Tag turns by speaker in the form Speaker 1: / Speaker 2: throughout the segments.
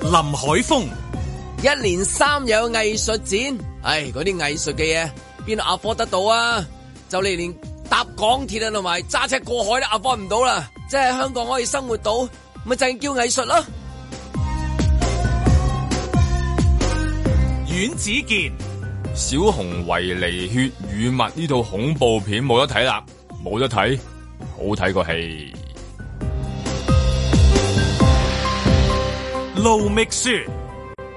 Speaker 1: 林海峰，
Speaker 2: 一連三有藝術展，唉，嗰啲藝術嘅嘢邊度阿科得到啊？就你連搭港鐵啊，同埋揸車過海都阿科唔到啦，即係香港可以生活到，咪就係叫藝術咯。
Speaker 1: 阮子健，
Speaker 3: 小熊維尼血與蜜呢套恐怖片冇得睇啦，冇得睇，好睇過戲。
Speaker 1: 盧覓雪，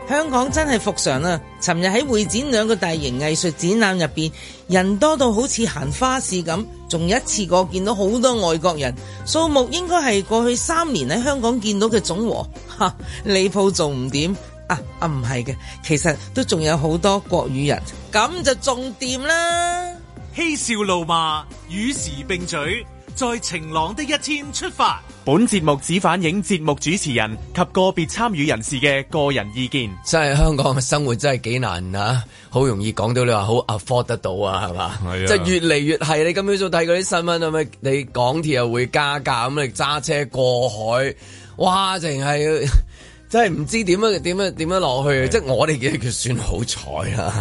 Speaker 4: 香港真係復常啦！尋日喺會展兩個大型藝術展覽入邊，人多到好似行花市咁，仲一次過見到好多外國人，數目應該係過去三年喺香港見到嘅總和。 嚇，離譜仲唔掂？啊啊，唔係嘅，其實都仲有好多國語人，咁就仲掂啦。
Speaker 1: 嬉笑怒罵，與時並舉，在晴朗的一天出發。
Speaker 5: 本節目只反映節目主持人及個別參與人士嘅個人意見。
Speaker 2: 真係香港嘅生活真係幾難啊！好容易講到你話好 afford 得到啊，係嘛？
Speaker 3: 係啊
Speaker 2: 即係越嚟越係。你今朝早睇嗰啲新聞係咪？你港鐵又會加價，咁你揸車過海，哇！淨係 真係唔知點樣點樣點樣落去。即係我哋嘅叫算好彩啦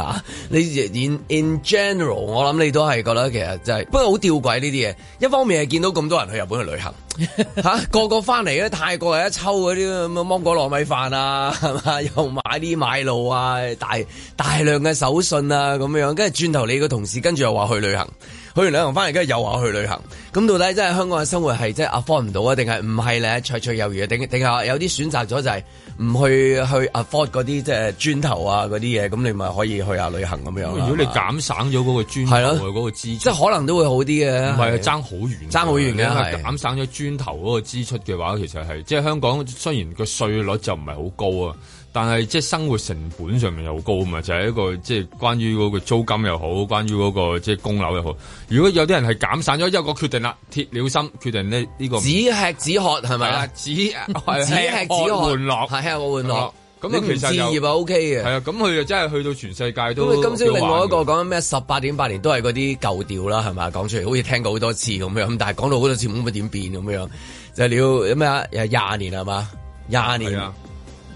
Speaker 2: 嚇。你 in in general，我諗你都係覺得其實真係，不過好吊詭呢啲嘢。一方面係見到咁多人去日本去旅行。 吓個個翻嚟咧，泰國係一抽嗰啲咁嘅芒果糯米飯啊， 係嘛？又買啲買路啊，大大量嘅手信啊，咁樣，跟住轉頭你個同事跟住又話去旅行，去完旅行翻嚟，跟住又話去旅行，咁到底真係香港嘅生活係真係 afford 唔到啊，定係唔係咧？綽綽有餘，定定係有啲選擇咗就係唔去去 afford 嗰啲即係磚頭啊嗰啲嘢，咁你咪可以去下旅行咁樣啦
Speaker 3: 如果你減省咗嗰個磚
Speaker 2: 係
Speaker 3: 頭
Speaker 2: 咯
Speaker 3: 嘅啊嗰個支
Speaker 2: 即
Speaker 3: 出，
Speaker 2: 係可能都會好啲嘅，
Speaker 3: 唔係啊爭好遠，
Speaker 2: 爭好遠嘅
Speaker 3: 因為
Speaker 2: 係
Speaker 3: 減省咗磚頭嗰個支出嘅話，其實係即係香港雖然個稅率就唔係好高啊。但係即係生活成本上面又好高啊嘛，就係、一個即係關於嗰個租金又好，關於嗰、個即係供樓又好。如果有啲人係減省咗一個決定啦，鐵了心決定呢呢個
Speaker 2: 只吃只喝係咪
Speaker 3: 係啦
Speaker 2: 啊？，
Speaker 3: 只只
Speaker 2: 只吃只喝
Speaker 3: 玩樂
Speaker 2: 係啊，我玩樂
Speaker 3: 哦。咁啊
Speaker 2: 你唔
Speaker 3: 其實又
Speaker 2: 置業啊 OK 嘅。
Speaker 3: 係啊，咁佢就真係去到全世界都
Speaker 2: 咁你今朝
Speaker 3: 都
Speaker 2: 另
Speaker 3: 玩
Speaker 2: 外一個
Speaker 3: 嘅
Speaker 2: 講緊咩十八點八年都係嗰啲舊調啦，係咪？講出嚟好似聽過好多次咁樣，咁但係講到好多次冇乜點變咁樣，就係你要咩啊？誒廿年係嘛？廿
Speaker 3: 係
Speaker 2: 年
Speaker 3: 啊。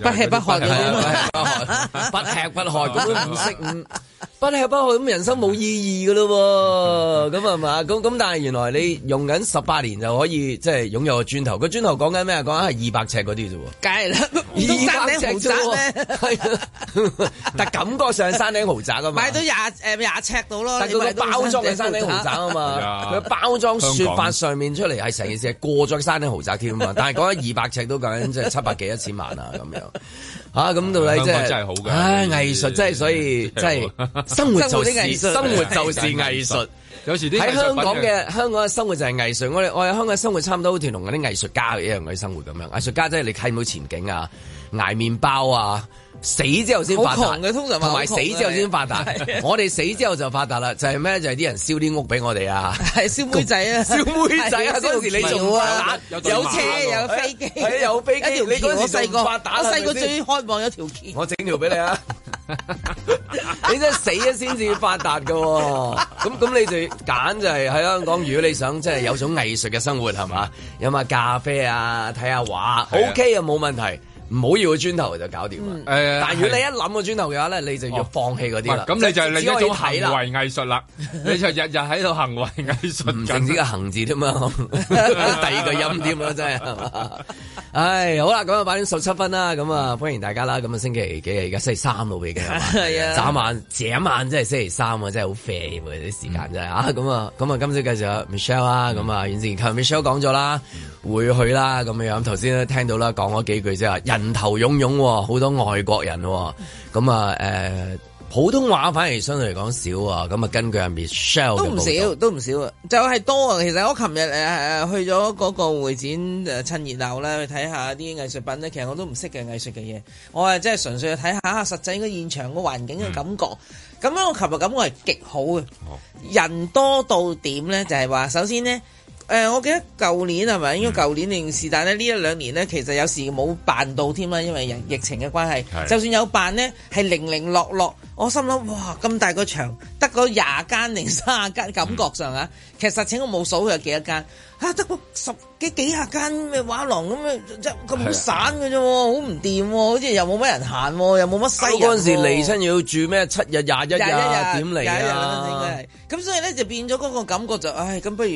Speaker 4: 不吃不喝嗰
Speaker 2: 係
Speaker 4: 啲
Speaker 2: 啊不吃 不喝，咁都唔識唔不吃不喝，咁人生冇意義噶咯喎，咁係嘛？咁咁但係原來你用緊十八年就可以即係擁有個磚頭，個磚頭講緊咩啊？講緊係二百尺嗰啲啫喎。
Speaker 4: 梗係啦，唔通山
Speaker 2: 二百
Speaker 4: 頂豪
Speaker 2: 尺
Speaker 4: 宅
Speaker 2: 啫喎
Speaker 4: 咩？
Speaker 2: 係啊， 但感覺上山頂豪宅啊嘛，
Speaker 4: 買到廿誒廿尺到咯，
Speaker 2: 但
Speaker 4: 你
Speaker 2: 佢
Speaker 4: 買
Speaker 2: 個
Speaker 4: 到
Speaker 2: 包裝嘅
Speaker 4: 山
Speaker 2: 山
Speaker 4: 頂
Speaker 2: 頂豪宅啊
Speaker 3: 係
Speaker 2: 嘛
Speaker 3: 啊，
Speaker 2: 佢包裝
Speaker 3: 香
Speaker 2: 説
Speaker 3: 港
Speaker 2: 法上面出嚟係成件事係過咗山頂豪宅添啊 嘛，但係講緊二百尺都講緊即係七百幾一千萬啊咁樣嚇，嗯咁到底即
Speaker 3: 香港
Speaker 2: 係
Speaker 3: 真係好㗎
Speaker 2: 唉藝術真係所以真係 生活就
Speaker 4: 生活啲
Speaker 2: 是
Speaker 4: 藝術
Speaker 2: 生活就是藝術。
Speaker 3: 啊有時啲
Speaker 2: 喺
Speaker 3: 藝術
Speaker 2: 香
Speaker 3: 品
Speaker 2: 港嘅香港嘅生活就係藝術，我哋我哋香港嘅生活差唔多好似同嗰啲藝術家一樣嘅生活咁樣。藝術家真係你睇唔到前景啊，捱麵包啊，死之後先發
Speaker 4: 好
Speaker 2: 達
Speaker 4: 窮嘅通常話
Speaker 2: 同
Speaker 4: 好
Speaker 2: 埋
Speaker 4: 窮啊
Speaker 2: 死
Speaker 4: 嘅
Speaker 2: 之後先發達。我哋死之後就發達啦，就係咩？就係啲人燒啲屋俾我哋啊，
Speaker 4: 係燒妹仔啊，
Speaker 2: 燒妹仔啊！
Speaker 4: 係
Speaker 2: 嗰時你
Speaker 4: 燒
Speaker 2: 仲
Speaker 4: 橋
Speaker 2: 發
Speaker 4: 啊
Speaker 2: 達，
Speaker 3: 有
Speaker 2: 有
Speaker 3: 對
Speaker 4: 有
Speaker 3: 馬
Speaker 4: 車有飛機，
Speaker 2: 係哎有飛機
Speaker 4: 一條
Speaker 2: 你
Speaker 4: 橋
Speaker 2: 嗰時
Speaker 4: 我細個，
Speaker 2: 仲
Speaker 4: 我
Speaker 2: 發達啦
Speaker 4: 細個
Speaker 2: 係咪先
Speaker 4: 最渴望有條橋。
Speaker 2: 我整條俾你啊！你真係死咗先至發達嘅喎，咁咁你就揀就係喺香港。如果你想即係有種藝術嘅生活係嘛，飲下咖啡啊，睇下畫，OK 啊冇問題，唔好要個磚頭就搞掂啦。
Speaker 3: 誒哦
Speaker 2: 但係如果你一諗個磚頭嘅話咧，你就要放棄嗰
Speaker 3: 唔
Speaker 2: 啲啦
Speaker 3: 係。咁你就係另
Speaker 2: 只可
Speaker 3: 一
Speaker 2: 以
Speaker 3: 種行
Speaker 2: 睇啦
Speaker 3: 為藝術 啦，你就日日喺度行為藝
Speaker 2: 唔
Speaker 3: 術
Speaker 2: 淨止
Speaker 3: 緊。
Speaker 2: 個行字添嘛， 第二個音添啊啦，真係係嘛。唉，好啦，咁啊八點十七分啦，咁啊歡迎大家啦。咁啊星期幾啊？而家星期三咯，已經係嘛？
Speaker 4: 係啊
Speaker 2: 眨晚這晚真係星期三啊，真係好肥喎啲時間真係
Speaker 4: 嗯
Speaker 2: 啊。咁啊咁啊，今朝繼續有 Michelle 啦，咁啊阮志強 Michelle 講咗啦，
Speaker 4: 嗯
Speaker 2: 會去啦咁樣。頭先咧聽到啦，講嗰幾句啫，人頭湧湧喎，好多外國人喎。咁啊誒。普通話反而相對嚟講少啊，咁啊根據阿 Michelle
Speaker 4: 都
Speaker 2: 嘅
Speaker 4: 唔
Speaker 2: 報道
Speaker 4: 少，都唔少啊！就係多啊！其實我琴日誒誒去咗嗰個會展誒趁熱鬧啦，去睇下啲藝術品咧。其實我都唔識嘅藝術嘅嘢，我係真係純粹去睇下實際嘅現場個環境嘅
Speaker 2: 嗯
Speaker 4: 感覺。咁啊樣我琴日感覺係極好嘅，人多到點咧？就係話首先咧。誒，呃我記得舊年係
Speaker 2: 嗯
Speaker 4: 咪？應該舊年定是但咧？呢一兩年咧，其實有時冇辦到添啦，因為
Speaker 2: 嗯
Speaker 4: 疫情嘅關係。
Speaker 3: 係
Speaker 4: 就算有辦咧，係零零落落。我心諗，哇！咁大個場，得嗰廿間定卅間，感覺上啊，其實實情我冇數佢有幾多間，嚇得個十幾幾廿間咩畫廊咁樣，即係咁散嘅啫喎，好唔掂喎，好似又冇乜人行喎，又冇乜西人喎。
Speaker 2: 嗰陣時嚟親要住咩七日廿一日
Speaker 4: 廿一
Speaker 2: 啊
Speaker 4: 日
Speaker 2: 點
Speaker 4: 廿
Speaker 2: 嚟
Speaker 4: 一日啦應
Speaker 2: 啊？
Speaker 4: 該係咁所以咧就變咗嗰個感覺就，唉，咁不如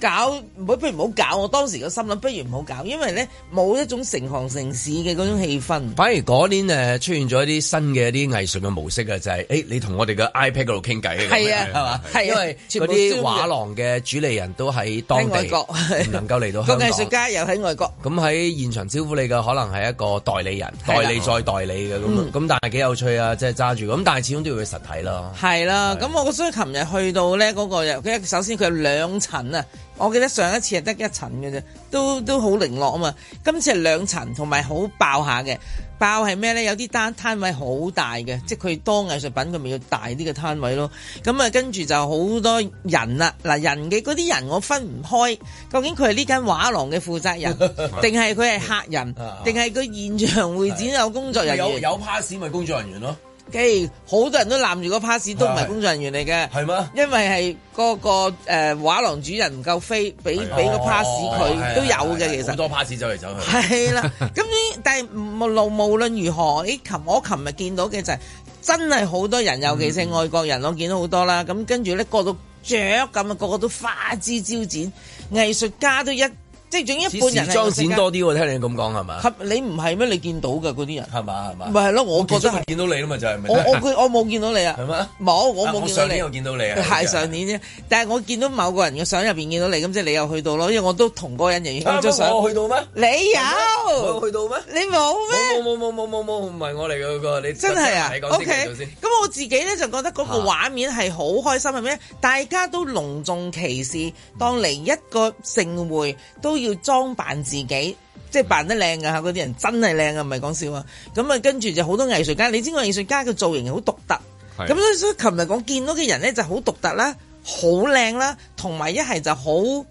Speaker 4: 搞，唔好不如唔好搞。我當時個心諗，不如唔好搞，因為咧冇一種成行成市嘅嗰種氣氛。
Speaker 2: 反而嗰年誒出現咗一啲新嘅一啲藝術嘅模式啊，就係、誒你同我哋嘅 iPad 嗰度傾偈，
Speaker 4: 係啊
Speaker 2: 係嘛？
Speaker 4: 係啊
Speaker 2: 因為
Speaker 4: 全
Speaker 2: 嗰
Speaker 4: 部
Speaker 2: 啲
Speaker 4: Zoom 嘅
Speaker 2: 畫廊嘅主理人都喺當地，
Speaker 4: 喺外國
Speaker 2: 唔能夠嚟 到
Speaker 4: 個
Speaker 2: 香
Speaker 4: 藝術
Speaker 2: 港。
Speaker 4: 家又喺外國，
Speaker 2: 咁喺現場招呼你嘅可能係一個代理人，
Speaker 4: 係
Speaker 2: 代
Speaker 4: 啦嗯
Speaker 2: 理再代理嘅咁，咁但係幾有趣啊！即係揸住，咁但係始終都要去實體啦。
Speaker 4: 係啦。咁我所以琴日去到咧嗰個又，佢首先佢有兩層啊。我記得上一次係得一層嘅啫，都都好零落啊嘛。今次係兩層，同埋好爆下嘅。爆係咩呢？有啲單攤位好大嘅，即係佢多藝術品，佢咪要大啲嘅攤位咯。咁啊，跟住就好多人啦。嗱，人嘅嗰啲人我分唔開，究竟佢係呢間畫廊嘅負責 人，定係佢係客人
Speaker 2: 啊，
Speaker 4: 定係佢現場會展有工作人員？
Speaker 2: 有 pass 咪工作人員咯，
Speaker 4: 既好多人都攬住個 pass 都唔係工作人員嚟嘅，
Speaker 2: 係咩
Speaker 4: 因為係嗰個誒畫呃廊主人唔夠飛，俾
Speaker 2: 啊
Speaker 4: 俾個 pass
Speaker 2: 哦
Speaker 4: 佢都有嘅其實。
Speaker 2: 多 pass 走嚟走去。
Speaker 4: 係啦，咁呢但係無論無論如何，你琴我琴日見到嘅就係、真係好多人，尤其是外國人，我見到好多啦。咁跟住咧，過到雀咁啊，個個都花枝招展，藝術家都一即係總之一
Speaker 2: 似
Speaker 4: 半
Speaker 2: 時
Speaker 4: 人係
Speaker 2: 裝
Speaker 4: 藝術
Speaker 2: 展
Speaker 4: 家
Speaker 2: 多啲喎，聽你咁講係嘛？
Speaker 4: 合你唔係咩？你見到嘅嗰啲 人，
Speaker 2: 係嘛係嘛？
Speaker 4: 咪係咯？我覺
Speaker 2: 見
Speaker 4: 得
Speaker 2: 到
Speaker 4: 係
Speaker 2: 咪。見到你啦嘛，就係咪？
Speaker 4: 我我佢我冇見到你啊，
Speaker 2: 係咩
Speaker 4: 冇，我
Speaker 2: 啊
Speaker 4: 冇
Speaker 2: 我
Speaker 4: 見到
Speaker 2: 上
Speaker 4: 你
Speaker 2: 年。我見到你啊，
Speaker 4: 係上年啫，但係我見到某個人嘅相入邊見到你，咁即係你又去到咯，因為我都同嗰個人影
Speaker 2: 啊。
Speaker 4: 咗相。
Speaker 2: 我去到咩？
Speaker 4: 你
Speaker 2: 我
Speaker 4: 有，
Speaker 2: 去到咩？
Speaker 4: 你冇咩？
Speaker 2: 冇冇冇冇冇冇，唔係我嚟嘅嗰個，你
Speaker 4: 真係啊
Speaker 2: 你講
Speaker 4: ，OK
Speaker 2: 先講先。。
Speaker 4: 咁我自己咧就覺得嗰個畫面係好開心，係咩？大家都隆重其事，當嚟一個盛會都要裝扮自己。即係扮得靚㗎嚇，嗰啲人真係靚啊，唔係講笑啊！咁啊，跟住就好多藝術家，你知我藝術家嘅造型好獨特，
Speaker 3: 係
Speaker 4: 咁所以所以琴日我見到嘅人咧就好獨特啦，好靚啦，同埋一係就好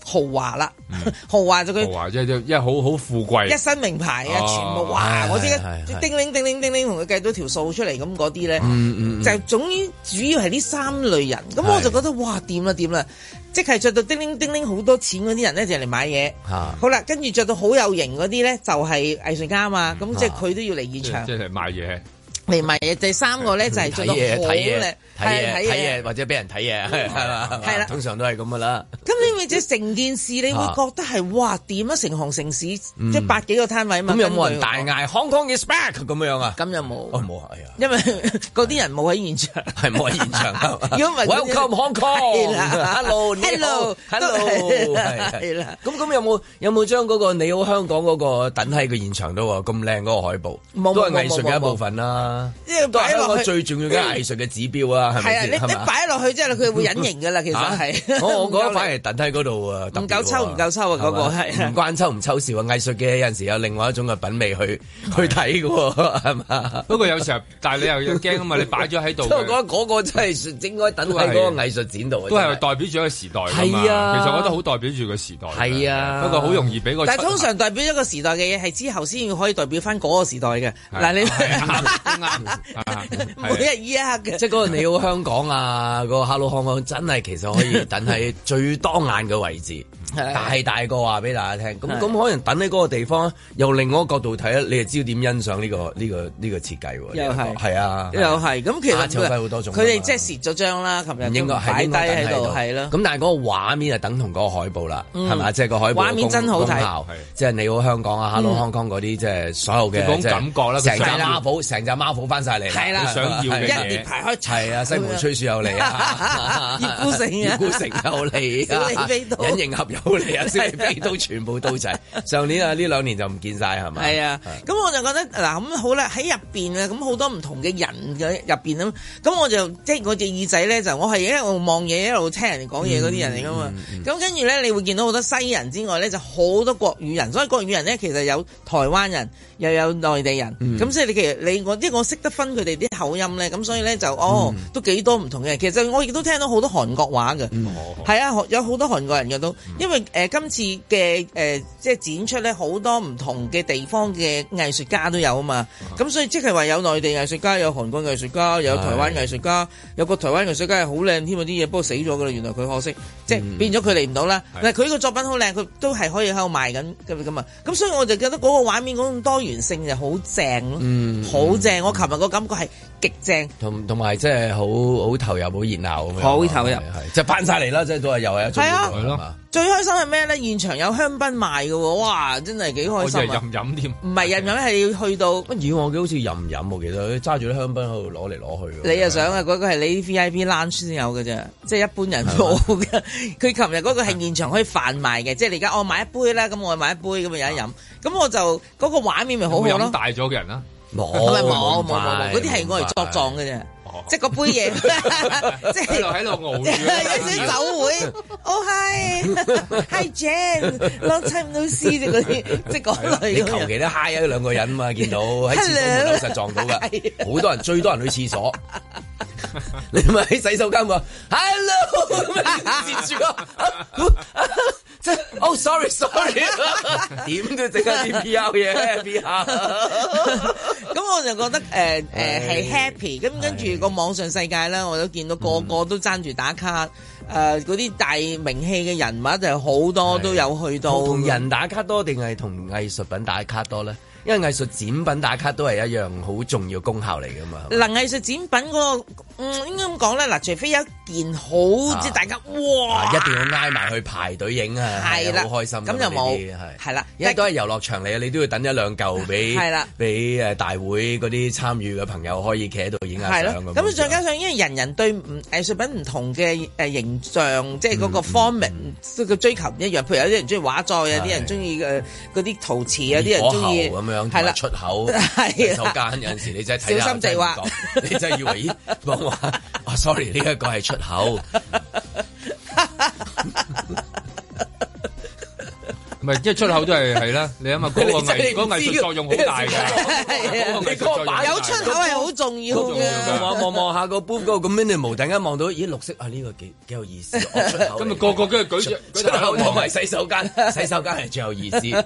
Speaker 4: 豪華啦，
Speaker 2: 嗯
Speaker 4: 豪華就佢
Speaker 3: 豪華即係一好好富
Speaker 4: 一
Speaker 3: 貴，
Speaker 4: 身名牌啊，
Speaker 3: 哦
Speaker 4: 全部哇！
Speaker 2: 係
Speaker 4: 我即
Speaker 2: 係嗯
Speaker 4: 刻
Speaker 2: 係
Speaker 4: 叮鈴叮鈴叮鈴同佢計到條數出嚟咁嗰啲咧，就總之主要係呢三類人。咁我
Speaker 2: 係
Speaker 4: 就覺得哇，掂啦掂啦！即係着到叮鈴叮鈴好多錢嗰啲人咧，就嚟買嘢。
Speaker 2: 嚇
Speaker 4: 好啦，跟住着到好有型嗰啲咧，就係藝術家嘛。
Speaker 2: 嗯
Speaker 4: 咁
Speaker 2: 啊
Speaker 4: 即係佢都要嚟現
Speaker 3: 即係
Speaker 4: 場
Speaker 3: 即係賣嘢。
Speaker 4: 嚟買嘢。第三個 咧就係着
Speaker 2: 睇
Speaker 4: 到好
Speaker 2: 嘢
Speaker 4: 靚，
Speaker 2: 睇嘢
Speaker 4: 係啊
Speaker 2: 睇嘢睇
Speaker 4: 睇嘢
Speaker 2: 嘢，。或者俾人睇嘢係嘛？
Speaker 4: 係啦
Speaker 2: 通常都係咁噶啦。
Speaker 4: 咁你咪即係成件事，你會
Speaker 2: 啊嗯
Speaker 4: 覺得係哇掂啊！成行成市，即係百幾個攤位嘛。
Speaker 2: 咁有
Speaker 4: 根
Speaker 2: 冇人
Speaker 4: 據
Speaker 2: 大嗌 Hong Kong is back 咁樣啊？
Speaker 4: 我？咁又冇。
Speaker 2: 哦冇啊，哎呀，
Speaker 4: 因為嗰啲人冇喺現場。
Speaker 2: 係冇喺現場啊嘛。
Speaker 4: 如果唔係
Speaker 2: Welcome Hong
Speaker 4: 係啦
Speaker 2: Kong，Hello 你好
Speaker 4: Hello，
Speaker 2: ，Hello
Speaker 4: 都
Speaker 2: 係
Speaker 4: 係啦
Speaker 2: 咁咁有冇有冇將嗰個你好香港嗰個等喺個現場度喎？咁靚嗰個海報，
Speaker 4: 冇冇
Speaker 2: 都係藝術
Speaker 4: 冇冇
Speaker 2: 嘅一部分啦。
Speaker 4: 因為
Speaker 2: 都係
Speaker 4: 擺
Speaker 2: 香
Speaker 4: 落
Speaker 2: 港
Speaker 4: 去，
Speaker 2: 最重要嘅藝術嘅指標啊，係
Speaker 4: 係啊，
Speaker 2: 咪
Speaker 4: 你
Speaker 2: 先？係
Speaker 4: 你
Speaker 2: 嘛
Speaker 4: 擺落去之後，佢會隱形噶啦，其實
Speaker 2: 嚇
Speaker 4: 係。
Speaker 2: 我我覺得反而等喺嗰度啊，特別喎
Speaker 4: 唔夠抽唔夠抽啊嗰個
Speaker 2: 係嘛
Speaker 4: 係啊
Speaker 2: 唔關抽唔抽事喎，藝術嘅有陣時有另外一種嘅品味去去睇嘅喎，係 嘛？
Speaker 3: 不過有時 候，但係你又要驚啊嘛，你擺咗喺度
Speaker 2: 所以我覺得嗰個真係應該等喺嗰個藝術展度啊，
Speaker 3: 都係
Speaker 2: 真係
Speaker 3: 代表住一個時代㗎嘛
Speaker 2: 係啊
Speaker 3: 其實我覺得好代表住個時代㗎。
Speaker 2: 係啊
Speaker 3: 不過好容易俾個
Speaker 4: 但係
Speaker 3: 出
Speaker 4: 通常代表一個時代嘅嘢，係之後先可以代表翻嗰個時代嘅。
Speaker 3: 係係
Speaker 4: 嗱，你
Speaker 3: 啱啱啱啊係
Speaker 4: 每日依一刻 嘅，
Speaker 2: 即係嗰個你好香港啊，嗰個 Hello Hong Kong 真係其實可以等喺最當眼嘅位置，
Speaker 4: 係
Speaker 2: 大大個話俾大家聽。咁
Speaker 4: 係
Speaker 2: 咁可能等喺嗰個地方，由另外一個角度睇咧，你就知道點欣賞呢個呢個呢個設計喎。
Speaker 4: 又係
Speaker 2: 係啊，
Speaker 4: 又係咁，其
Speaker 2: 下
Speaker 4: 實
Speaker 2: 次有好多種㗎
Speaker 4: 佢
Speaker 2: 嘛
Speaker 4: 哋即係蝕咗張啦，琴日
Speaker 2: 唔應該係
Speaker 4: 擺
Speaker 2: 應
Speaker 4: 低
Speaker 2: 該等
Speaker 4: 喺度，係咯。嗯
Speaker 2: 咁但係嗰個畫面就等同嗰個海報啦，係嘛？即係個海報
Speaker 4: 畫面真好睇嗯
Speaker 2: 功效
Speaker 3: 係
Speaker 2: 即係你好香港啊，Hello Hong Kong 嗰啲，即係所有嘅
Speaker 3: 你講
Speaker 2: 即係
Speaker 3: 感覺啦
Speaker 2: 成
Speaker 3: 佢想
Speaker 2: 隻
Speaker 3: 要
Speaker 2: Marvel 成隻 Marvel 翻晒嚟，
Speaker 4: 係啦
Speaker 3: 佢想要嘅
Speaker 4: 一
Speaker 3: 嘢
Speaker 4: 列排開，，
Speaker 2: 係啊，西門吹雪有你 啊
Speaker 4: 葉孤城啊
Speaker 2: 葉孤城有你啊，
Speaker 4: 小李飛刀
Speaker 2: 隱形俠有你啊，小李飛刀全部都 齊。上年啊，呢兩年就唔見晒係咪？
Speaker 4: 係啊，咁我就覺得嗱咁好啦，喺入邊啊，咁好多唔同嘅人嘅入邊啊，咁我就即係我隻耳仔咧就我係一路望嘢一路聽人哋講嘢嗰啲人嚟噶嘛，咁跟住咧你會見到好多西人之外咧就好多國語人，所以國語人咧其實有台灣人又有內地人，咁所以你其實你我即係我識得分佢哋啲口音咧，咁所以咧就哦都幾多唔同嘅，其實我亦都聽到好多韓國話嘅。
Speaker 3: 我
Speaker 4: 啊係啊，學有好多韓國人嘅都，因為為誒、呃今次嘅誒、呃即係展出咧好多唔同嘅地方嘅藝術家都有啊嘛，咁所以即係話有內地藝術家，有韓國藝術家，有台灣藝術家，有個台灣藝術家係好靚添啊啲嘢，不過死咗噶啦，原來佢可惜，即係變咗佢嚟唔到啦。但係佢個作品好靚，佢都係可以喺度賣緊咁咁啊，咁所以我就覺得嗰個畫面嗰種多元性就好正咯，好正！我琴日個感覺係極正。
Speaker 2: 同同埋即係好好投入、好熱鬧咁樣。
Speaker 4: 好投入
Speaker 2: 係係即係扮晒嚟啦！即係都係又係一種
Speaker 4: 係啊
Speaker 2: 活動係嘛
Speaker 4: 最開心係咩咧？現場有香檳賣嘅喎，哇！真係幾
Speaker 3: 我
Speaker 4: 開
Speaker 3: 就係
Speaker 4: 心啊！
Speaker 3: 任飲添。
Speaker 4: 唔係人飲係要去到，
Speaker 2: 乜以往佢好似任飲喎，其實佢揸住啲香檳喺度攞嚟攞去喎。
Speaker 4: 你又想啊？嗰個係你 V I P lunch 先有嘅啫，即係一般人冇嘅。 佢琴日嗰個係現場可以販賣嘅，即係你而家我哦買一杯啦，咁我買一杯咁啊咪有得飲。咁我就嗰個畫面咪好
Speaker 3: 啊有
Speaker 4: 好
Speaker 3: 冇飲哦
Speaker 4: 咯。
Speaker 3: 大咗嘅人啊？
Speaker 2: 冇
Speaker 4: 唔係冇冇
Speaker 2: 咁快
Speaker 4: 冇，嗰啲係我嚟作狀嘅啫
Speaker 3: 哦，
Speaker 4: 即係嗰杯嘢， 即
Speaker 3: 喺度。喺
Speaker 4: 係
Speaker 3: 度熬住
Speaker 4: 有啲
Speaker 3: 啊。
Speaker 4: 酒會，Oh hi，hi Jan，long time no see 即係嗰啲，即係嗰
Speaker 2: 你
Speaker 4: 類咁
Speaker 2: 求
Speaker 4: 樣。
Speaker 2: 其都嗨啊兩個人 嘛，見到喺廁所門口實撞 到㗎，好多人最多人去廁 所。你咪喺洗手間話 hello 咁樣截住啊啊 啊即係 oh sorry sorry，點都整下啲 PR 嘢 PR。
Speaker 4: 咁我就 覺得誒誒係 happy，咁跟住個網上世界啦，我都見到個
Speaker 2: 嗯
Speaker 4: 個都爭住打卡，誒嗰啲大名氣嘅人物就好多都有去到，
Speaker 2: 同人打卡多定係同藝術品打卡多咧？因為藝術展品打卡都係一樣好重要功效嚟㗎嘛。
Speaker 4: 嗱藝術展品嗰個，嗯應該咁講咧，嗱除非有一件好即係大家
Speaker 2: 啊
Speaker 4: 哇
Speaker 2: 一定要挨埋去排隊影啊，
Speaker 4: 係啦
Speaker 2: 好開心㗎嘛。
Speaker 4: 咁就冇
Speaker 2: 呢啲係
Speaker 4: 係啦
Speaker 2: 因為都係遊樂場嚟嘅，你都要等一兩嚿俾
Speaker 4: 係啦
Speaker 2: 俾誒大會嗰啲參與嘅朋友可以企喺度影下
Speaker 4: 係
Speaker 2: 相
Speaker 4: 咯，
Speaker 2: 咁。
Speaker 4: 咁再加上因為人人對唔藝術品唔同嘅誒形象，即係嗰個
Speaker 2: 嗯
Speaker 4: format 嘅追求唔一樣。譬如有啲人中意畫作，有啲人中意誒嗰啲陶瓷，有啲人中意
Speaker 2: 咁樣，
Speaker 4: 係
Speaker 2: 係啦，
Speaker 4: 啦，
Speaker 2: 出 口
Speaker 4: 係啦
Speaker 2: 洗手間有陣時你真係睇下
Speaker 4: 小心地話
Speaker 2: 真係唔覺你真係以為咦幫我話啊，sorry 呢一個係出口，
Speaker 3: 唔係，即係出口都係係啦。你諗下嗰個
Speaker 2: 你真係
Speaker 3: 藝嗰個
Speaker 2: 唔知
Speaker 3: 藝術作用好大㗎。
Speaker 4: 係啊
Speaker 3: 嗰個藝術作用好大
Speaker 4: 有出口係好重要
Speaker 3: 好重要
Speaker 4: 嘅
Speaker 3: 㗎。
Speaker 2: 望望望下個 book 嗰個 minimal，突然間望到咦綠色啊呢個幾幾有意思，哦 出口嚟
Speaker 3: 咁啊，個個跟住舉住
Speaker 2: 出
Speaker 3: 舉
Speaker 2: 口
Speaker 3: 口
Speaker 2: 同埋洗手間，洗手間係最有意 思，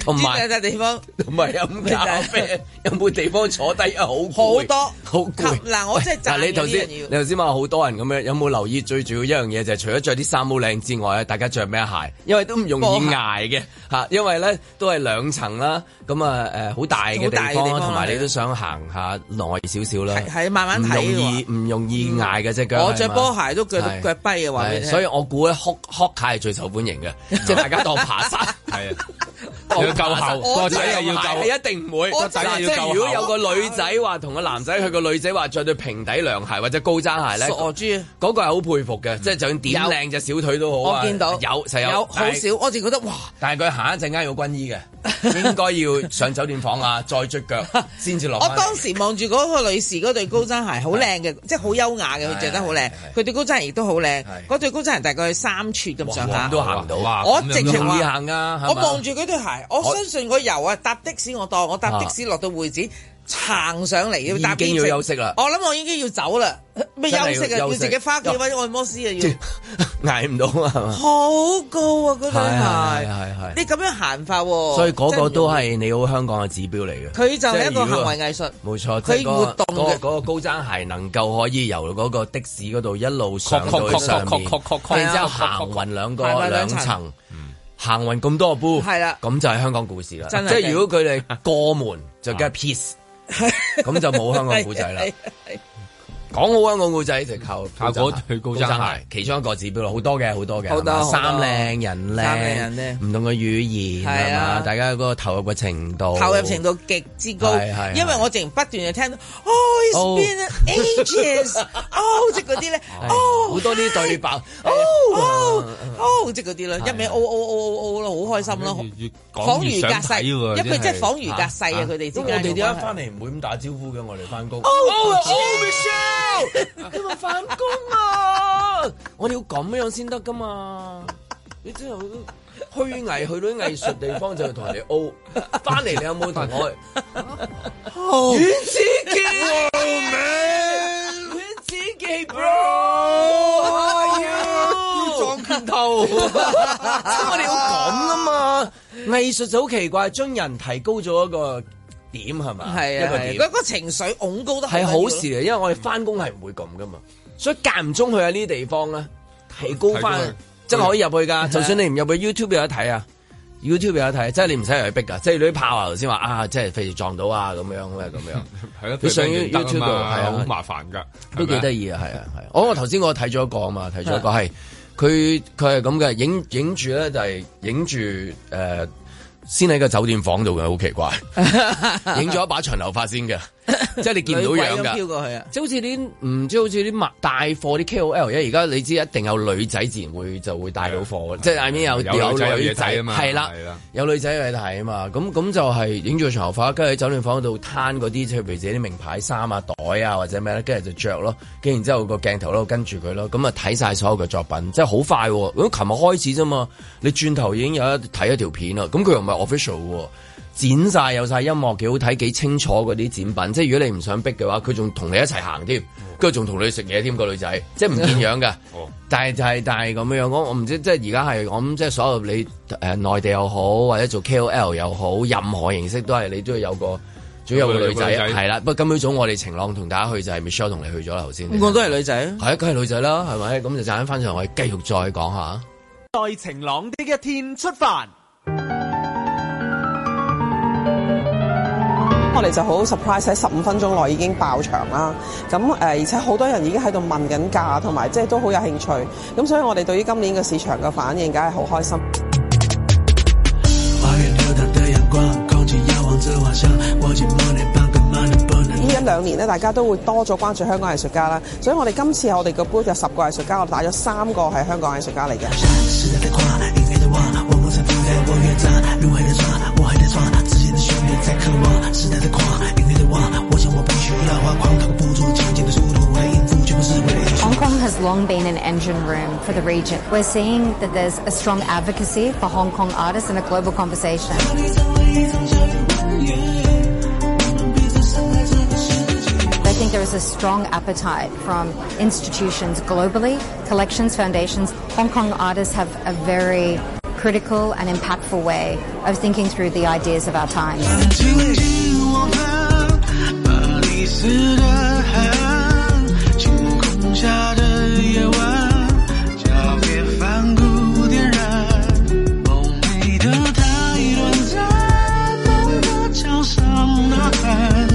Speaker 2: 同
Speaker 4: 呢
Speaker 2: 埋
Speaker 4: 兩。笪地方
Speaker 2: 同埋啊飲咖 啡，有冇地方坐低啊？好攰
Speaker 4: 好多
Speaker 2: 好 攰。
Speaker 4: 吸嗱我真係讚
Speaker 2: 嗱你頭
Speaker 4: 呢
Speaker 2: 先，
Speaker 4: 樣嘢
Speaker 2: 你頭先話好多人咁樣，有冇留意最主要一樣嘢就係除咗着啲衫好靚之外咧，大家着咩鞋？因為都唔容易捱嘅嚇，因為咧都係兩層啦，咁啊誒好大嘅
Speaker 4: 好
Speaker 2: 地
Speaker 4: 大嘅
Speaker 2: 方
Speaker 4: 地
Speaker 2: 啦，
Speaker 4: 方
Speaker 2: 同埋
Speaker 4: 係
Speaker 2: 你都想行下耐少少啦，
Speaker 4: 係係慢慢
Speaker 2: 唔
Speaker 4: 睇
Speaker 2: 容
Speaker 4: 嘅
Speaker 2: 易唔容易捱嘅只腳。
Speaker 4: 我着
Speaker 2: 係嘛
Speaker 4: 波鞋都腳
Speaker 2: 係
Speaker 4: 腳跛啊嘅話俾你
Speaker 2: 係
Speaker 4: 聽，
Speaker 2: 所以我估咧哭哭鞋係最受歡迎 嘅，即係大家當爬山。
Speaker 3: 係啊，要夠
Speaker 4: 啊
Speaker 3: 厚，個仔係要夠。
Speaker 2: 係一定唔會。
Speaker 4: 我
Speaker 2: 嗱
Speaker 3: 真係
Speaker 2: 即
Speaker 3: 要夠
Speaker 2: 係如果有個女仔話同個男仔，佢個女仔話着對平底涼鞋或者高踭鞋咧
Speaker 4: 傻，豬。
Speaker 2: 嗰個係好佩服嘅，即係就算點
Speaker 4: 嗯有
Speaker 2: 靚隻小腿都好啊
Speaker 4: 我見到
Speaker 2: 有實有
Speaker 4: 有好
Speaker 2: 但係
Speaker 4: 少，我就覺得哇，
Speaker 2: 但係佢行一陣間要軍 醫嘅，應該要上酒店房啊，再捽腳先至落
Speaker 4: 我
Speaker 2: 返嚟。
Speaker 4: 當時望住嗰個女士嗰對高踭鞋，好靚嘅，即係好優雅嘅，佢着得好
Speaker 2: 係係
Speaker 4: 靚
Speaker 2: 係，
Speaker 4: 佢對高踭鞋亦都好靚
Speaker 2: 係，
Speaker 4: 嗰對高踭鞋大概三寸咁上
Speaker 2: 哇
Speaker 4: 下
Speaker 2: 咁。都啊行唔到
Speaker 3: 哇
Speaker 4: 我
Speaker 3: 咁樣
Speaker 4: 直
Speaker 3: 都
Speaker 4: 情
Speaker 2: 容
Speaker 4: 話
Speaker 2: 易行啊！
Speaker 4: 我
Speaker 2: 係嘛
Speaker 4: 望住嗰對鞋，我相信我由啊搭的士我當我搭的士落到會展行上嚟要搭
Speaker 2: 啊已經
Speaker 4: 邊程
Speaker 2: 要休息啦
Speaker 4: 我諗我已經要走啦，咩休息
Speaker 2: 真係
Speaker 4: 啊？
Speaker 2: 要
Speaker 4: 要
Speaker 2: 休息
Speaker 4: 自己翻屋企揾按摩師啊要。
Speaker 2: 捱唔到啊，係嘛？
Speaker 4: 好高啊！嗰對
Speaker 2: 係係
Speaker 4: 鞋，
Speaker 2: 係係
Speaker 4: 你咁樣行法喎，
Speaker 2: 所以嗰個都
Speaker 4: 真
Speaker 2: 係你好香港嘅指標嚟嘅。
Speaker 4: 係佢就係一個
Speaker 2: 即係如
Speaker 4: 行
Speaker 2: 果
Speaker 4: 為藝術。
Speaker 2: 冇錯，
Speaker 4: 佢
Speaker 2: 即係嗰個
Speaker 4: 活動嘅
Speaker 2: 嗰個嗰個高踭鞋能夠可以由嗰個的士嗰度一路上
Speaker 3: 確
Speaker 2: 到去
Speaker 3: 確
Speaker 2: 上
Speaker 3: 確
Speaker 2: 面
Speaker 3: 確確，確
Speaker 2: 然之後
Speaker 3: 確確
Speaker 4: 啊
Speaker 2: 行
Speaker 3: 確
Speaker 2: 運兩
Speaker 4: 行
Speaker 2: 個
Speaker 4: 運
Speaker 2: 兩
Speaker 4: 兩
Speaker 2: 層
Speaker 4: 層，
Speaker 2: 行運咁多個 b
Speaker 4: 係啦
Speaker 2: 咁就係香港故事啦。即
Speaker 4: 真係啊
Speaker 2: 係如果佢哋過門就梗係 peace，咁就冇香港故 仔啦。講好香港故仔就靠
Speaker 3: 靠嗰對高踭鞋，
Speaker 2: 其中一個指標啦，好多嘅，好多嘅，
Speaker 4: 好多
Speaker 2: 係嘛
Speaker 4: 好多
Speaker 2: 衫靚人
Speaker 4: 衫靚人
Speaker 2: 靚，
Speaker 4: 靚
Speaker 2: 唔同嘅語言係
Speaker 4: 係啊
Speaker 2: 嘛，大家嗰個投入嘅程度，
Speaker 4: 投入程度極之高，
Speaker 2: 哦係係
Speaker 4: 因為我淨不斷就聽到，Oh it's been ages，哦即係嗰啲咧，哦
Speaker 2: 好啊多啲對白。
Speaker 4: 哦哦即係嗰啲啦，一味 O O O O O 咯，好開心咯，
Speaker 3: 越越
Speaker 4: 恍
Speaker 3: 講越
Speaker 4: 如
Speaker 3: 想
Speaker 4: 隔世，
Speaker 3: 睇喎，
Speaker 4: 一個
Speaker 3: 真
Speaker 4: 即
Speaker 3: 係
Speaker 4: 係恍如隔世啊！佢哋之
Speaker 2: 咁
Speaker 4: 間
Speaker 2: 我哋點解
Speaker 4: 嘅關係哦
Speaker 2: 翻嚟唔會咁打招呼嘅？我哋翻工。今日翻工啊！我哋要咁樣先得噶嘛？你真係好虛偽，去到啲藝術地方就同人哋 O。翻嚟你有冇同我？阮子健，阮子健，bro，how are you？
Speaker 3: 撞拳頭鳩，
Speaker 2: 我哋要咁啊 嘛，藝術就好奇怪，將人提高咗一個點係嘛，
Speaker 4: 係
Speaker 2: 一個
Speaker 4: 啊，
Speaker 2: 點
Speaker 4: 嗰個情緒拱高得
Speaker 2: 係
Speaker 4: 緊要
Speaker 2: 好
Speaker 4: 咯
Speaker 2: 事啊嚟，因為我哋翻工係唔會咁噶嘛，所以間唔中去下呢啲地方咧，
Speaker 3: 提
Speaker 2: 提高
Speaker 3: 高佢
Speaker 2: 翻，真係可以入去噶。就算你唔入去 YouTube 有得睇啊，YouTube 有得睇，即係你唔使入去逼噶。即係你啲炮啊頭先話啊，即係費事撞到啊咁樣咩咁樣，
Speaker 3: 係啊，
Speaker 2: 你上
Speaker 3: 佢
Speaker 2: YouTube
Speaker 3: 得啊嘛
Speaker 2: 係啊
Speaker 3: 好麻煩㗎，
Speaker 2: 都幾得
Speaker 3: 意。
Speaker 2: 意啊，係啊，係啊。我我頭先我睇咗一個啊嘛，睇咗一個係佢佢係咁嘅，影影住咧就係影住誒。呃先喺個酒店房度嘅，好奇怪，影咗一把長頭髮先嘅，即係你見唔到樣
Speaker 4: 女鬼
Speaker 2: 㗎
Speaker 4: 咁。飄過去啊！
Speaker 2: 即係好似啲唔知好似啲賣帶貨啲 KOL，因為而家你知一定有女仔自然會就會帶到貨嘅，即係 I mean 有
Speaker 3: 啊有女仔有
Speaker 2: 女
Speaker 3: 嘢睇啊嘛
Speaker 2: 係啦
Speaker 3: 係啦，
Speaker 2: 有女仔去睇啊嘛，咁咁就係影住個長頭髮，跟住喺酒店房度攤嗰啲，即係譬如自己啲名牌衫啊、袋啊或者咩咧，跟住就着咯，跟住然之後個鏡頭咯跟住佢咯，咁啊睇晒所有嘅作品，即係好快喎！咁琴日開始啫嘛，你轉頭已經有一睇一條片啦，咁佢又唔係 official 喎。剪晒有晒音樂，幾好睇，幾清楚嗰啲展品。即係如果你唔想逼嘅話，佢仲同你一齊行添，跟住仲同你食嘢添個女仔，即係唔見樣㗎。
Speaker 3: 哦
Speaker 2: 但係就係但係咁樣，我我唔知即係而家係我諗，即係所有你誒、呃、內地又好，或者做 KOL 又好，任何形式都係你都要有個，總要有個女仔
Speaker 3: 有個女仔
Speaker 2: 係啦。不過今朝早我哋晴朗同大家去就係 Michelle 同你去咗啦，頭先
Speaker 4: 我都係女仔啊，
Speaker 2: 係啊，梗係女仔啦，係咪？咁就陣間翻上嚟我哋繼續再講下。
Speaker 5: 在晴朗的一天出發。
Speaker 6: 我哋就好 surprise 喺十五分鐘內已經爆場啦。咁誒、呃而且好多人已經喺度問緊價，同埋即係都好有興趣。咁所以我哋對於今年嘅市場嘅反應，梗係好開心。
Speaker 7: 花园流淌的阳光，空气摇晃着晚香，握紧梦里半个梦能不能
Speaker 6: 呢一兩年咧，大家都會多咗關注香港藝術家啦。所以我哋今次我哋個 group 有十個藝術家，我哋打咗三個係香港藝術家嚟嘅。
Speaker 7: 时代在跨，音乐在望，我梦想停在我乐章，路还在闯，我还在闯，之前的旋律在渴望，时代在跨，音乐在望，我想我必须要挖矿，扛不住前进的速度，来应付全部是为了。
Speaker 8: Hong Kong has long been an engine room for the region. We're seeing that there's a strong advocacy for Hong Kong artists and a global conversation.
Speaker 7: 我
Speaker 8: I think there is a strong appetite from institutions globally, collections, foundations. Hong Kong artists have a very critical and impactful way of thinking through the ideas of our times.
Speaker 7: 们巴黎斯的海岸，星空下的夜晚，交别反顾点燃，梦寐的太短暂，梦的桥上呐喊，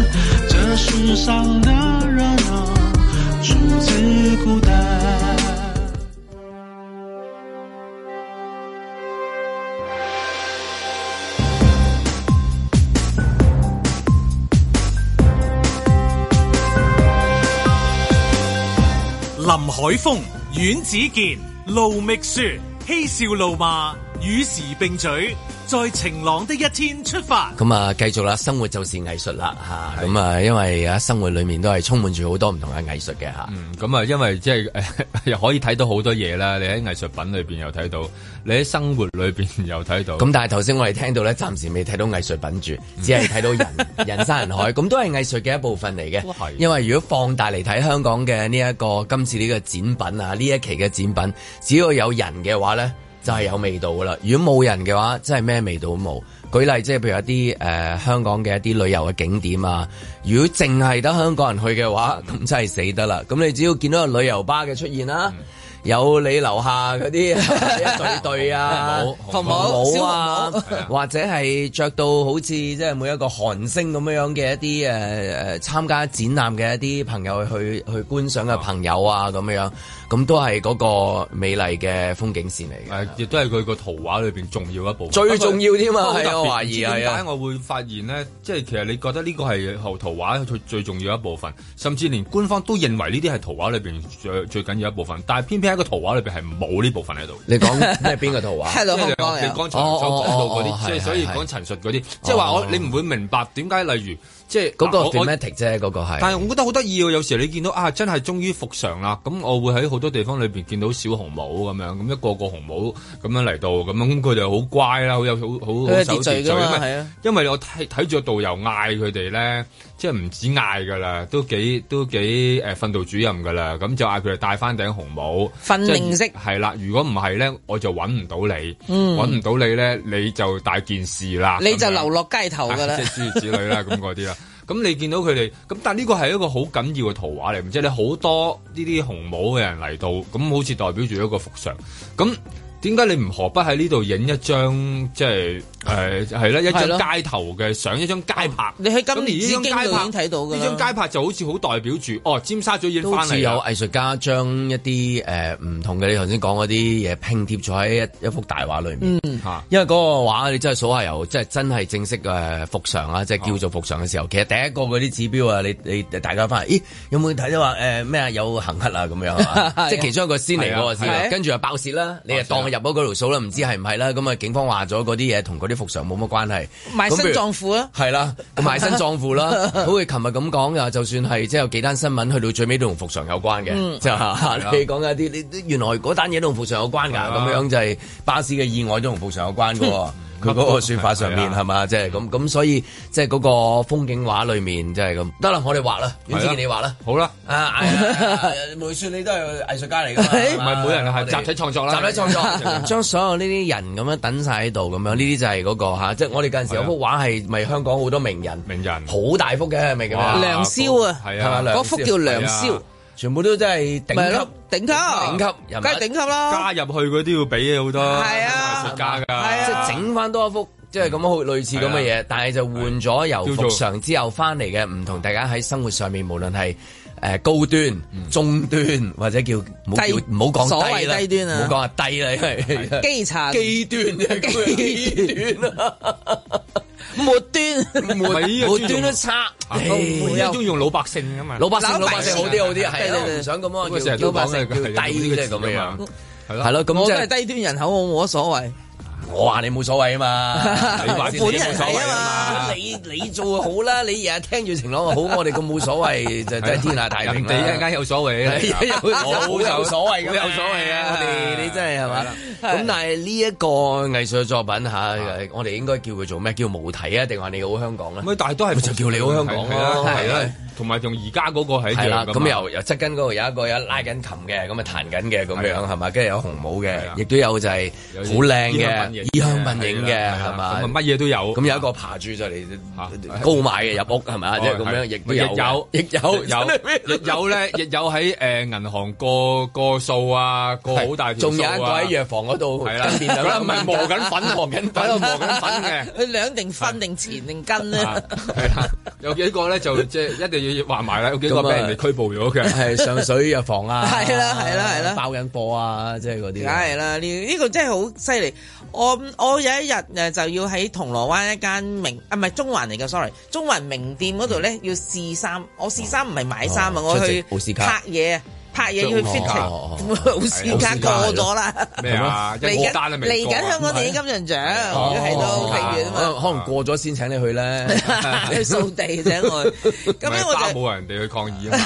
Speaker 7: 这世上的热闹出自孤单。
Speaker 1: 林海峰、阮子健、盧覓雪，嬉笑怒罵，與時並舉，在晴朗的一天出發。
Speaker 2: 咁啊，繼續啦，生活就是藝術啦嚇。咁啊，因為而家生活裡面都係充滿住好多唔同嘅藝術嘅嚇。
Speaker 3: 咁啊，因為即係 又可以睇到好多嘢啦，你喺藝術品裏邊又睇到，你喺生活裏邊又睇到。嗯
Speaker 2: 咁但係頭先我哋聽到咧，暫時未睇到藝術品住，只係睇到 人人山人海，咁都係藝術嘅一部分嚟嘅
Speaker 3: 係。
Speaker 2: 因為如果放大嚟睇香港嘅呢一個今次呢個展品啊，呢一期嘅展品，只要有人嘅話咧，就係、有味道噶啦。如果冇人嘅話，真係咩味道都冇。舉例即係譬如一啲誒、呃香港嘅一啲旅遊嘅景點啊，如果淨係得香港人去嘅話， 咁真係死得啦。咁你只要見到有旅遊巴嘅出現啦、
Speaker 3: 嗯
Speaker 2: 有你樓下嗰啲 一隊隊啊，
Speaker 3: 冇
Speaker 4: 服務
Speaker 2: 冇
Speaker 4: 小
Speaker 2: 啊
Speaker 4: 服，
Speaker 2: 或者係着到好似即係每一個韓星咁樣嘅一啲誒誒參加展覽嘅一啲朋友去去觀賞嘅朋友啊咁樣，咁都係嗰個美麗嘅風景線嚟嘅，
Speaker 3: 誒，呃亦都係佢個圖畫裏邊重要一部分。
Speaker 2: 最重要添啊！
Speaker 3: 好特
Speaker 2: 係啊
Speaker 3: 別
Speaker 2: 我懷
Speaker 3: 唔知
Speaker 2: 疑係
Speaker 3: 點解
Speaker 2: 啊，
Speaker 3: 我會發現咧，即係其實你覺得呢個係後圖畫最最重要一部分，甚至連官方都認為呢啲係圖畫裏邊最最緊要一部分，但係偏偏喺個圖畫裏邊係冇呢部分喺度。
Speaker 2: 你講咩邊個圖 畫？
Speaker 4: 係咯，
Speaker 3: 即係你
Speaker 4: 香港
Speaker 3: 你
Speaker 4: 人。
Speaker 3: 剛才所講到嗰
Speaker 2: 啊哦哦哦
Speaker 3: 啲，即
Speaker 2: 係
Speaker 3: 係所以
Speaker 2: 係
Speaker 3: 講陳述嗰啲，即係話我
Speaker 2: 哦
Speaker 3: 你唔會明白點解，例如即係
Speaker 2: 嗰個啊
Speaker 3: 嗱我我
Speaker 2: thematic 啫，嗰個
Speaker 3: 但係
Speaker 2: 係。
Speaker 3: 我覺得好得意喎，有時你見到啊，真係終於復常啦，咁我會喺好多地方裏邊見到小紅帽咁樣，咁一個個紅帽咁樣嚟到，咁樣咁佢哋好乖啦，好有好好
Speaker 4: 嗯佢
Speaker 3: 好
Speaker 4: 有
Speaker 3: 守
Speaker 4: 秩
Speaker 3: 秩
Speaker 4: 序
Speaker 3: 序，因
Speaker 4: 㗎嘛
Speaker 3: 為
Speaker 4: 係啊
Speaker 3: 因為我睇睇住個導遊嗌佢哋咧，即係唔止嗌噶啦，都幾都幾誒訓導主任噶啦，咁就嗌佢哋戴翻頂紅帽，
Speaker 4: 訓令式嗯
Speaker 3: 即係係啦。如果唔係咧，我就揾唔到你，揾唔到你咧，你就大件事啦，
Speaker 4: 你就
Speaker 3: 咁樣
Speaker 4: 流落街頭㗎啦
Speaker 3: 啊即係。諸如此類啦，咁嗰啲啦。咁你見到佢哋，咁但係呢個係一個好緊要嘅圖畫嚟，唔知你好多呢啲紅帽嘅人嚟到，咁好似代表住一個復常。咁點解你唔何不喺呢度影一張即係誒係啦，一
Speaker 4: 係咯
Speaker 3: 張街頭嘅相，一張街拍？
Speaker 4: 你去金
Speaker 3: 咁而呢張
Speaker 4: 紫
Speaker 3: 街
Speaker 4: 荊
Speaker 3: 拍
Speaker 4: 度已經睇到㗎啦
Speaker 3: 呢張街拍就好似好代表住哦，尖沙咀已經
Speaker 2: 都好
Speaker 3: 翻
Speaker 2: 似
Speaker 3: 嚟
Speaker 2: 有
Speaker 3: 啦。
Speaker 2: 藝術家將一啲誒唔同嘅你頭先講嗰啲嘢呃拼貼咗喺一一幅大畫裏面。
Speaker 3: 嚇
Speaker 2: 嗯因為嗰個畫你真係數下由即係真係正式誒復常啊，即係叫做復常嘅時候，其實第一個嗰啲指標啊，你你大家翻嚟，咦有冇睇到話誒咩啊有行乞啊咁樣啊
Speaker 4: 係啊
Speaker 2: 即係其中一個先嚟嗰個
Speaker 3: 係啊係
Speaker 2: 先，
Speaker 4: 啊
Speaker 2: 跟住又爆竊啦，你又
Speaker 3: 爆竊啊
Speaker 2: 當入咗嗰條數啦，唔知係唔係啦，咁啊警方話咗嗰啲嘢同嗰啲復常冇乜關係，
Speaker 4: 賣
Speaker 2: 咁譬
Speaker 4: 身
Speaker 2: 如
Speaker 4: 葬父啊！
Speaker 2: 係啦，賣身葬父 啦，好似琴日咁講噶，就算係即係有幾單新聞去到最尾都同復常有關嘅，即嗯係嚇你講緊一啲，你原來嗰單嘢都同復常有關㗎，
Speaker 3: 啊
Speaker 2: 咁樣就係巴士嘅意外都同復常有關㗎喎。佢嗰個説法上面
Speaker 3: 係啊
Speaker 2: 係嘛，即係咁咁，所以即係嗰個風景畫裏面即係咁。得啦，我哋畫啦，阮子健你畫啦。
Speaker 3: 好啦，
Speaker 2: 啊，係啊 梅雪你都係藝術家嚟㗎
Speaker 3: 唔
Speaker 2: 嘛，
Speaker 3: 係每人
Speaker 2: 我
Speaker 3: 係
Speaker 2: 哋
Speaker 3: 集體創作啦，
Speaker 2: 集體創作，哎 將所有呢啲人咁樣等晒喺度，咁樣呢啲就係嗰、個嚇，即係我哋嗰陣時有幅畫係咪香港好多名人，
Speaker 3: 啊名人
Speaker 2: 好大幅嘅係咪咁
Speaker 3: 哇
Speaker 2: 樣？
Speaker 4: 梁宵啊
Speaker 3: 係
Speaker 2: 係嘛
Speaker 3: 啊，
Speaker 2: 梁
Speaker 4: 嗰幅叫梁
Speaker 3: 係
Speaker 4: 宵
Speaker 3: 啊，
Speaker 2: 全部都真係
Speaker 4: 咪
Speaker 2: 頂
Speaker 4: 係
Speaker 2: 級
Speaker 4: 咯，頂級，頂
Speaker 2: 頂級人物
Speaker 4: 梗係頂級啦。
Speaker 3: 加入去嗰啲要俾好多
Speaker 4: 係啊
Speaker 3: 藝術家㗎，
Speaker 4: 係啊
Speaker 2: 即係整翻多一幅，即係咁好類似咁嘅嘢，但係就換咗由
Speaker 3: 叫做
Speaker 2: 復常之後翻嚟嘅唔同，大家喺生活上面無論係。誒高端、中端或者叫唔好
Speaker 4: 低
Speaker 2: 叫唔好
Speaker 4: 所
Speaker 2: 講
Speaker 4: 謂
Speaker 2: 低啦，
Speaker 4: 低端啊
Speaker 2: 唔好講係低啦，因為
Speaker 4: 基層
Speaker 2: 基端啫，基端啊，
Speaker 4: 末端。
Speaker 2: 末
Speaker 3: 咪呢個
Speaker 2: 末端都差，
Speaker 3: 啊
Speaker 2: 唉
Speaker 3: 每一種用老百姓㗎嘛，
Speaker 2: 老百姓
Speaker 4: 老
Speaker 2: 老
Speaker 4: 百
Speaker 2: 百姓好
Speaker 4: 姓
Speaker 2: 啲好啲，係
Speaker 4: 對
Speaker 2: 啊
Speaker 4: 對，對
Speaker 2: 唔想咁
Speaker 3: 咁啊
Speaker 2: 啊，
Speaker 3: 成
Speaker 2: 叫
Speaker 3: 日
Speaker 2: 老
Speaker 3: 都
Speaker 2: 百
Speaker 3: 講
Speaker 2: 姓
Speaker 3: 嘅
Speaker 2: 叫低即係咁樣樣，
Speaker 3: 係
Speaker 2: 係
Speaker 3: 咯，
Speaker 2: 咯，咁
Speaker 4: 我
Speaker 2: 即
Speaker 4: 都係低
Speaker 2: 係
Speaker 4: 端人口，我冇乜所謂。
Speaker 2: 我話你冇所謂 啊嘛，
Speaker 3: 你話自己
Speaker 4: 本人
Speaker 3: 冇所謂
Speaker 4: 係啊
Speaker 3: 嘛。
Speaker 2: 你你做好啦，你日日聽住晴朗好，我哋咁冇所 謂就真係天下大
Speaker 3: 人
Speaker 2: 平
Speaker 3: 哋一陣
Speaker 2: 啦。
Speaker 3: 間有所謂啊，
Speaker 2: 我好有所謂㗎嘛
Speaker 3: 好有所謂啊！
Speaker 2: 我哋你真係係嘛？
Speaker 4: 係
Speaker 2: 咁但係呢一個藝術作品嚇，
Speaker 3: 啊
Speaker 2: 我哋應該叫佢做咩？叫無題啊，定話你好香港咧？
Speaker 3: 咪但係都係
Speaker 2: 就叫你好香港咯
Speaker 3: 係啊係
Speaker 2: 係
Speaker 3: 啦，同埋同而家嗰個係一
Speaker 2: 係啦，
Speaker 3: 樣㗎嘛
Speaker 2: 咁由由側根嗰度有一個有拉緊琴嘅，咁啊彈緊嘅咁
Speaker 3: 係
Speaker 2: 樣
Speaker 3: 啊
Speaker 2: 係嘛，跟住有紅帽嘅
Speaker 3: 係啊，
Speaker 2: 亦都有就係好靚嘅衣香鬢影嘅
Speaker 3: 係啦
Speaker 2: 係嘛，
Speaker 3: 咁啊乜嘢都有。
Speaker 2: 咁有一個爬柱就嚟
Speaker 3: 嚇哦
Speaker 2: 高買嘅入屋係嘛，即係咁樣
Speaker 3: 係
Speaker 2: 亦都有嘅，
Speaker 3: 亦
Speaker 2: 亦有
Speaker 3: 有亦有咧，亦有喺誒銀行過過數啊，過好大條
Speaker 2: 仲
Speaker 3: 數
Speaker 2: 有一個
Speaker 3: 啊
Speaker 2: 喺藥房嗰度
Speaker 3: 係啦
Speaker 2: 跟電腦
Speaker 3: 佢唔係磨緊粉 啊
Speaker 2: 磨緊粉
Speaker 3: 喺度磨緊粉嘅。
Speaker 4: 佢兩定分定前定跟咧，
Speaker 3: 啊係啦，有幾個咧就即係一定要話埋啦，有幾個俾人哋拘捕咗嘅。
Speaker 2: 係上水藥房啊，
Speaker 4: 係啦係啦係啦
Speaker 2: 包緊貨啊，即係嗰啲。
Speaker 4: 梗係啦，呢呢個真係好犀利。我我有一日誒就要喺銅鑼灣一間名啊唔係中環嚟嘅，sorry，中環名店嗰度咧要試衫，我試衫唔係買衫啊，
Speaker 2: 哦
Speaker 4: 我
Speaker 2: 出席
Speaker 4: 去
Speaker 2: 奧斯卡
Speaker 4: 拍嘢啊，拍嘢去
Speaker 2: 哦哦哦
Speaker 4: fitting，奧斯卡
Speaker 2: 奧斯卡
Speaker 4: 過咗啦。
Speaker 3: 咩啊？
Speaker 4: 嚟緊
Speaker 3: 一單都未
Speaker 4: 嚟
Speaker 3: 過啊
Speaker 4: 緊香港電影金像獎，係
Speaker 2: 哦
Speaker 4: 都四月啊嘛，
Speaker 2: 可能過咗先請你去 咧。
Speaker 4: 去 掃地請我，咁樣
Speaker 3: 咪
Speaker 4: 我
Speaker 3: 巴
Speaker 4: 就
Speaker 3: 冇人哋去抗議啊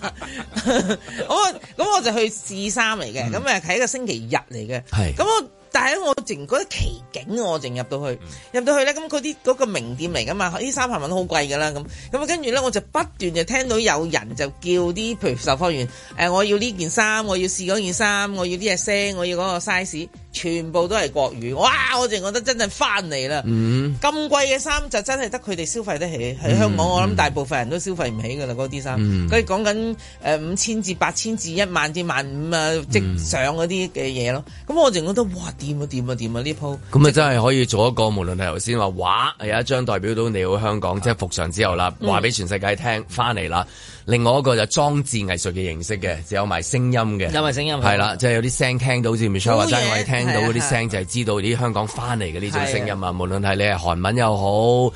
Speaker 3: 嘛。
Speaker 4: 我咁我就去試衫嚟嘅，咁誒係一個星期日嚟嘅，
Speaker 2: 係
Speaker 4: 咁我。但係我淨覺得奇景啊！我淨入到去，入到去咧，咁嗰啲嗰個名店嚟噶嘛，啲衫係咪都好貴㗎啦？咁咁啊，跟住咧我就不斷就聽到有人就叫啲譬如售貨員，誒、我要呢件衫，我要試嗰件衫，我要呢隻聲，我要嗰個 size，全部都係國語。哇！我淨覺得真係翻嚟啦，咁、貴嘅衫就真係得佢哋消費得起。喺香港，我諗大部分人都消費唔起㗎啦，嗰啲衫。佢講緊誒五千至八千至一萬至萬五啊，即上嗰啲嘅嘢咯。咁我淨覺得哇，掂啊掂啊掂啊呢鋪！
Speaker 2: 咁啊，真係可以做一個，無論係頭先話畫有一張代表到你好香
Speaker 4: 啊
Speaker 2: 港，即係復常之後
Speaker 4: 嗯
Speaker 2: 啦，話俾全世界聽翻嚟啦。另外一個就裝置藝術嘅形式嘅，就有埋聲音嘅，
Speaker 4: 有埋聲音
Speaker 2: 係啦，即係有啲聲聽到，好似 Michelle 話
Speaker 4: 好嘢
Speaker 2: 齋，我哋聽到
Speaker 4: 係
Speaker 2: 嗰
Speaker 4: 啊
Speaker 2: 啲
Speaker 4: 係啊
Speaker 2: 聲就係知道啲香港翻嚟嘅呢種聲音
Speaker 4: 係啊
Speaker 2: 啊。無論係你係韓文又好。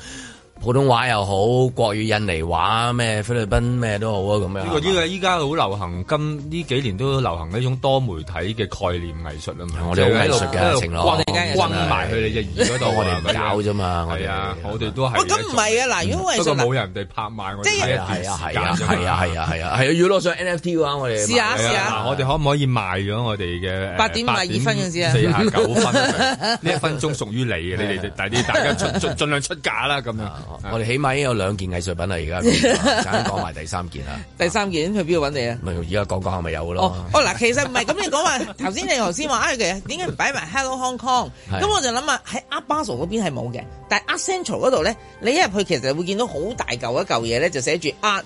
Speaker 2: 普通話又好，國語印尼話咩菲律賓咩都好啊，咁樣。
Speaker 3: 呢個呢個依家好流行，今呢幾年都流行呢種多媒體嘅概念藝術啊嘛。
Speaker 2: 我哋好藝術㗎晴朗
Speaker 3: 轟
Speaker 4: 我哋梗係
Speaker 3: 轟埋去你隻耳嗰度啊，
Speaker 2: 我哋唔搞啫嘛我哋
Speaker 3: 係啊，我哋都係。嗯
Speaker 4: 喂咁唔係啊嗱如果藝術
Speaker 3: 不過冇人哋拍賣我哋
Speaker 4: 即係
Speaker 3: 呢一段
Speaker 2: 係啊係啊
Speaker 3: 時
Speaker 2: 係
Speaker 3: 間
Speaker 2: 啊
Speaker 3: 啫嘛
Speaker 2: 係啊係啊係啊係啊！如果攞上 NFT 嘅話，我哋
Speaker 4: 試下
Speaker 3: 係
Speaker 4: 試
Speaker 3: 啊，
Speaker 4: 下
Speaker 3: 嗱，。我哋可唔可以賣咗我哋嘅呃
Speaker 4: 8點52分嗰陣時啊
Speaker 3: 四廿九 分呢一分鐘屬於你嘅，你哋但係你大家盡盡盡量出價啦咁樣。
Speaker 2: 我哋起碼已經有兩件藝術品啦，而家咁講埋第三件啦。
Speaker 4: 第三件去邊度揾你啊？
Speaker 2: 咪而家講講係咪有咯？
Speaker 4: 哦哦嗱，其實唔係咁，你講話頭先你頭先話啊，其實點解唔擺埋 Hello Hong Kong？
Speaker 2: 係
Speaker 4: 咁我就諗下喺 Art Basel 嗰邊係冇嘅，但係 Art Central 嗰度咧，你一入去其實會見到好大嚿一嚿嘢咧，就寫住 Art。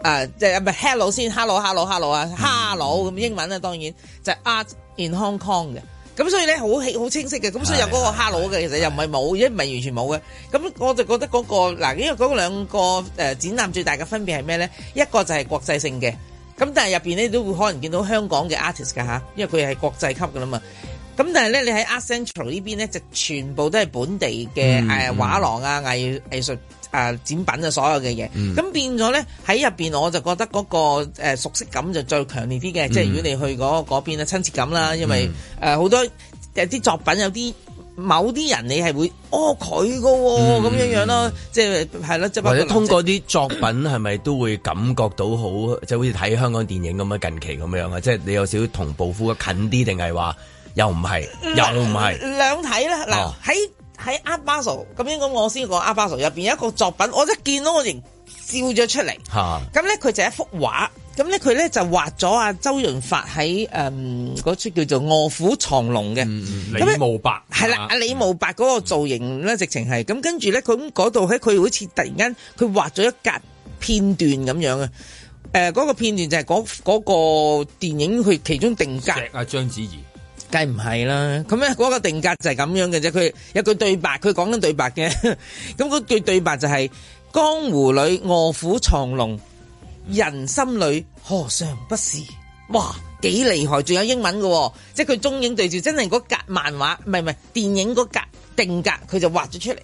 Speaker 4: 啊，即係咪 hello 先，hello hello hello 啊，hello 咁英文啊，當然就係 art in Hong Kong 嘅，咁所以咧好氣好清晰嘅，咁所以有嗰個 hello 嘅，其實又唔係冇，一唔係完全冇嘅，咁我就覺得嗰、個嗱，因為嗰兩個誒、呃展覽最大嘅分別係咩咧？一個就係國際性嘅，咁但係入邊咧都會可能見到香港嘅 artist 㗎嚇，因為佢係國際級㗎啦嘛。咁但係咧，你喺 Art Central 呢邊咧，就全部都係本地
Speaker 2: 嗯
Speaker 4: 嘅誒畫廊啊、藝藝術啊展品啊，所有嘅嘢。咁、
Speaker 2: 嗯
Speaker 4: 變咗咧喺入邊，我就覺得嗰、個、呃、熟悉感就最強烈啲
Speaker 2: 嗯
Speaker 4: 嘅。即係如果你去嗰嗰邊咧，啊親切感啦，因為誒好、多有啲作品有啲。某啲人你係會哦佢嘅喎咁樣樣咯，即係係咯，即係包括
Speaker 2: 嗯或者
Speaker 4: 林
Speaker 2: 通
Speaker 4: 夕
Speaker 2: 過啲作品係咪都會感覺到好，即係好似睇香港電影咁樣近期咁樣啊？即係你有少少同步呼吸近啲，定係話又唔係，又唔係？
Speaker 4: 兩睇啦。
Speaker 2: 哦
Speaker 4: 嗱喺喺 Art Basel 咁樣咁，我先講 Art Basel 入邊有一個作品，我一見到我仍笑咗出嚟。
Speaker 2: 嚇
Speaker 4: 咁咧佢就一幅畫，咁咧佢咧就畫咗阿周潤發喺誒嗰出叫做《卧虎藏龍》嘅。咁
Speaker 3: 嗯李
Speaker 4: 咧
Speaker 3: 慕白啊
Speaker 4: 係啦，阿李慕白嗰個造型咧，直情係咁，跟住咧，佢咁嗰度咧，佢好似突然間佢畫咗一格片段咁樣啊！誒、嗰、個片段就係嗰嗰個電影佢其中定格
Speaker 3: 石啊章子怡。
Speaker 4: 梗係唔係啦，咁咧啊嗰個定格就係咁樣嘅啫。佢有句對白，佢講緊對白嘅， 咁嗰句對白就係、江湖裏卧虎藏龍，人心裏何嘗不是？哇，幾厲害！仲有英文嘅、喎，即係佢中影對照，真係嗰格漫畫，唔係唔係電影嗰格定格，佢就畫咗出嚟。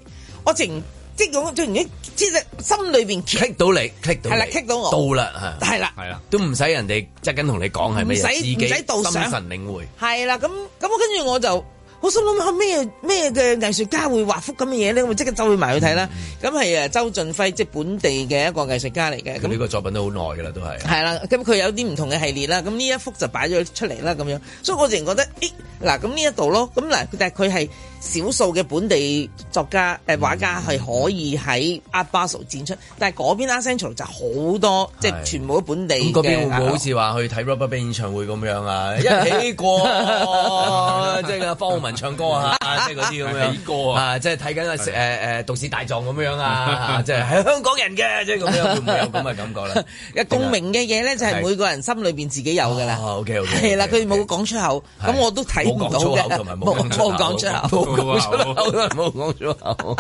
Speaker 4: 我淨即係講，仲然即係心裏邊
Speaker 2: ，click 到你，click 到你
Speaker 4: 係啦，click 到我
Speaker 2: 到啦嚇
Speaker 4: 係啦。
Speaker 3: 係啦，
Speaker 2: 都唔使人哋即跟同你講係咩
Speaker 4: 唔使
Speaker 2: 嘢，自己
Speaker 4: 唔使導賞
Speaker 2: 心神領會。
Speaker 4: 係啦，咁咁我跟住我就好心諗下啊咩咩嘅藝術家會畫幅咁嘅嘢咧，我即刻走去埋去睇
Speaker 2: 嗯
Speaker 4: 啦。咁係誒周俊輝，即係本地嘅一個藝術家嚟嘅。
Speaker 2: 咁
Speaker 4: 咁
Speaker 2: 呢個作品都好耐㗎啦，都係。
Speaker 4: 係啦，咁佢有啲唔同嘅系列啦，咁呢一幅就擺咗出嚟啦，咁樣，所以我淨覺得，咦，嗱，咁呢一度咯，咁嗱，但係佢係少數嘅本地作家誒、畫家係可以喺 Art Basel 展出，但係嗰邊 Art Central 就好多，即係
Speaker 2: 係
Speaker 4: 全部都本地
Speaker 2: 咁
Speaker 4: 嘅。啊
Speaker 2: 嗰邊會唔會好似話去睇 Rubberband 演唱會咁樣啊？ 一起過，即係方浩文唱歌 啊，即係嗰啲咁樣。
Speaker 3: 一起過啊
Speaker 2: 即係睇緊啊食誒誒《毒舌大狀》咁樣啊， 即係係香港人嘅，即係咁樣，會唔會有咁嘅感覺 咧？
Speaker 4: 嘅共鳴嘅嘢咧，就係
Speaker 2: 啊係
Speaker 4: 每個人心裏邊自己有噶啦。
Speaker 2: 哦，OK，OK，
Speaker 4: 係啦，
Speaker 2: OK，OK
Speaker 4: 佢冇講出口，
Speaker 2: 係
Speaker 4: 咁我都睇唔
Speaker 2: 冇
Speaker 4: 到
Speaker 2: 講粗
Speaker 4: 嘅
Speaker 2: 口，同埋
Speaker 4: 冇
Speaker 2: 冇
Speaker 4: 冇講
Speaker 2: 講
Speaker 4: 出
Speaker 2: 出
Speaker 4: 口。
Speaker 2: 口，冇講出口，冇講出口。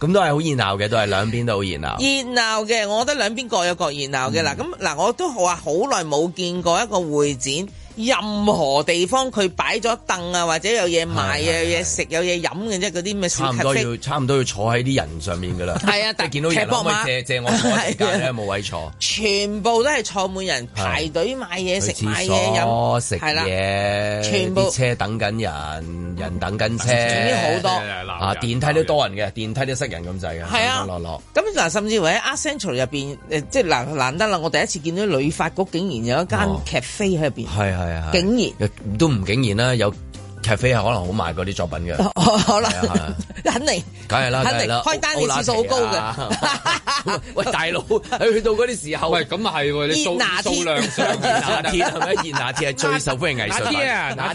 Speaker 2: 咁都係好熱鬧嘅，都係兩邊都好熱鬧。
Speaker 4: 熱鬧嘅，我覺得兩邊各有各熱鬧嘅啦。
Speaker 2: 嗯
Speaker 4: 咁嗱、我都話好耐冇見過一個會展，任何地方佢擺咗凳啊，或者有嘢賣啊，
Speaker 2: 係
Speaker 4: 有嘢食，有嘢飲嘅啫，嗰啲咩小
Speaker 2: 差唔多
Speaker 4: cafe
Speaker 2: 要，差唔多要坐喺啲人上面噶啦。
Speaker 4: 係啊
Speaker 2: 即係
Speaker 4: 但
Speaker 2: 見到人
Speaker 4: 踢
Speaker 2: 可
Speaker 4: 波
Speaker 2: 唔可以
Speaker 4: 馬
Speaker 2: 借借我坐時 間
Speaker 4: 係
Speaker 2: 咧？
Speaker 4: 啊
Speaker 2: 冇位坐。
Speaker 4: 全部都係坐滿人排隊買嘢
Speaker 2: 去
Speaker 4: 食、買
Speaker 2: 廁
Speaker 4: 嘢
Speaker 2: 所
Speaker 4: 飲，
Speaker 2: 食
Speaker 4: 啦，
Speaker 2: 嘢，
Speaker 4: 全部
Speaker 2: 啲車等緊人，人等緊車，
Speaker 4: 總之好多
Speaker 2: 啊！電梯都多人嘅，電梯都塞人咁滯嘅，
Speaker 4: 係啊
Speaker 2: 上上落落。
Speaker 4: 咁嗱，甚至乎喺 Art Central 入邊，誒即係難難得啦！我第一次見到旅發局竟然有一間
Speaker 2: 哦
Speaker 4: cafe 喺入邊，
Speaker 2: 係係係
Speaker 4: 竟
Speaker 2: 然都唔竟然啦，有咖啡係可能好賣嗰啲作品嘅，
Speaker 4: 好啦
Speaker 2: 係啊，
Speaker 4: 肯定
Speaker 2: 梗係啦，梗
Speaker 4: 肯
Speaker 2: 係
Speaker 4: 定
Speaker 2: 啦，
Speaker 4: 開單嘅次數好高
Speaker 2: 嘅
Speaker 4: 嘅。
Speaker 2: 喂，大佬，去到嗰啲時候，
Speaker 3: 喂，咁啊係喎，你數
Speaker 4: 熱拿鐵
Speaker 3: 數量上
Speaker 2: 熱 拿鐵係咪？熱拿鐵係最受歡迎藝術品。
Speaker 3: 拿鐵啊，拿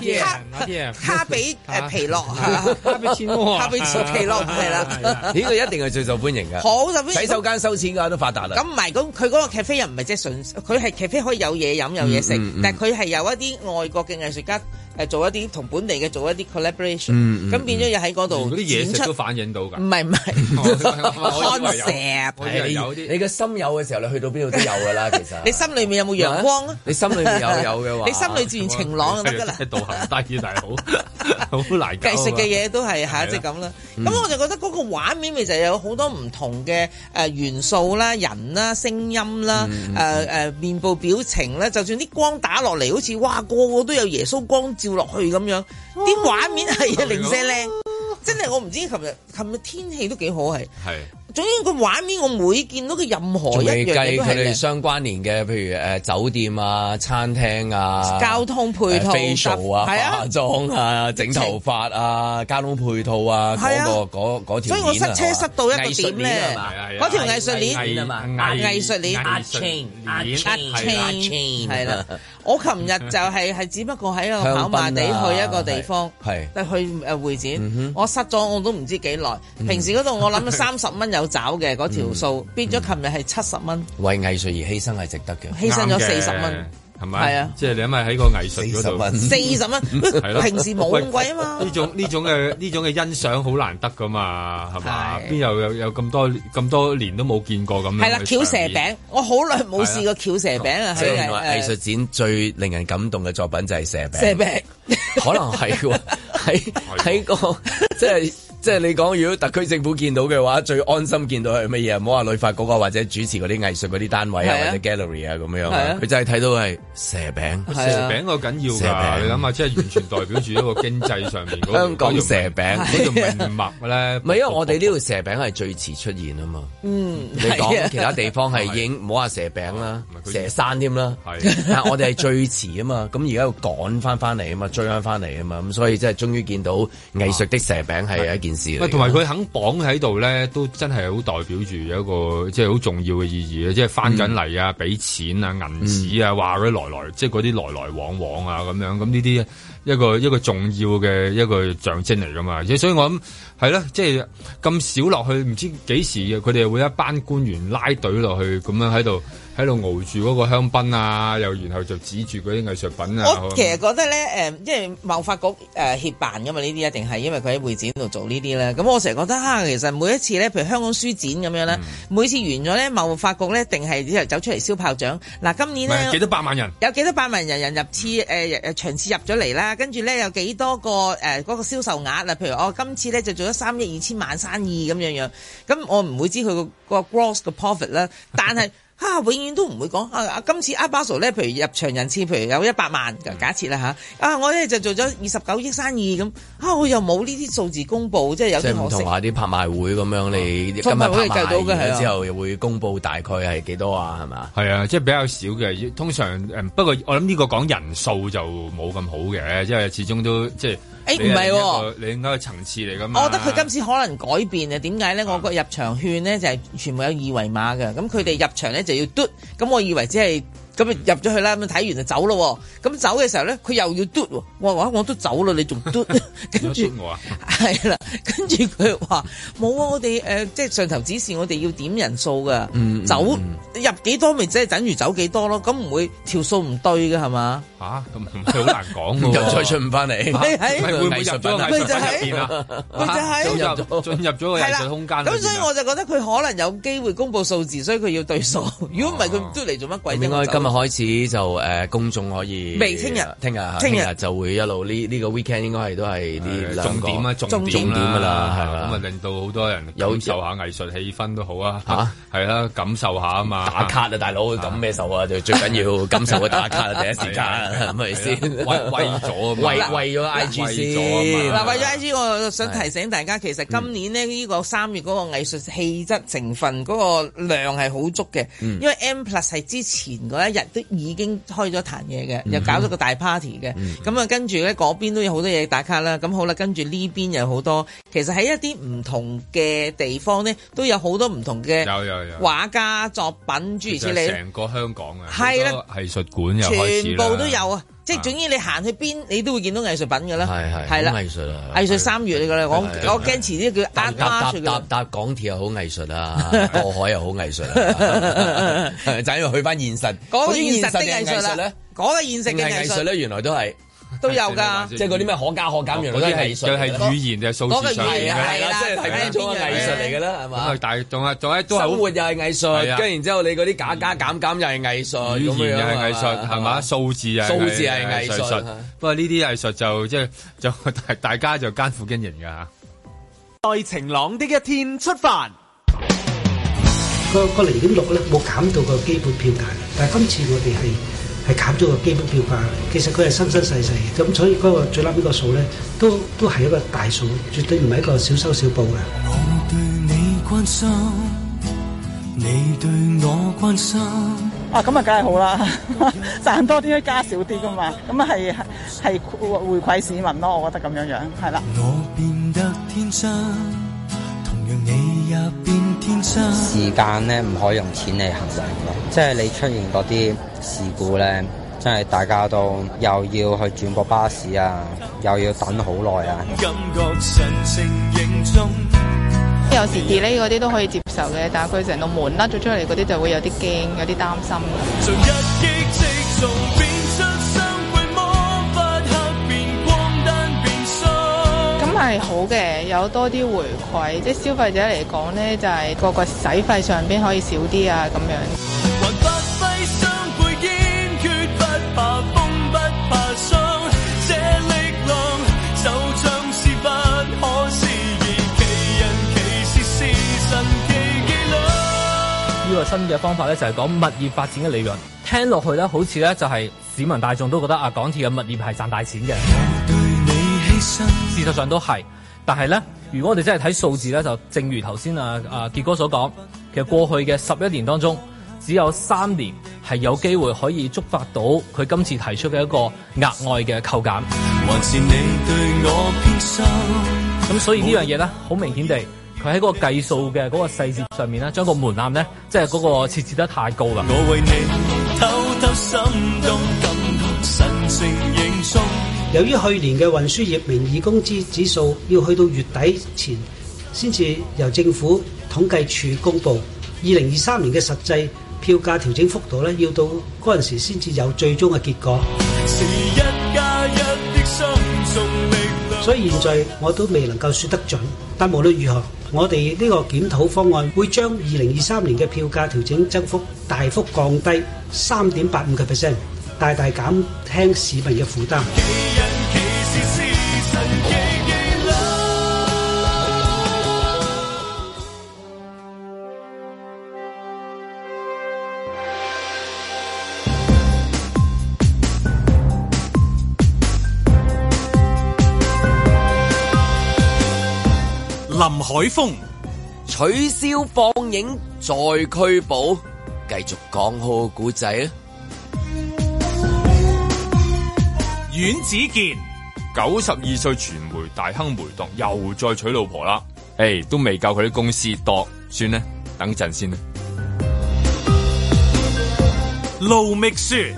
Speaker 3: 鐵啊，
Speaker 4: 卡比誒皮洛，
Speaker 3: 卡比切諾啊
Speaker 4: 卡比切皮洛係啦，
Speaker 2: 呢個一定係最受歡迎嘅。
Speaker 4: 好就邊
Speaker 2: 洗手間收錢㗎都發達啦。
Speaker 4: 咁唔係咁，佢嗰個 cafe 又唔係即係純，佢係 cafe 可以有嘢飲有嘢食，
Speaker 2: 嗯嗯
Speaker 4: 但係佢係有一啲外國嘅藝術家誒做一啲同本地嘅做一啲 collaboration，咁、
Speaker 2: 嗯嗯
Speaker 4: 變咗又喺嗰度
Speaker 3: 嗰啲嘢食
Speaker 4: 展
Speaker 3: 都
Speaker 4: 出。
Speaker 3: 反映到㗎
Speaker 4: 唔。係唔係
Speaker 3: 我以為有
Speaker 4: concept
Speaker 3: 我以係
Speaker 2: 哎你
Speaker 3: 有啲
Speaker 2: 你嘅心有嘅時候，你去到邊度都有㗎啦。其實
Speaker 4: 你心裏面有冇陽光啊？
Speaker 2: 你心裏面有有嘅 話，
Speaker 4: 你心裏自然晴朗就得㗎啦。
Speaker 3: 一度行低， 大佬，好難搞啊
Speaker 4: 計術嘅嘢都係
Speaker 2: 啊
Speaker 4: 下一隻咁啦。
Speaker 2: 嗯
Speaker 4: 咁我就覺得嗰個畫面咪就有好多唔同嘅誒元素啦、人啦、聲音啦、
Speaker 2: 嗯
Speaker 4: 誒誒面部表情啦，就算啲光打落嚟，好似哇個個都有耶穌光照落去咁樣，
Speaker 2: 哦
Speaker 4: 啲畫面係零舍靚。真係我唔知，琴日琴日天氣都幾好係。
Speaker 3: 係
Speaker 4: 總之個畫面，我每見到嘅任何
Speaker 2: 仲
Speaker 4: 一
Speaker 2: 未
Speaker 4: 樣嘢
Speaker 2: 計
Speaker 4: 都
Speaker 2: 佢
Speaker 4: 係
Speaker 2: 哋
Speaker 4: 靚
Speaker 2: 相關連嘅，譬如誒酒店啊、餐廳啊、
Speaker 4: 交通配套、
Speaker 2: facial 啊、
Speaker 4: 係啊
Speaker 2: 化。妝啊、整頭髮啊、交通配套啊，
Speaker 4: 係啊
Speaker 2: 嗰個嗰嗰
Speaker 4: 所
Speaker 2: 條
Speaker 4: 以我
Speaker 2: 鏈
Speaker 4: 塞
Speaker 2: 啊
Speaker 4: 車塞到一個
Speaker 2: 藝術
Speaker 4: 點
Speaker 2: 鏈係
Speaker 4: 咧
Speaker 2: 嘛
Speaker 3: 係啊係，啊
Speaker 4: 嗰條藝術
Speaker 3: 藝
Speaker 4: 鏈藝術鏈
Speaker 3: 藝術鏈係啦
Speaker 4: chain 係 啦，我琴日就係係只不過喺個跑
Speaker 2: 香檳啊
Speaker 4: 馬地去一個地方，
Speaker 2: 係嗯
Speaker 4: 去誒會展，我塞咗我都唔知幾耐。平時嗰度我 諗三十蚊有找嘅嗰
Speaker 2: 嗯
Speaker 4: 條數，變咗琴日係七十蚊，
Speaker 2: 為藝術而犧牲係值得嘅。
Speaker 4: 犧牲咗
Speaker 3: 啱嘅
Speaker 4: 四十蚊，
Speaker 3: 係咪？
Speaker 4: 係啊
Speaker 3: 即係你因為喺個藝術嗰
Speaker 2: 40
Speaker 3: 度
Speaker 2: 蚊。
Speaker 4: 四十蚊， 呃
Speaker 3: 咯
Speaker 4: 平時冇咁貴啊嘛
Speaker 3: 呢。種呢種嘅呢種嘅欣賞好難得噶嘛，係嘛？
Speaker 4: 係
Speaker 3: 邊有有有咁多咁多年都冇見過咁樣嘅
Speaker 4: 係啦，翹蛇
Speaker 3: 場面
Speaker 4: 餅，我好耐冇試過翹蛇餅啊！
Speaker 2: 即係
Speaker 4: 喺
Speaker 2: 原來藝
Speaker 4: 誒
Speaker 2: 術展最令人感動嘅作品就係蛇餅。
Speaker 4: 蛇餅。
Speaker 2: 可能係喎， 喺喺個 即係即係你講，如果特區政府見到嘅話，最安心見到係乜嘢？唔好話旅發局啊，或者主持嗰啲藝術嗰啲單位啊，
Speaker 4: 係啊
Speaker 2: 或者 gallery 啊咁樣
Speaker 4: 係
Speaker 2: 啊
Speaker 4: 啊，
Speaker 2: 佢真係睇到係蛇餅，
Speaker 4: 係
Speaker 3: 蛇
Speaker 4: 啊
Speaker 3: 餅個緊要
Speaker 2: 蛇
Speaker 3: 㗎，
Speaker 2: 餅
Speaker 3: 你諗下，即係完全代表住一個經濟上面嗰個
Speaker 2: 香港蛇餅
Speaker 3: 嗰條命脈咧。
Speaker 2: 唔係因為我哋呢度蛇餅係最遲出現啊嘛。嗯，你
Speaker 4: 係啊
Speaker 2: 講其他地方係已經唔好話蛇餅啦
Speaker 3: 唔係，佢
Speaker 2: 蛇山添啦。
Speaker 3: 係
Speaker 2: 但係我哋係最遲啊嘛，咁而家要趕翻翻嚟啊嘛，追翻翻嚟啊嘛，咁所以真係終於見到藝術的蛇餅係一件事嚟
Speaker 3: 喂，
Speaker 2: 嘅。
Speaker 3: 同埋佢肯綁喺度咧，都真係好代表住有一個即係好重要嘅意義嘅，即係翻緊嚟啊，俾錢啊，銀紙啊，話佢來來，即係嗰啲來來往往啊咁樣，咁呢啲一個一個重要嘅一個象徵嚟噶嘛，所以我諗係啦，即係咁少落去，唔知幾時嘅佢哋會一班官員拉隊落去咁樣喺度喺度熬住嗰個香檳啊，又然後就指住嗰啲藝術品啊，
Speaker 4: 我其實覺得咧，誒，因為貿發局誒協辦啊噶嘛，呢啲一定係因為佢喺會展度做呢啲咧。咁我成日覺得啊，其實每一次咧，譬如香港書展咁樣咧，
Speaker 3: 嗯
Speaker 4: 每次完咗咧，貿發局咧，一定係之後走出嚟燒炮仗。嗱，今
Speaker 3: 唔
Speaker 4: 年
Speaker 3: 係幾
Speaker 4: 咧。
Speaker 3: 多百萬人。
Speaker 4: 有幾多百萬人人入次誒誒場次入咗嚟啦，跟住咧有幾多個呃誒嗰、個銷售額啊？譬如我、今次咧就做咗三億二千萬生意咁樣樣，咁我唔會知佢個個 gross 嘅 profit 啦，但係。啊，永遠都唔會講啊！啊今次阿巴 s 咧，譬如入場人次，譬如有一百萬，假設啦吓，啊，我咧就做咗二十九億生意咁，啊，我又冇呢啲數字公佈，即係有
Speaker 2: 即係
Speaker 4: 啲
Speaker 2: 唔
Speaker 4: 可惜嗯
Speaker 2: 同。話啲拍賣會咁樣，你今
Speaker 4: 拍
Speaker 2: 日拍
Speaker 4: 賣會計到
Speaker 2: 賣
Speaker 4: 嘅係啊
Speaker 2: 完咗之後，又會公佈大概係幾多啊？係嘛？
Speaker 3: 係啊，即係比較少嘅。通常誒，不過我諗呢個講人數就冇咁好嘅，因為始終都即係
Speaker 4: 誒
Speaker 3: 你係
Speaker 4: 唔
Speaker 3: 另
Speaker 4: 係喎
Speaker 3: 一個你應該係層次嚟噶嘛。啊
Speaker 4: 我覺得佢今次可能改變嗯啊？點解咧？我個入場券咧就係全部有二維碼嘅，咁佢哋入場咧就要嘟，咁我以為只係咁啊入咗去啦，咁睇完就走咯喎。咁走嘅時候咧，佢又要嘟喎，我話哇我都走啦，你仲 嘟，跟住
Speaker 3: 我啊，
Speaker 4: 係啦，跟住佢話冇啊，我哋誒、呃即係上頭指示我哋要點人數噶，走入幾多咪即係等於走幾多咯，咁唔會條數唔對嘅係嘛？
Speaker 3: 吓咁唔係好難講 嘅喎。
Speaker 2: 又再出唔翻嚟，
Speaker 4: 你啊 係
Speaker 3: 係會唔會入咗個藝 術品入邊啊？
Speaker 4: 咪就係
Speaker 3: 進入進入咗個
Speaker 4: 係
Speaker 3: 藝
Speaker 4: 啦，
Speaker 3: 術空間裏邊啊。
Speaker 4: 咁所以我就覺得佢可能有機會公布數字，所以佢要對數。
Speaker 3: 哦
Speaker 4: 如果唔係，佢都嚟做乜鬼啫？
Speaker 2: 應該今日
Speaker 4: 我
Speaker 2: 開始就誒公眾可以，
Speaker 4: 未聽日
Speaker 2: 聽日，
Speaker 4: 聽
Speaker 2: 聽
Speaker 4: 日
Speaker 2: 日就會一路呢呢個 weekend 應該係都係呢
Speaker 3: 誒
Speaker 2: 兩
Speaker 3: 重
Speaker 2: 個
Speaker 3: 點啊，重點
Speaker 2: 重點㗎啦係
Speaker 3: 咁
Speaker 2: 嘛
Speaker 3: 啊令到好多人
Speaker 2: 有
Speaker 3: 感受下藝術氣氛都好啊，
Speaker 2: 嚇
Speaker 3: 係啦，感受下啊嘛，
Speaker 2: 打卡啊，大佬咁咩手啊？就最 緊要感受嘅打卡啊，第一時間 係咪先？
Speaker 3: 為為咗啊嘛
Speaker 2: 為為咗 IG
Speaker 3: 為咗
Speaker 2: 先
Speaker 3: 啊嘛
Speaker 4: 嗱，為咗 I G，我想提醒大家，
Speaker 3: 嗯
Speaker 4: 其實今年呢，呢個三月嗰個藝術氣質成分嗰個量係好足嘅，
Speaker 3: 嗯
Speaker 4: 因為 M Plus 係之前嗰一日都已經開咗壇嘢
Speaker 3: 嗯
Speaker 4: 嘅，又搞咗個大 party 嘅，咁啊跟住呢，嗰邊都有好多嘢打卡啦，咁好啦，跟住呢邊有好多，其實喺一啲唔同嘅地方呢，都有好多唔同嘅
Speaker 3: 有有有。
Speaker 4: 畫家作品諸如此類。
Speaker 3: 成個香港啊，
Speaker 4: 係啦
Speaker 3: 好多藝術館又開始
Speaker 4: 全
Speaker 3: 啦
Speaker 4: 部都有啊！即
Speaker 3: 啊
Speaker 4: 係總之你行去邊，你都會見到藝術品㗎啦。
Speaker 2: 係係
Speaker 4: 啊係
Speaker 2: 好
Speaker 4: 啦，
Speaker 2: 藝術啊！
Speaker 4: 藝術三月嚟㗎啦。我
Speaker 2: 係
Speaker 4: 我驚遲啲叫
Speaker 2: 啊搭
Speaker 4: art
Speaker 2: 搭
Speaker 4: march
Speaker 2: 搭
Speaker 4: 㗎
Speaker 2: 搭
Speaker 4: 啦。
Speaker 2: 搭港鐵又好藝術 啊，過海又好藝 術啊，就係因為去翻現實。
Speaker 4: 嗰個
Speaker 2: 嗰啲
Speaker 4: 現實的藝術
Speaker 2: 咧
Speaker 4: 啦，，嗰個現實
Speaker 2: 淨
Speaker 4: 嘅
Speaker 2: 啊係
Speaker 4: 藝
Speaker 2: 藝術
Speaker 4: 術。
Speaker 2: 咧，原來都係
Speaker 4: 都有 㗎
Speaker 2: 即係嗰哦啲咩可加可減，原來都係藝術
Speaker 3: 又
Speaker 2: 嚟㗎
Speaker 3: 係
Speaker 2: 啦。
Speaker 3: 語言定係數字上
Speaker 2: 係
Speaker 3: 面
Speaker 2: 啊
Speaker 3: 嘅。
Speaker 2: 係啦，即係係邊種嘅藝術嚟㗎啦，係
Speaker 3: 咁啊
Speaker 2: 嘛？
Speaker 3: 但係仲係仲係都係
Speaker 2: 生
Speaker 3: 好
Speaker 2: 活又係藝
Speaker 3: 係啊
Speaker 2: 術，跟住然之後你嗰啲假假減減又係藝術，
Speaker 3: 語言又係藝
Speaker 2: 咁樣啊
Speaker 3: 術係嘛？數字又係
Speaker 2: 數字係藝術係
Speaker 3: 不過呢啲藝術就即係就 大大家就艱苦經營㗎嚇。
Speaker 5: 在晴朗的一天出發。
Speaker 9: 個個零點六咧冇減到個基本票價嘅，但係今次我哋係係減咗個基本票價，其實佢係生生世世嘅，咁所以嗰個最嬲呢個數咧，都都係一個大數，絕對唔係一個小修小補嘅。
Speaker 7: 我對你關心，你對我關心，
Speaker 10: 啊，咁啊，梗係好啦， 賺多啲都加少啲噶嘛，咁啊係係回饋市民咯，我覺得咁樣樣係啦。
Speaker 7: 我變得天真，同樣你也變天真。
Speaker 11: 時間咧唔可以用錢嚟衡量嘅，即係你出現嗰啲事故咧，真係大家都又要去轉個巴士啊，又要等好耐啊。
Speaker 7: 感覺神情凝重，
Speaker 12: 有時 delay 嗰啲都可以接受嘅，但係佢成道門甩咗出嚟嗰啲就會有啲驚，有啲擔心。
Speaker 7: 像一擊即中，變出生鬼魔，不黑變光，單變傷。
Speaker 12: 咁係好嘅，有多啲回饋，即係消費者嚟講呢，就係個個使費上邊可以少啲啊咁樣。
Speaker 7: 還發揮雙倍堅決，不怕風不怕霜，這力量就像是不可思議，其人其事是神奇伎倆。
Speaker 13: 呢個新嘅方法咧就係講物業發展嘅利潤，聽落去咧好似咧就係市民大眾都覺得啊港鐵嘅物業係賺大錢嘅，事實上都係，但係咧如果我哋真係睇數字咧，就正如頭先啊啊傑哥所講，其實過去嘅十一年當中，只有三年係有機會可以觸發到佢今次提出嘅一個額外嘅扣減。
Speaker 7: 還是你對我偏心，
Speaker 13: 咁所以呢樣嘢咧，好明顯地，佢喺嗰個計數嘅嗰個細節上面咧，將個門檻咧，即係嗰個設置得太高啦。
Speaker 7: 我為你偷偷心動，感動神情凝重。
Speaker 9: 由於去年嘅運輸業名義工資指數要去到月底前先至由政府統計處公布，二零二三年嘅實際票價調整幅度咧，要到嗰陣時先至有最終嘅結果。
Speaker 7: 是一加一的心中力量。
Speaker 9: 所以現在我都未能夠説得準，但無論如何，我哋呢個檢討方案會將二零二三年嘅票價調整增幅大幅降低三點八五個 percent，大大減輕市民嘅負擔。
Speaker 1: 林海峰、
Speaker 2: 取消放映再拘捕，繼續講好個故仔啊！
Speaker 1: 阮子健、
Speaker 3: 九十二歲傳媒大亨梅鐸又再娶老婆啦，誒、都未夠佢啲公司多，算啦，等陣先啦。
Speaker 1: 盧覓雪。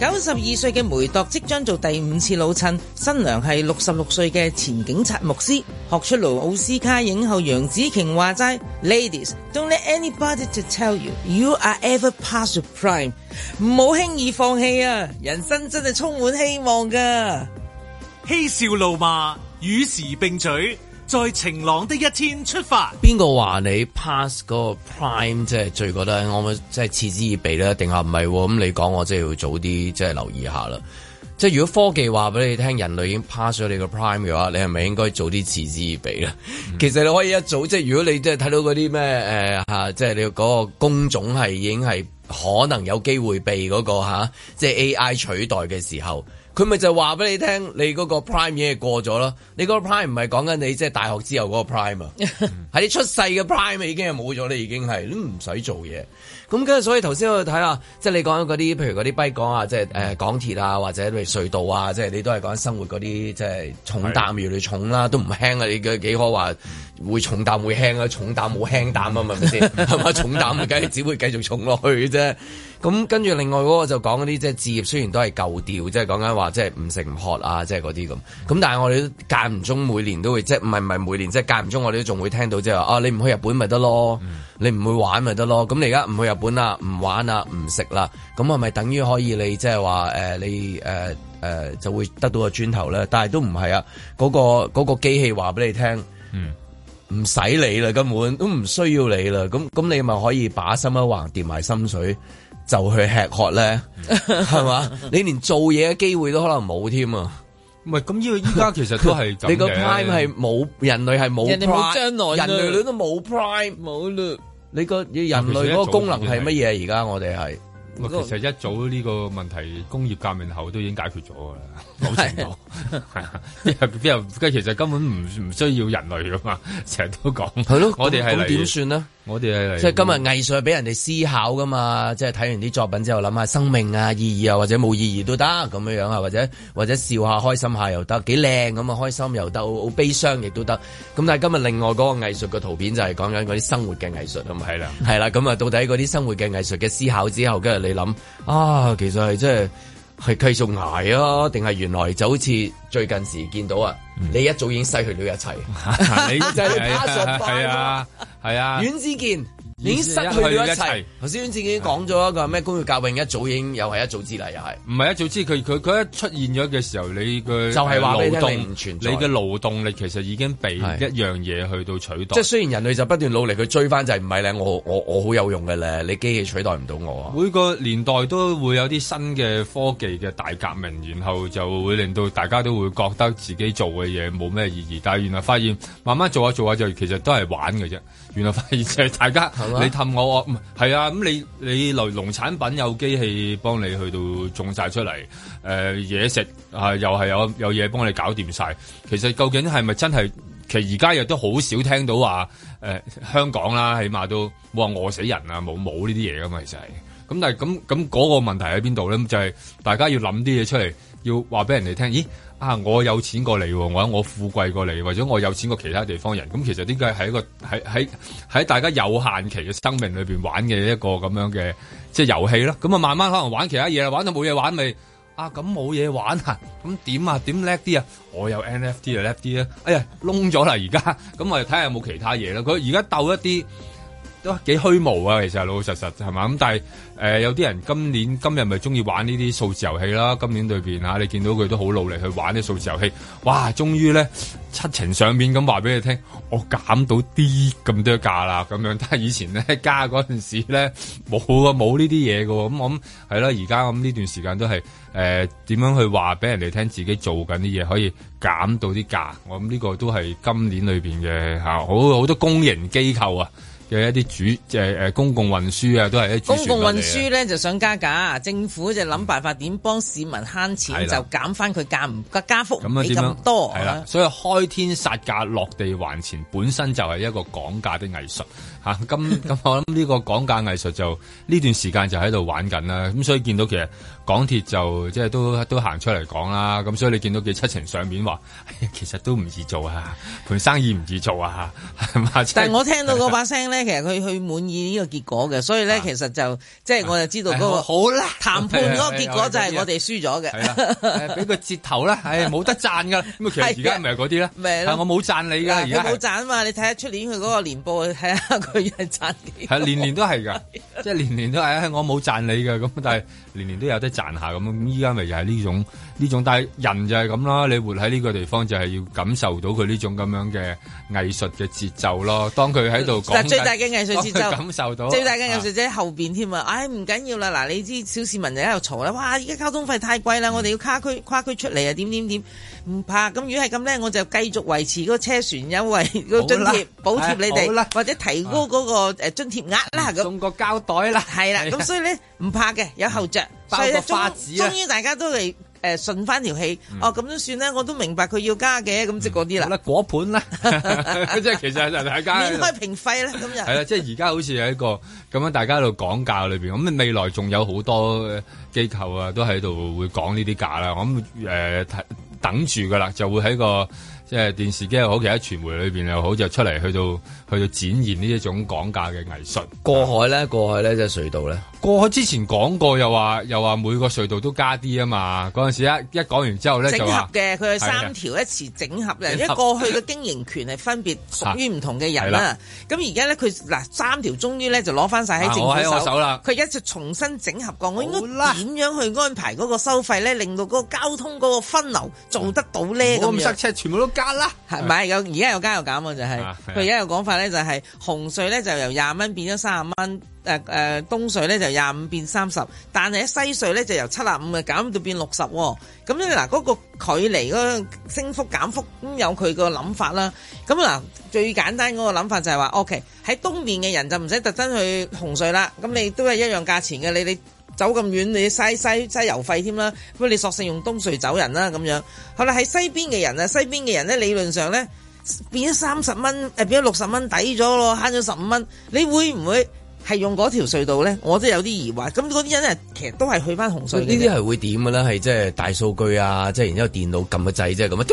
Speaker 4: 九十二歲嘅梅鐸即將做第五次老襯，新娘係六十六歲嘅前警察牧師。學出勞奧斯卡影后楊紫瓊話齋：Ladies, don't let anybody to tell you you are ever past your prime。唔好輕易放棄啊！人生真係充滿希望㗎。
Speaker 1: 嬉笑怒罵，與時並舉，在晴朗的一天出發。
Speaker 2: 邊個話你 pass 嗰個 prime 即係最覺得我咪即係嗤之以鼻咧？定係唔係喎？咁你講我真係要早啲即係留意下啦。即係如果科技話俾你聽，人類已經 pass 咗你個 prime 嘅話，你係咪應該早啲嗤之以鼻咧？其實你可以一早即係如果你即係睇到嗰啲咩誒嚇，即係你嗰個工種係已經係可能有機會被嗰、個嚇、即係 AI 取代嘅時候。佢咪就話俾你聽，你嗰個 prime 已經係過咗啦。你嗰個 prime 唔係講緊你即係大學之後嗰個 prime 啊，係你出世嘅 prime 已經係冇咗啦，已經係都唔使做嘢。咁跟住所以頭先我睇下，即係你講緊嗰啲，譬如嗰啲跛港啊，即係誒港鐵啊，或者譬如隧道啊，即係你都係講緊生活嗰啲，即係重擔越嚟越重啦，都唔輕啊！你嘅幾可話會重擔會輕啊？重擔冇輕擔啊嘛，係咪先？係嘛？重擔咪梗係只會繼續重落去嘅啫。咁跟住另外嗰個就講嗰啲即係置業，雖然都係舊調，即係講緊話即係唔食唔喝啊，即係嗰啲咁。咁但係我哋都間唔中每年都會即係唔係唔係每年，即係間唔中我哋都仲會聽到即係話啊，你唔去日本咪得咯，你唔去玩咪得咯。咁你而家唔呃去日本啦，唔玩啦，唔食啦，咁係咪等於可以你即係話誒你誒？呃就會得到個磚頭啦。但係都唔係啊，嗰、個嗰、個機器話俾你聽。唔使你啦，根本都唔需要你啦。咁咁你咪可以把心一橫，掂埋心水，就去吃喝咧，係嘛？你連做嘢嘅機會都可能冇添啊！
Speaker 3: 唔係咁呢個依家其實都係 咁嘅
Speaker 2: 你個 prime 係冇人類係冇 prime，
Speaker 3: 人哋冇將來嘞
Speaker 2: 人類都冇 prime 冇嘞。你個人類嗰個功能係乜嘢？而家我哋
Speaker 3: 啊
Speaker 2: 係
Speaker 3: 其實一早呢個問題工業革命後都已經解決咗㗎啦， 某程度係啊，邊有邊有其實根本唔唔需要人類㗎嘛， 成日都講
Speaker 2: 係咯
Speaker 3: 我哋係
Speaker 2: 咁
Speaker 3: 嚟
Speaker 2: 點算呢？
Speaker 3: 我哋係嚟
Speaker 2: 即係今日藝術係俾人哋思考噶嘛，即係睇完啲作品之後諗下生命啊、意義啊，或者冇意義都得咁樣樣啊，或者或者笑下、開心下又得，幾靚咁啊，開心又得，好悲傷亦都得。咁但係今日另外嗰個藝術嘅圖片就係講緊嗰啲生活嘅藝術啊嘛，係啦，係啦，咁啊到底嗰啲生活嘅藝術嘅思考之後，跟住你諗啊，其實係即係。係繼續捱啊，定係原來就好似最近時見到啊，你一早已經失去了一切，
Speaker 3: 嗯 你
Speaker 2: 就係你 pass
Speaker 3: 係啊係啊，
Speaker 2: 阮之健已經失去咗一切。頭先阮之健已經講咗一個咩工業革命，一早已經又係一早之例，又係。
Speaker 3: 唔係一啊早知佢佢佢一出現咗嘅時候，你嘅
Speaker 2: 就係話俾你
Speaker 3: 勞
Speaker 2: 聽
Speaker 3: 動
Speaker 2: 你唔存在
Speaker 3: 你嘅勞動力其實已經被一樣嘢去到取代
Speaker 2: 即係。雖然人類就不斷努力去追翻，就係唔係咧？我我我好有用嘅咧，你機器取代唔到我啊！
Speaker 3: 每個年代都會有啲新嘅科技嘅大革命，然後就會令到大家都會覺得自己做嘅嘢冇咩意義，但係原來發現慢慢做下做下就其實都係玩嘅啫。 原來發現就係大家
Speaker 2: 嘛
Speaker 3: 你氹我，我唔係啊咁你你農農產品有機器幫你去到種晒出嚟，誒、嘢食啊又係有有嘢幫你搞掂晒。其實究竟係咪真係？其實而家亦都好少聽到話誒、呃香港啦，起碼都冇話餓死人啊，冇冇呢啲嘢噶嘛，其實係。咁但係咁咁嗰個問題喺邊度咧？咁就係、大家要諗啲嘢出嚟，要話俾人哋聽。咦啊！我有錢過你喎，或者我富貴過你，或者我有錢過其他地方人。咁其實呢個係一個喺喺喺大家有限期嘅生命裏邊玩嘅一個咁樣嘅即係遊戲咯。咁啊，慢慢可能玩其他嘢啦，玩到冇嘢玩咪。啊，咁冇嘢玩啊，咁點啊？點叻啲啊？我有 NFT 就叻啲啊！哎呀，窿咗啦而家，咁我哋睇下有冇其他嘢啦。佢而家鬥一啲都幾虛無啊，其實老老實實係嘛咁。但係誒、呃有啲人今年今日咪中意玩呢啲數字遊戲啦。今年裏邊啊嚇，你見到佢都好努力去玩啲數字遊戲。哇！終於咧七情上面咁話俾你聽，我減到啲咁多價啦咁樣。但係以前咧加嗰陣時咧冇啊冇呢啲嘢嘅喎。咁我諗係啦，而家咁呢段時間都係誒點樣去話俾人哋聽自己做緊啲嘢可以減到啲價。我諗呢個都係今年裏邊嘅嚇，好好多公營機構啊。嘅一啲主誒誒、公共運輸啊，都係一啲主
Speaker 4: 公共運
Speaker 3: 旋律嚟嘅嗯
Speaker 4: 輸咧就想加價，政府就諗辦法點幫市民慳錢，
Speaker 3: 係
Speaker 4: 就
Speaker 3: 啦
Speaker 4: 減翻佢價唔個加幅唔
Speaker 3: 咁啊
Speaker 4: 俾
Speaker 3: 點
Speaker 4: 咁
Speaker 3: 樣
Speaker 4: 多。
Speaker 3: 係啦，所以開天殺價落地還錢，本身就係一個講價的藝術嚇。咁、 咁，我諗呢個講價藝術就呢段時間就喺度玩緊啦。咁所以見到其實港鐵就即係都都行出嚟講啦。咁所以你見到佢七情上面話、哎呀，其實都唔易做啊，盤生意唔易做啊，係嘛？即係
Speaker 4: 但係我聽 到嗰把聲咧，其實佢佢滿意呢個結果嘅，所以咧其實就即係我就知道嗰個
Speaker 3: 係啊哎好啦
Speaker 4: 談判嗰個結果就係 我哋輸咗
Speaker 3: 係啦
Speaker 4: 嘅。
Speaker 3: 誒俾個折頭啦，唉冇得賺噶，咁啊其實而家咪係嗰啲啦，啊
Speaker 4: 咪係咯
Speaker 3: 係我冇賺你噶，而哎
Speaker 4: 佢
Speaker 3: 家
Speaker 4: 冇
Speaker 3: 係
Speaker 4: 賺啊嘛，你睇下出年佢嗰個年報，睇下佢係賺幾多
Speaker 3: 係年年都係噶，即係年年都係唉我冇賺你噶，咁但係年年都有得賺下咁，咁依家咪就係呢種呢種，但係人就係咁啦，你活喺呢個地方就係要感受到佢呢種咁樣嘅藝術嘅節奏咯。當佢喺度講
Speaker 4: 嗱，
Speaker 3: 緊，
Speaker 4: 最大嘅藝術節
Speaker 3: 當佢
Speaker 4: 奏，
Speaker 3: 感受到
Speaker 4: 最大嘅藝術節喺後邊添啊！唉，唔緊要啦，嗱，你知小市民就喺度嘈啦，哇！而家交通費太貴
Speaker 3: 嗯
Speaker 4: 啦，我哋要跨區跨區出嚟啊，點點點，唔怕。咁如果係咁咧，我就繼續維持嗰個車船優惠個津貼補貼你
Speaker 3: 好
Speaker 4: 哋
Speaker 3: 啦，啊
Speaker 4: 或者提高嗰個誒津貼額啦。咁
Speaker 3: 送個膠袋啦，
Speaker 4: 係啦。
Speaker 3: 係啊
Speaker 4: 咁所以咧唔怕嘅，有後着。
Speaker 3: 嗯包
Speaker 4: 所以咧
Speaker 3: 個花紙啊嗯
Speaker 4: 終於大家都嚟。呃誒順翻條氣，哦咁都算啦，我都明白佢要加嘅，咁即係嗰啲啦。
Speaker 3: 啦，果盤 啦，即係其實就大家喺
Speaker 4: 免
Speaker 3: 度
Speaker 4: 開平費啦， 咁就
Speaker 3: 係啦，啊即係而家好似係一個咁樣，大家喺度講價裏邊，咁未來仲有好多呃機構呃啊，都喺度會講呢啲價啦。我諗誒睇等住噶啦，就會喺個即係電視機又好，其他傳媒裏邊又好，就出嚟去到去到展現呢一種講價嘅藝術。
Speaker 2: 嗯
Speaker 3: 啊
Speaker 2: 過海咧，過海咧，即係隧道咧。
Speaker 3: 過去之前講過又話又話每個隧道都加啲啊嘛，嗰陣時一一講完之後咧就
Speaker 4: 整合
Speaker 3: 話
Speaker 4: 嘅，佢有
Speaker 3: 係啊
Speaker 4: 三條一齊整合嘅，
Speaker 3: 整合
Speaker 4: 因為過去嘅經營權係分別 屬於唔同嘅人
Speaker 3: 係
Speaker 4: 啦
Speaker 3: 啦。
Speaker 4: 咁而家咧，佢嗱三條終於咧就攞翻晒喺政
Speaker 3: 啊我喺
Speaker 4: 府
Speaker 3: 我手啦
Speaker 4: 佢一直重新整合過，我應該點樣去安排嗰個收費咧，令到嗰個交通嗰個分流做得到咧？
Speaker 3: 唔好咁
Speaker 4: 樣
Speaker 3: 塞車，全部都加啦。
Speaker 4: 係咪有而家有加有減啊？就係
Speaker 3: 啊係啊
Speaker 4: 佢而家有講法咧，就係紅隧咧就由廿蚊變咗三十蚊，誒誒東隧咧就廿五變三十，但係喺西隧咧就由七十五啊減到變六十喎。咁咧嗱，嗰個距離嗰個升幅減幅咁有佢個諗法啦。咁嗱，最簡單嗰個諗法就係話，OK 喺東面嘅人就唔使特登去紅隧啦，咁你都係一樣價錢嘅，你你。走咁遠，你嘥嘥嘥油費添啦，咁你索性用東隧走人啦咁樣。好啦，喺西邊嘅人啊，西邊嘅人咧理論上咧變咗三十蚊，誒變咗六十蚊抵咗咯，慳咗十五蚊。你會唔會係用嗰條隧道咧？我都有啲疑惑。咁嗰啲人咧其實都係去翻紅隧
Speaker 2: 呢
Speaker 4: 嘅啫。
Speaker 2: 啲係會點嘅咧？係即係大數據啊，即係然之後電腦撳個掣即係咁樣，啊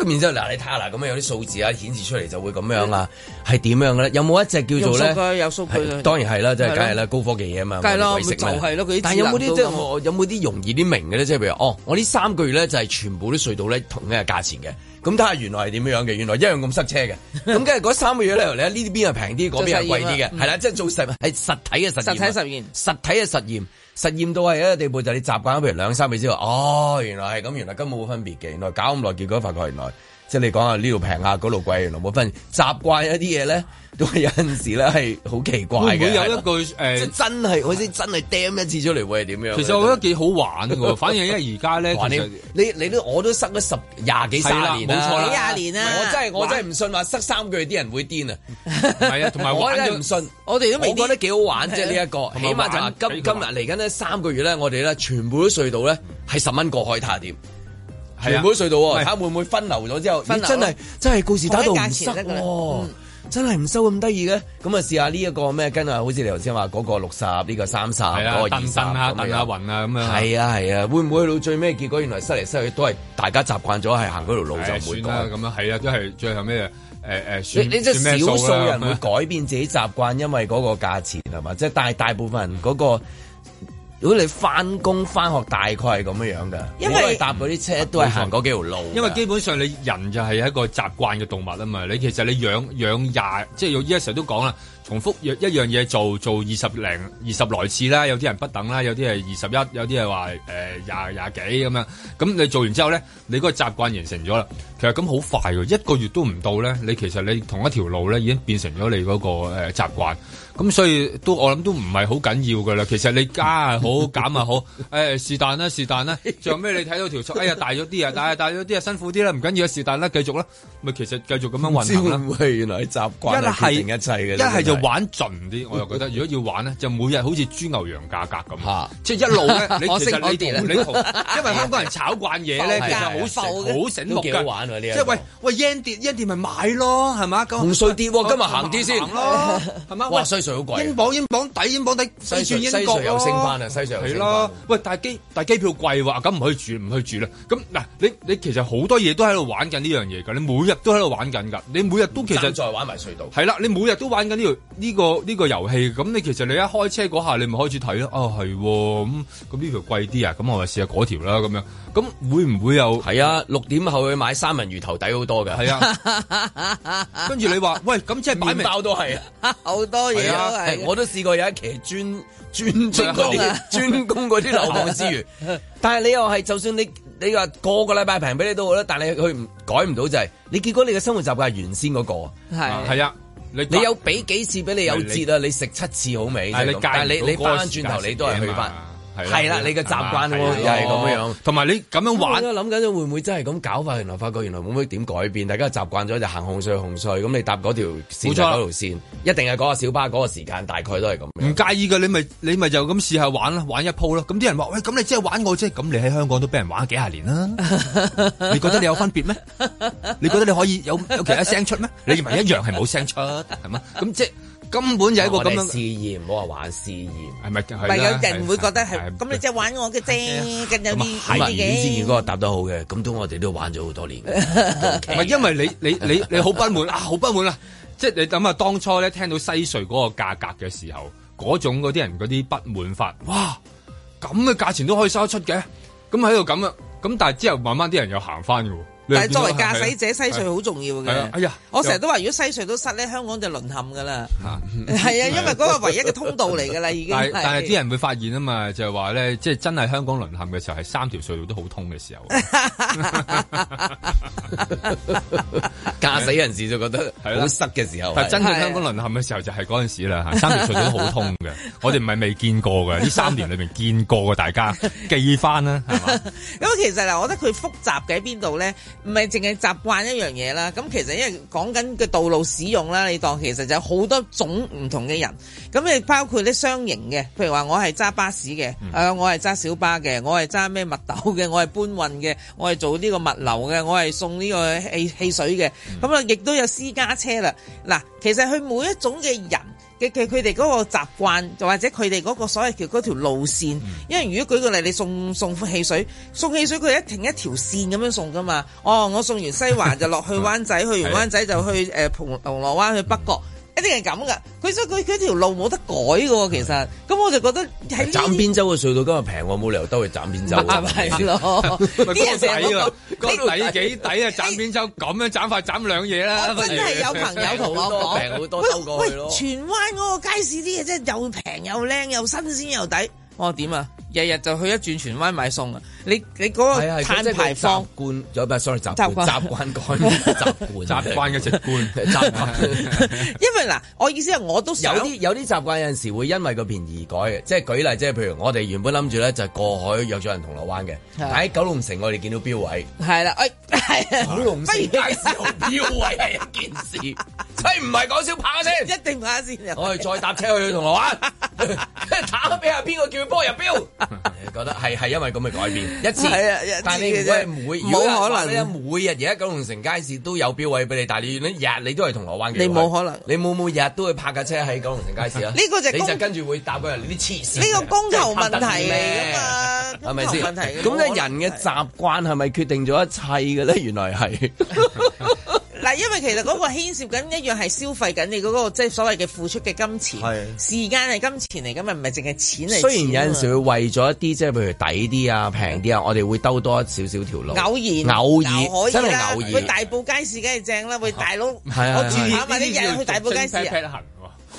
Speaker 2: 咁然之後嗱你睇下啦，咁樣有啲數字啊顯示出嚟就會咁樣啦，係點樣嘅咧？有冇一隻叫做
Speaker 4: 用數據
Speaker 2: 咧？
Speaker 4: 嗯有數據嘅
Speaker 2: 係當然係啦，即係
Speaker 4: 係咯
Speaker 2: 梗係啦，高科技嘢啊嘛，
Speaker 4: 梗係啦
Speaker 2: 我哋鬼識咩
Speaker 4: 咪就係咯佢啲
Speaker 2: 但有冇
Speaker 4: 智能
Speaker 2: 啲即係
Speaker 4: 都咁啊
Speaker 2: 我有冇啲容易啲明嘅咧？即係譬如哦，我呢三個月咧就係全部啲隧道咧同一個價錢嘅。咁睇下原來係點樣嘅，原來一樣咁 塞車嘅。咁跟住嗰三個月咧，你睇呢邊係平啲，嗰邊係貴啲
Speaker 4: 做實驗
Speaker 2: 嘅
Speaker 4: 啊，嗯
Speaker 2: 係啦，即係做實係實體嘅實驗啊。
Speaker 4: 實體實驗
Speaker 2: 實體嘅實驗，實驗到係一個地步，就係你習慣咗，譬如兩三味之後，哦，原來係咁，原來根本冇分別嘅，原來搞咁耐，結果發覺原來即係你講下呢度平啊，嗰度貴，原來冇分別。習慣一啲嘢咧，都係有陣時咧係好奇怪
Speaker 3: 會
Speaker 2: 嘅。
Speaker 3: 唔會有
Speaker 2: 係
Speaker 3: 一
Speaker 2: 啦
Speaker 3: 句 誒？
Speaker 2: 即係真係，好似真係掟一次出嚟會係點樣？
Speaker 3: 其實我覺得幾好玩喎，反而因為而家 咧，
Speaker 2: 哇
Speaker 3: 其
Speaker 2: 你
Speaker 3: 實
Speaker 2: 你你都我都塞咗十廿幾
Speaker 3: 係啦
Speaker 2: 卅年
Speaker 3: 冇錯啦
Speaker 4: 幾廿年啦
Speaker 2: 我真係我真係唔信話塞三個月啲人會癲啊！
Speaker 3: 係啊，同埋
Speaker 2: 我
Speaker 3: 玩
Speaker 2: 真
Speaker 3: 咗
Speaker 2: 係唔信，
Speaker 4: 我哋都未
Speaker 2: 我
Speaker 4: 必
Speaker 2: 覺得幾好玩啫
Speaker 4: 係啊
Speaker 2: 呢一個，
Speaker 3: 同埋
Speaker 2: 起碼就話
Speaker 3: 玩
Speaker 2: 今
Speaker 3: 俾佢
Speaker 2: 今日嚟緊呢三個月咧，我哋咧全部都隧道咧係十蚊過海睇下點。
Speaker 3: 係啊
Speaker 2: 全部都隧道
Speaker 3: 唔係
Speaker 2: 喎，睇下會唔會分流咗之後，
Speaker 4: 分
Speaker 2: 咦
Speaker 4: 流
Speaker 2: 真係真係告士打道
Speaker 4: 同一價
Speaker 2: 唔
Speaker 4: 錢
Speaker 2: 塞
Speaker 4: 得㗎啦
Speaker 2: 喎
Speaker 4: 嗯，
Speaker 2: 真係唔收咁低嘅。咁啊試下呢一個咩跟啊，好似你頭先話嗰個六十，呢個三十，
Speaker 3: 係啊
Speaker 2: 嗰個二
Speaker 3: 蹬
Speaker 2: 十，
Speaker 3: 蹬下
Speaker 2: 咁
Speaker 3: 蹬
Speaker 2: 樣
Speaker 3: 下暈啊咁樣
Speaker 2: 係啊係啊，會唔會去到最尾結果原來塞嚟塞去都係大家習慣咗係行嗰條路就
Speaker 3: 誒
Speaker 2: 唔會
Speaker 3: 算
Speaker 2: 改
Speaker 3: 啦，。咁樣係啊，都係最後尾誒誒
Speaker 2: 你
Speaker 3: 算
Speaker 2: 你即
Speaker 3: 算
Speaker 2: 係
Speaker 3: 咩
Speaker 2: 少數
Speaker 3: 啦
Speaker 2: 人
Speaker 3: 咁啊樣
Speaker 2: 會改變自己習慣，因為嗰個價錢係嘛？即係大大部分人嗰、個，如果你翻工翻學大概係咁樣樣嘅，
Speaker 4: 因為
Speaker 2: 為搭嗰啲車都係行嗰幾條路㗎。
Speaker 3: 因為基本上你人就係一個習慣嘅動物啊嘛，你其實你養養廿，即係有依家成日都講啦，重複一一樣嘢做做二十零二十來次啦，有啲人不等啦，有啲係二十一，有啲係話誒廿廿幾咁樣，咁你做完之後咧，你嗰個習慣形成咗啦，其實咁好快嘅，一個月都唔到咧，你其實你同一條路咧已經變成咗你嗰個誒習慣。咁所以都我諗都唔係好緊要噶啦，其實你加又好減又 好，誒是但啦是但啦，最後尾你睇到條數，哎呀大咗啲啊，大啊大咗啲啊，辛苦啲啦，唔緊要啊是但啦，繼續啦，咪其實繼續咁樣運行啦。
Speaker 2: 唔知會唔會原來係習慣係決定一切嘅，
Speaker 3: 一係就
Speaker 2: 真係
Speaker 3: 玩盡啲，我又覺 得，如果要玩咧，就每日好似豬牛羊價格咁，即係一路咧，你
Speaker 2: 我
Speaker 3: 其
Speaker 2: 識
Speaker 3: 實
Speaker 2: 我
Speaker 3: 你
Speaker 2: 跌啦
Speaker 3: 同你同，因為香港人炒慣嘢咧，
Speaker 2: 啊
Speaker 3: 其實好醒好醒目
Speaker 2: 都幾好
Speaker 3: 㗎，
Speaker 2: 玩啊喎呢一個
Speaker 3: 即係喂喂 yen 跌 yen 跌咪買咯，係嘛？咁
Speaker 2: 紅隧跌喎，今日行啲先
Speaker 3: 哦行咯，係嘛？
Speaker 2: 哇，
Speaker 3: 喂
Speaker 2: 西隧好貴
Speaker 3: 英。鎊英鎊底英鎊底
Speaker 2: 西
Speaker 3: 西轉
Speaker 2: 西
Speaker 3: 英國哦
Speaker 2: 隧又升返啊西隧又
Speaker 3: 係
Speaker 2: 升返
Speaker 3: 咯。喂，但係機但係機票貴喎，啊咁唔去住唔去住啦。咁嗱，你你其實好多嘢都喺度玩緊呢樣嘢㗎，你每日都喺度玩緊㗎，你每日都其實
Speaker 2: 爭再玩埋隧道。
Speaker 3: 係啦，你每日都玩緊呢條呢個呢個遊戲，咁你其實你一開車嗰下，你咪開始睇咯。啊，係喎咁咁呢條貴啲啊，咁我咪試下嗰條啦咁樣。咁會唔會又
Speaker 2: 係啊？六點後去買三文魚頭底好多嘅。
Speaker 3: 係啊， 跟住你話喂，咁即係擺
Speaker 2: 麵
Speaker 3: 明
Speaker 2: 包都係啊。
Speaker 4: 好多嘢
Speaker 2: 係啊
Speaker 4: 都
Speaker 2: 係
Speaker 4: 係。
Speaker 2: 我都試過有一期專專專嗰
Speaker 3: 啊
Speaker 2: 啲專攻嗰啲流浪 之餘，但係你又係就算你你話個個禮拜平俾你都好啦，但係佢唔改唔到就係、你結果你嘅生活習慣係原先嗰、個
Speaker 4: 係
Speaker 3: 係啊，你
Speaker 2: 你有俾幾次俾你有折啊？你食七次好味，
Speaker 3: 係你
Speaker 2: 即係咁
Speaker 3: 戒唔
Speaker 2: 但係你
Speaker 3: 到
Speaker 2: 你
Speaker 3: 嗰個
Speaker 2: 翻
Speaker 3: 時
Speaker 2: 轉
Speaker 3: 間
Speaker 2: 頭你都
Speaker 3: 食嘢
Speaker 2: 係
Speaker 3: 啊
Speaker 2: 去翻
Speaker 3: 嘛，
Speaker 2: 係啦，你嘅習慣喎，又係咁樣樣。
Speaker 3: 同埋你咁樣玩
Speaker 2: 我。都諗緊會唔會真係咁搞法？原來發覺原來冇乜點改變，大家習慣咗就行紅隧紅隧，咁你搭嗰條線
Speaker 3: 冇錯
Speaker 2: 就嗰條線，一定係嗰個小巴嗰個時間，大概都係咁。
Speaker 4: 嗯
Speaker 3: 唔介意嘅，你咪你咪就咁試下玩啦，玩一鋪啦。咁啲人話：喂，咁你即係玩我啫。咁你喺香港都俾人玩咗幾廿 年啦，你覺得你有分別咩？你覺得你可以有有其他聲出咩？你咪一樣係冇聲出，係嘛？咁即係
Speaker 2: 根本就係一個
Speaker 4: 我哋
Speaker 2: 咁樣
Speaker 4: 試
Speaker 2: 驗，唔好話玩試驗，
Speaker 3: 係咪？
Speaker 4: 唔
Speaker 2: 係
Speaker 4: 係有人會覺得係咁，你即係玩我嘅啫，咁有啲
Speaker 2: 係
Speaker 4: 有
Speaker 2: 啊
Speaker 4: 啲
Speaker 2: 阮之
Speaker 4: 嘅
Speaker 2: 健。嗰個答得好嘅，咁都我哋都玩咗好多年。
Speaker 3: 唔係因為你你你你好不滿啊，好不滿啊！即係你諗下當初咧聽到西隧嗰個價格嘅時候，嗰種嗰啲人嗰啲不滿法，哇！咁嘅價錢都可以收得出嘅，咁喺度咁啊，咁但係之後慢慢啲人又行翻嘅喎。你又
Speaker 4: 但係作為
Speaker 3: 見到
Speaker 4: 駕駛者，西隧好重要
Speaker 3: 啊係啊
Speaker 4: 嘅。
Speaker 3: 哎呀，
Speaker 4: 我成日都話，如果西隧都塞咧，香港就淪陷㗎啦。
Speaker 3: 嚇
Speaker 4: 係啊，因為嗰個唯一嘅通道嚟㗎啦，已 經
Speaker 3: 但
Speaker 4: 係。
Speaker 3: 但係啲人會發現啊嘛，就係話咧，即係真係香港淪陷嘅時候，係三條隧道都好通嘅時 候。
Speaker 2: 啊駕駛人士就覺得
Speaker 3: 係啦
Speaker 2: 好塞嘅時候，
Speaker 3: 但係真係香港淪陷嘅時候就係嗰陣時啦，嚇三條隧道都好通嘅。我哋唔係未見過嘅，呢三年裏面見過嘅，大 家記翻啦，係嘛？
Speaker 4: 咁其實嗱，我覺得佢複雜嘅喺邊度咧？唔係淨係習慣一樣嘢啦。咁其實因為講緊嘅道路使用啦，你當其實就有好多種唔同嘅人。咁你包括啲雙型嘅，譬如話我係揸巴士嘅，誒、
Speaker 3: 嗯
Speaker 4: 啊我係揸小巴嘅，我係揸咩物斗嘅，我係搬運嘅，我係做呢個物流嘅，我係送呢個汽汽水嘅。咁啊、亦都有私家車啦。嗱，其實佢每一種嘅人。嘅嘅佢哋嗰個習慣，就或者佢哋嗰個所謂叫嗰條路線，因為如果舉個例，你送送汽水，送汽水佢一停一條線咁樣送噶嘛。哦，我送完西環就落去灣仔，去完灣仔就去誒銅銅鑼灣去北角，一定係咁噶。佢所以佢佢條路冇得改嘅喎，其實。咁我就覺得喺呢
Speaker 2: 斬邊啊洲嘅隧道今日平喎，冇理由兜去斬邊洲。
Speaker 4: 係 咯，啲人成日
Speaker 3: 抵啊
Speaker 4: 講，
Speaker 3: 嗰底幾抵啊！斬邊洲咁樣斬法斬兩嘢啦，
Speaker 4: 真係有朋友同我講，
Speaker 2: 平好多兜過去咯
Speaker 4: 喂，荃灣嗰個街市啲嘢真係又平又靚又新鮮又抵。我點啊？日日就去一轉荃灣買餸啊！你你嗰
Speaker 2: 係
Speaker 4: 個
Speaker 2: 係
Speaker 4: 碳排放
Speaker 2: 習。慣咗，唔係 sorry 習慣
Speaker 4: 習 慣
Speaker 2: 習慣改習慣
Speaker 3: 習慣嘅直 觀，
Speaker 2: 習慣。
Speaker 4: 因為嗱，我意思係我都
Speaker 2: 有
Speaker 4: 想
Speaker 2: 啲有啲習慣有陣時會因為個便宜而改嘅，即係舉例，即係譬如我哋原本諗住咧就係過海約咗人銅鑼灣嘅，但喺九龍城我哋見到標位，
Speaker 4: 係啦，誒係啊，
Speaker 2: 九龍 城街市有標位係一件事，即係唔係講笑拍下先，
Speaker 4: 一定拍下先。啊
Speaker 2: 我哋再搭車去銅鑼 灣， 打俾下邊個叫佢幫我入標，覺得係係因為咁嘅改變一次，
Speaker 4: 係啊一次
Speaker 2: 但係你唔
Speaker 4: 嘅啫
Speaker 2: 會每
Speaker 4: 冇
Speaker 2: 如果
Speaker 4: 可能
Speaker 2: 話咧每日而家九龍城街市都有標位俾你，但係你日你都係銅鑼灣嘅，
Speaker 4: 你冇可能，
Speaker 2: 你冇冇日都去泊架車喺九龍城街市啊？
Speaker 4: 呢個就係
Speaker 2: 你就
Speaker 4: 公
Speaker 2: 跟住會搭嗰人，你啲黐線嘅，
Speaker 4: 呢個供求問題
Speaker 2: 即係
Speaker 4: 嚟㗎嘛
Speaker 2: 係咪
Speaker 4: 供
Speaker 2: 先？
Speaker 4: 求問題
Speaker 2: 咁咧人嘅習慣係咪決定咗一切嘅咧？原來係。
Speaker 4: 嗱，因為其實嗰個牽涉緊一樣係消費緊你嗰個即係所謂嘅付出嘅金
Speaker 2: 係
Speaker 4: 錢，時間係金錢嚟㗎嘛，唔係淨係錢啊嚟。
Speaker 2: 雖然有陣時會為咗一啲即係譬如抵啲啊、平啲啊，我哋會兜多少少條路。
Speaker 4: 偶然，
Speaker 2: 偶
Speaker 4: 嗱可
Speaker 2: 爾，
Speaker 4: 以
Speaker 2: 真
Speaker 4: 啦
Speaker 2: 係偶
Speaker 4: 喂，
Speaker 2: 爾。
Speaker 4: 大埔街市梗係正啦，喂，大佬，
Speaker 2: 係啊
Speaker 4: 我住下咪啲人去大埔街市啊，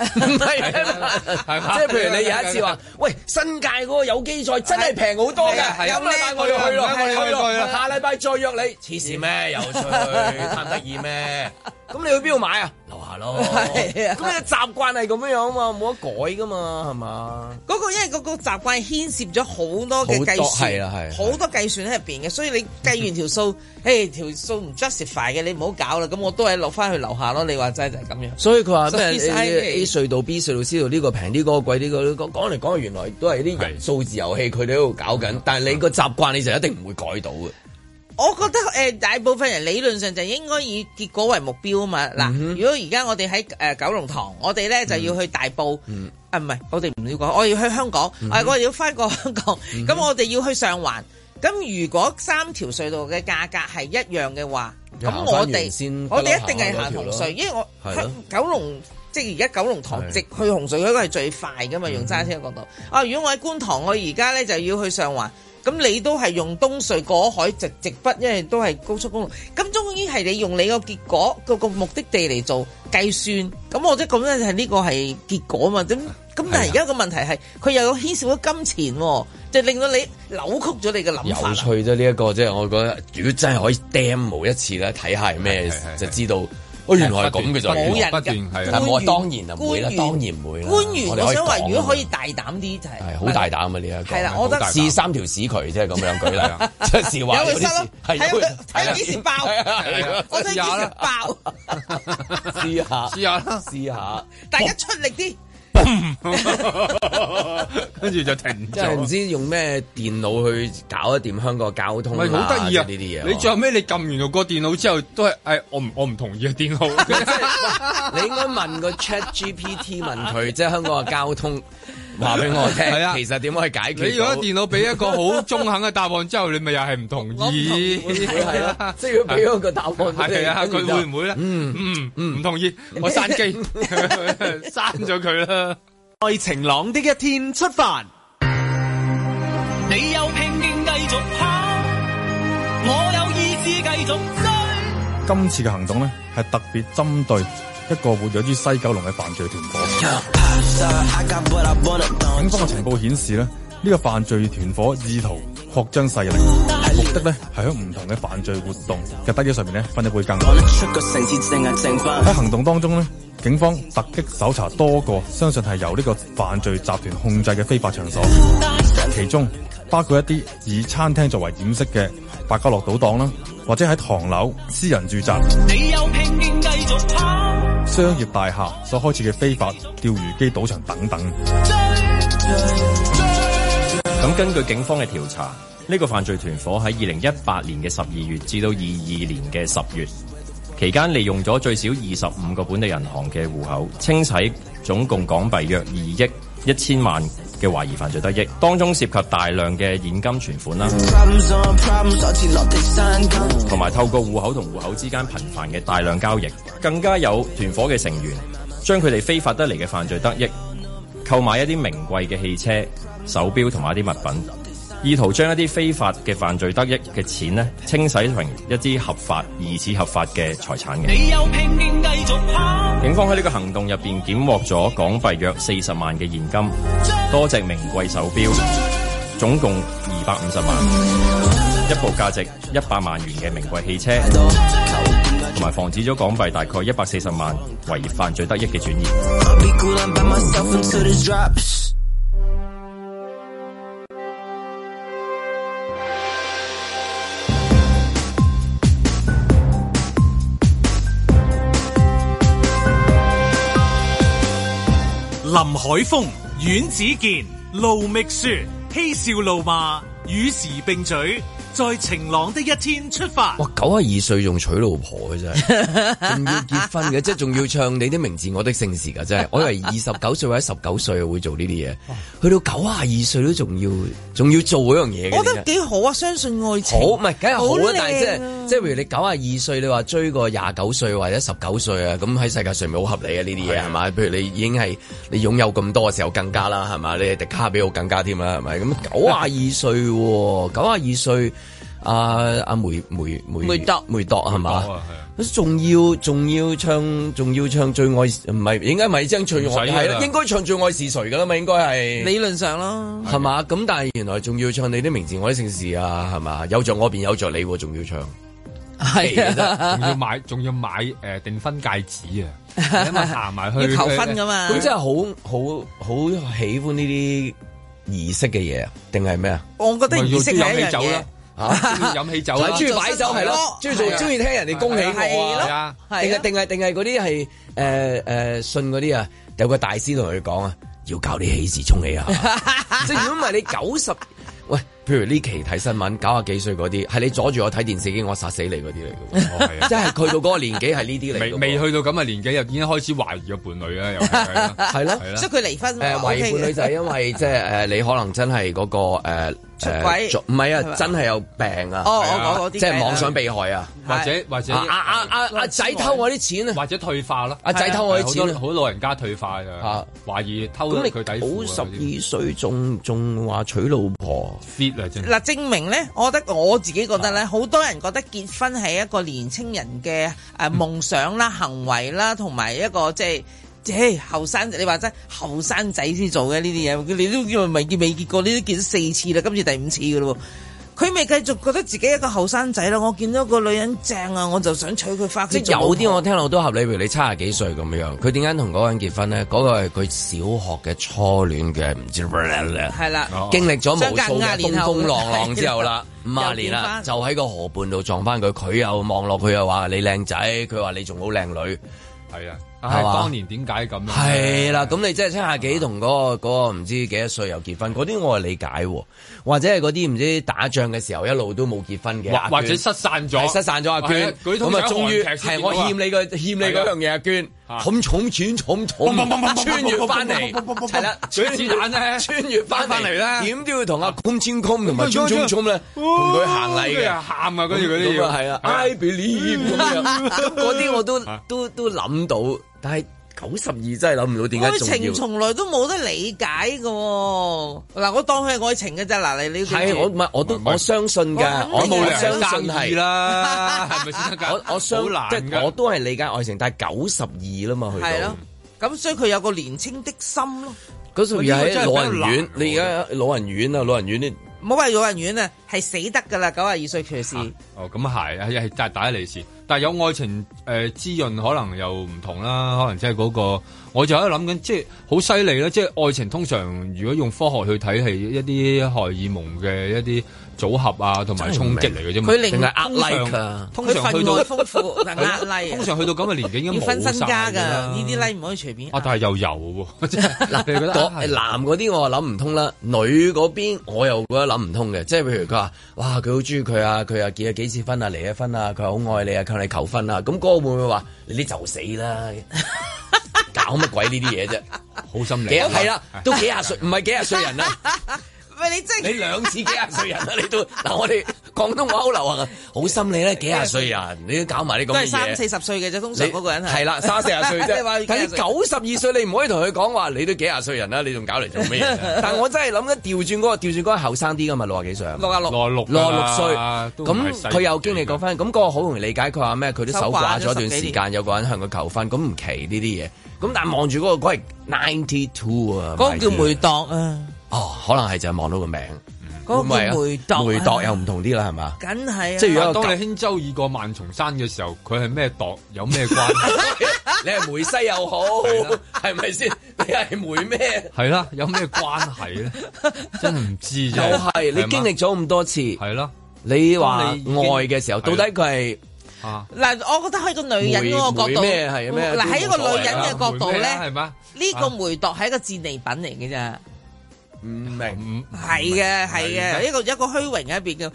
Speaker 2: 唔係 啊，即係譬如你有一次話，喂，新界嗰個有機菜真係平好多
Speaker 4: 係啊
Speaker 2: 嘅，
Speaker 4: 係啊
Speaker 2: 咁禮拜我哋去咯，
Speaker 4: 係啊係啊
Speaker 2: 我哋去
Speaker 4: 係
Speaker 2: 咯，
Speaker 4: 啊
Speaker 2: 下禮拜再約你，黐線咩？又去貪得意咩？咁你去邊度買啊？樓下咯。
Speaker 4: 係啊
Speaker 2: 咁你習慣係咁樣樣啊嘛，冇得改噶嘛，係嘛？
Speaker 4: 嗰個因為嗰個習慣牽涉咗好多嘅計
Speaker 2: 好多係啊啦
Speaker 4: 算，
Speaker 2: 係
Speaker 4: 好多計算喺入邊嘅，所以你計完條 數，誒條數唔 justify 嘅，你唔好搞啦，咁我都係落翻去樓下咯，你話齋就係咁樣。
Speaker 2: 所以佢話咩
Speaker 4: 所以嘥
Speaker 2: A 隧道、B 隧道、C 隧道呢個平啲，嗰個貴啲，嗰個講嚟講去，原來都係啲人數字遊戲，佢哋喺度搞
Speaker 4: 嗯
Speaker 2: 緊。但係你個習慣你就一定唔會改到嘅。
Speaker 4: 我覺得誒、呃大部分人理論上就應該以結果為目標啊嘛。
Speaker 2: 嗯
Speaker 4: 嗱、如果而家我哋喺誒九龍塘，我哋咧就要去大埔。
Speaker 2: 嗯
Speaker 4: 啊，唔係，我哋唔要講，我要去香港，
Speaker 14: 嗯
Speaker 4: 啊，我哋要翻過香港，
Speaker 2: 嗯
Speaker 4: 咁、我哋要去上環。咁如果三條隧道嘅價格係一樣嘅話，咁
Speaker 2: 行返
Speaker 4: 我
Speaker 2: 原先
Speaker 4: 哋我哋一定係
Speaker 2: 不嬲
Speaker 4: 行
Speaker 2: 行嗰條
Speaker 4: 紅
Speaker 2: 咯
Speaker 4: 隧，因為我
Speaker 2: 係
Speaker 4: 喺
Speaker 2: 咯
Speaker 4: 九龍即係而家九龍塘
Speaker 2: 係
Speaker 4: 直去紅隧嗰個係最快噶嘛，用揸車角度。啊，如果我喺觀塘，我而家咧就要去上環，咁你都係用東隧過海直直北，因為都係高速公路。咁終於係你用你個結果個個目的地嚟做計算，咁我即係咁咧係呢個係結果嘛。咁咁但係而家個問題係佢又有牽涉咗金錢喎，就令到你扭曲咗你嘅諗法
Speaker 2: 有
Speaker 4: 啦。
Speaker 2: 趣啫，呢一個即係我覺得，如果真係可以 demo 一次咧，睇下係咩，就知道。哦，原來係咁嘅就
Speaker 4: 冇人㗎
Speaker 2: 但我
Speaker 4: 官員
Speaker 2: 當然就唔會啦，
Speaker 4: 官員
Speaker 2: 當然唔會啦。
Speaker 4: 官員，
Speaker 2: 哋
Speaker 4: 我想話
Speaker 2: 講，啊
Speaker 4: 如果可以大膽啲就係
Speaker 2: 係好大膽啊！呢一個
Speaker 4: 係啦我覺得
Speaker 2: 試三條屎渠即係咁樣舉例， 即係試話
Speaker 4: 啊有佢
Speaker 2: 啲
Speaker 4: 塞咯
Speaker 2: 屎，係
Speaker 4: 睇佢
Speaker 2: 有佢
Speaker 4: 睇佢幾時 爆
Speaker 2: 係啊係啊，
Speaker 4: 我睇佢幾時爆，
Speaker 2: 試下
Speaker 3: 試下啦，
Speaker 2: 試下。
Speaker 4: 大家出力啲。
Speaker 2: 嘣
Speaker 3: 跟住就停
Speaker 2: 真係唔
Speaker 3: 咗。
Speaker 2: 知用咩電腦去搞一掂香港交通
Speaker 3: 咪好得意啊！
Speaker 2: 呢啲嘢，
Speaker 3: 你最後尾你撳完個電腦之後，都係誒，我唔我唔同意啊！電腦
Speaker 2: 你應該問個 Chat GPT 問佢，即係香港嘅交 通話俾我聽，
Speaker 3: 係啊
Speaker 2: 其實點可以解決？
Speaker 3: 你如果電腦俾一個好中肯嘅答案之後，你咪又係唔同意？
Speaker 2: 係啊，即係要俾嗰個答案俾你。
Speaker 3: 係啊，佢會唔會咧？嗯嗯唔同意，我閂機 刪咗佢啦。
Speaker 5: 在晴朗的一天出發。
Speaker 14: 你有拼勁繼續跑，我有意志繼續追。
Speaker 15: 今次嘅行動呢，係特別針對一個活躍於西九龍嘅犯罪團伙。警方嘅情報顯示呢，呢個犯罪團伙意圖擴張勢力，目的呢係喺唔同嘅犯罪活動嘅得益上面呢分一杯羹。喺行動當中呢，警方突擊搜查多個相信係由呢個犯罪集團控制嘅非法場所，其中包括一啲以餐廳作為掩飾嘅百家樂賭檔啦，或者喺唐樓、私人住宅、
Speaker 14: 你有拼勁繼續跑，
Speaker 15: 商業大廈所開設嘅非法釣魚機賭場等等。
Speaker 16: 咁根據警方嘅調查，呢個犯罪團伙喺二零一八年嘅十二月至到二二年嘅十月期間，利用咗最少二十五個本地銀行嘅戶口，清洗總共港幣約二億一千萬嘅懷疑犯罪得益，當中涉及大量嘅現金存款啦。同埋透過戶口同戶口之間頻繁嘅大量交易，更加有團伙嘅成員將佢哋非法得嚟嘅犯罪得益，購買一啲名貴嘅汽車、手錶同埋一啲物品，意圖將一啲非法嘅犯罪得益嘅錢呢，清洗成一啲合法、疑似合法嘅財產嘅。
Speaker 14: 你有拼勁繼續跑，
Speaker 16: 警方喺呢個行動入邊檢獲咗港幣約四十萬嘅現金，多隻名貴手錶，總共二百五十萬，一部價值一百萬元嘅名貴汽車，同埋防止咗港幣大概一百四十萬違犯罪得益嘅轉移。
Speaker 1: 林海峰、阮子健、盧覓雪，嬉笑怒罵，與時並舉，在晴朗的一天出發。
Speaker 2: 哇！九啊二歲仲娶老婆嘅真 係，仲要結婚嘅，即係仲要唱你的名字我的姓氏㗎， 真係。我以為二十九歲或者十九歲會做呢啲嘢，去到九啊二歲都仲要仲要做嗰樣嘢嘅。
Speaker 4: 我覺得
Speaker 2: 點解
Speaker 4: 幾好啊！相信愛情，
Speaker 2: 好，唔係梗係好啦，但係即
Speaker 4: 靚啊
Speaker 2: 係即係譬如你九啊二歲，你話追個廿九歲或者十九歲啊，咁喺世界上面好合理啊呢啲嘢係嘛？譬如你已經係你擁有咁多嘅時候更加啦係嘛？你係迪卡比我更加添啦係咪？咁九啊二歲喎，九啊二歲。阿阿梅梅梅
Speaker 4: 梅
Speaker 2: 德梅德係啊嘛？仲要仲要唱仲要唱最愛唔係應該唔係將最
Speaker 4: 唔
Speaker 2: 愛
Speaker 4: 使㗎啦
Speaker 2: 係啦，應該唱最愛是誰㗎啦嘛？應該係
Speaker 4: 理論上咯，
Speaker 2: 係嘛？咁但係原來仲要唱你啲名字，我啲姓氏啊，係嘛？有着我便有着你喎，仲要唱。
Speaker 4: 係啊
Speaker 3: 仲要 買，仲要買誒訂婚戒指啊！你咪行埋去
Speaker 2: 咁真係啊好好好喜歡呢啲儀式嘅嘢啊，定係咩啊？
Speaker 4: 我
Speaker 3: 呃
Speaker 4: 覺得儀式係
Speaker 3: 飲
Speaker 4: 一樣
Speaker 3: 喜酒
Speaker 4: 嘢
Speaker 3: 啦。， 嚇飲喜酒啦，
Speaker 2: 中意擺酒啊係咯，中意做中意聽人哋恭喜我
Speaker 3: 係啊
Speaker 2: 啊，定係定係定係嗰啲係誒誒信嗰啲啊，有個大師同佢講啊，要搞啲喜事沖喜 啊，即係如果唔係你九十。喂，譬如呢期睇新聞，九啊幾歲嗰啲，係你阻住我睇電視機，我殺死你嗰啲嚟嘅喎，哦即係啊去到嗰個年紀係呢啲嚟嘅
Speaker 3: 未
Speaker 2: 喎。
Speaker 3: 未去到咁嘅年紀，又已經開始懷疑個伴侶啦，又係 啦
Speaker 2: 係咯
Speaker 3: 係
Speaker 4: 所以佢離婚啊
Speaker 2: 誒
Speaker 4: 嘛
Speaker 2: 懷疑
Speaker 4: OK 嘅
Speaker 2: 伴侶就係因為即係誒你可能真係嗰個誒
Speaker 4: 出軌
Speaker 2: 誒唔係
Speaker 4: 係
Speaker 2: 啊
Speaker 4: 嘛
Speaker 2: 真係有病啊！
Speaker 4: 哦我講嗰啲
Speaker 2: 即係妄想被害啊，
Speaker 3: 或者或者
Speaker 2: 啊啊啊啊啊仔偷我啲錢啊，
Speaker 3: 或者退化啦，
Speaker 2: 阿仔偷我啲錢啊
Speaker 3: 係好多好老人家退化㗎，懷疑偷咗
Speaker 2: 咁你
Speaker 3: 佢底褲啊
Speaker 2: 九十二歲仲仲話娶老婆
Speaker 3: fit 啊真
Speaker 4: 嗱，證明咧，我覺得我自己覺得
Speaker 2: 啊
Speaker 4: 咧，好多人覺得結婚係一個年青人嘅誒夢想
Speaker 2: 嗯
Speaker 4: 啦、行為啦，同埋一個即係。即係後生仔，你話真後生仔先做嘅呢啲嘢，你都叫未結未結過，你都結咗四次啦，今次第五次嘅咯喎。佢咪繼續覺得自己一個後生仔咯。我見到個女人正啊，我就想娶佢翻屋
Speaker 2: 即
Speaker 4: 企
Speaker 2: 係
Speaker 4: 做老婆。
Speaker 2: 有啲我聽落都合理，譬如你七十幾歲咁樣，佢點解同嗰個人結婚咧？嗰個係佢小學嘅初戀嘅，唔知係
Speaker 4: 係啦
Speaker 2: 經歷咗無
Speaker 4: 相隔
Speaker 2: 數
Speaker 4: 五
Speaker 2: 嘅
Speaker 4: 十
Speaker 2: 風
Speaker 4: 年後
Speaker 2: 風浪浪之 後啦，五
Speaker 4: 係
Speaker 2: 廿
Speaker 4: 啦
Speaker 2: 年
Speaker 4: 又見
Speaker 2: 啦，
Speaker 4: 返
Speaker 2: 就喺個河畔度撞翻佢，佢又望落，佢又話你靚仔，佢話你仲好靚女，
Speaker 3: 係啊，唉，
Speaker 2: 係嘛
Speaker 3: 當年點解咁樣？
Speaker 2: 係啦，咁你即係七下幾同嗰個嗰個唔知幾多歲又結婚，嗰啲我係理解喎，或者係嗰啲唔知打仗嘅時候一路都冇結婚嘅阿娟，
Speaker 3: 或或者失散咗
Speaker 2: 係失散咗阿
Speaker 3: 係
Speaker 2: 娟
Speaker 3: 啊，佢通
Speaker 2: 咁啊
Speaker 3: 常
Speaker 2: 終於
Speaker 3: 韓劇先
Speaker 2: 係
Speaker 3: 見到
Speaker 2: 我
Speaker 3: 啊
Speaker 2: 欠 你個欠你嗰樣嘢阿娟，咁重錢重重
Speaker 3: 砰砰砰砰砰
Speaker 2: 穿越翻嚟，
Speaker 3: 砰砰砰砰砰
Speaker 2: 係啦，
Speaker 3: 舉子彈咧
Speaker 2: 穿越翻
Speaker 3: 翻嚟啦啊
Speaker 2: 點都要同阿空千空同埋衝衝衝咧，同佢行禮
Speaker 3: 跟住
Speaker 2: 嘅，
Speaker 3: 又喊啊跟住嗰啲要
Speaker 2: 咁啊係啦
Speaker 3: 係啊
Speaker 2: ，I believe 咁樣， 咁嗰啲我都
Speaker 3: 啊
Speaker 2: 都都諗到，但係九十二真係諗唔到點解
Speaker 4: 愛
Speaker 2: 仲
Speaker 4: 情
Speaker 2: 要。
Speaker 4: 從來都冇得理解嘅喎、嗱，我當佢係愛情嘅啫。嗱，你你
Speaker 2: 係我唔係我都我相信㗎，
Speaker 4: 我
Speaker 2: 我
Speaker 4: 肯定
Speaker 2: 冇
Speaker 4: 係
Speaker 2: 相信
Speaker 3: 生
Speaker 2: 係
Speaker 3: 意 啦係咪先得㗎
Speaker 2: 我我相
Speaker 3: 好難
Speaker 2: 即係
Speaker 3: 㗎
Speaker 2: 我都係理解愛情，但係九十二啦嘛，去
Speaker 4: 係咯
Speaker 2: 到。
Speaker 4: 咁，所以佢有個年青的心咯。
Speaker 2: 嗰時又喺老人院，你而家老人院啊，老人院你
Speaker 4: 唔好話老人院啊，係死得㗎啦，九廿二歲騎士。
Speaker 3: 哦，咁係係係，但係打利是，但係有愛情誒、呃滋潤，可能又唔同啦，可能即係嗰個，我就喺度諗緊，即係好犀利啦！即係愛情通常如果用科學去睇，係一啲荷爾蒙嘅一啲組合啊，同埋衝擊嚟嘅啫嘛，
Speaker 4: 佢令
Speaker 3: 定係
Speaker 4: 通常
Speaker 3: like 啊通
Speaker 4: 佢
Speaker 3: 常去
Speaker 4: 份
Speaker 3: 到
Speaker 4: 外 豐富，嗱壓力啊。
Speaker 3: 通常去到咁嘅年紀已經
Speaker 4: 要分身家
Speaker 3: 冇
Speaker 4: 㗎，
Speaker 3: 晒㗎啦
Speaker 4: 呢啲 like 唔可以隨便。
Speaker 3: 啊，但係又有喎，即啊係
Speaker 2: 嗱，嗰男嗰啲我諗唔通啦，女嗰邊我又覺得諗唔通嘅，即係譬如佢話，哇，佢好中意佢啊，佢啊結咗幾次婚啊，離咗婚啊，佢好愛你啊，向你求婚啊，咁嗰個會唔會話你啲就死啦？ 搞乜鬼呢啲嘢啫？
Speaker 3: 好心
Speaker 2: 理係啦，都幾廿歲，唔係幾廿歲人啦。
Speaker 4: 喂，你真係
Speaker 2: 你兩次幾廿歲人啦，你都嗱，我哋廣東話好流行啊，好心理啦，幾廿歲人，你都搞埋啲咁
Speaker 4: 都
Speaker 2: 嘅
Speaker 4: 係
Speaker 2: 嘢。
Speaker 4: 三四十歲嘅啫，通常嗰個人係
Speaker 2: 係啦，三四廿 歲
Speaker 4: 你話
Speaker 2: 啫
Speaker 4: 佢。
Speaker 2: 但
Speaker 4: 幾
Speaker 2: 你
Speaker 4: 廿歲
Speaker 2: 九十二歲，你唔可以同佢講話，你都幾廿歲人啦，你仲搞嚟 做咩啊？但我真係諗緊調轉嗰個，調轉嗰個後生啲噶嘛，六啊幾歲啊？
Speaker 4: 六啊六
Speaker 2: 六
Speaker 3: 六
Speaker 2: 六六
Speaker 3: 啊
Speaker 2: 啊
Speaker 3: 六
Speaker 2: 六
Speaker 3: 歲
Speaker 2: 歲。
Speaker 3: 都唔係細
Speaker 2: 咁佢又經歷過翻，咁嗰個好容易理解。佢話咩？佢都手掛咗一段時間，有個人向佢求婚，咁唔奇呢啲嘢。咁但係望住嗰個，嗰係 ninety two 啊，
Speaker 4: 嗰個叫梅
Speaker 2: 度
Speaker 4: 鐸啊，
Speaker 2: 哦，可能係就係望到個名。
Speaker 4: 嗰個叫梅鐸啊
Speaker 2: 梅度又唔同啲啦， 係嘛？
Speaker 4: 梗係啊。
Speaker 2: 即係如果有
Speaker 3: 當
Speaker 2: 九
Speaker 3: 你輕舟已過萬重山嘅時候，佢係咩度，有咩關係？
Speaker 2: 你係梅西又好，係咪先？你係梅咩？
Speaker 3: 係啦，有咩關係 咧？真係唔知啫。
Speaker 2: 又係你經歷咗咁多次，
Speaker 3: 係咯。
Speaker 2: 你話
Speaker 3: 當
Speaker 2: 愛
Speaker 3: 你已經啊
Speaker 2: 嘅時候，到底佢
Speaker 3: 係啊？
Speaker 4: 嗱，我覺得喺個女人嗰個角度，
Speaker 2: 梅梅咩係咩
Speaker 4: 嗱喺一個女人嘅角度
Speaker 2: 梅咩
Speaker 4: 咧，
Speaker 2: 啊係嘛
Speaker 4: 呢個梅毒係一個戰利品嚟嘅咋，
Speaker 2: 唔明，
Speaker 4: 係嘅係嘅，一個一個虛榮喺入邊嘅。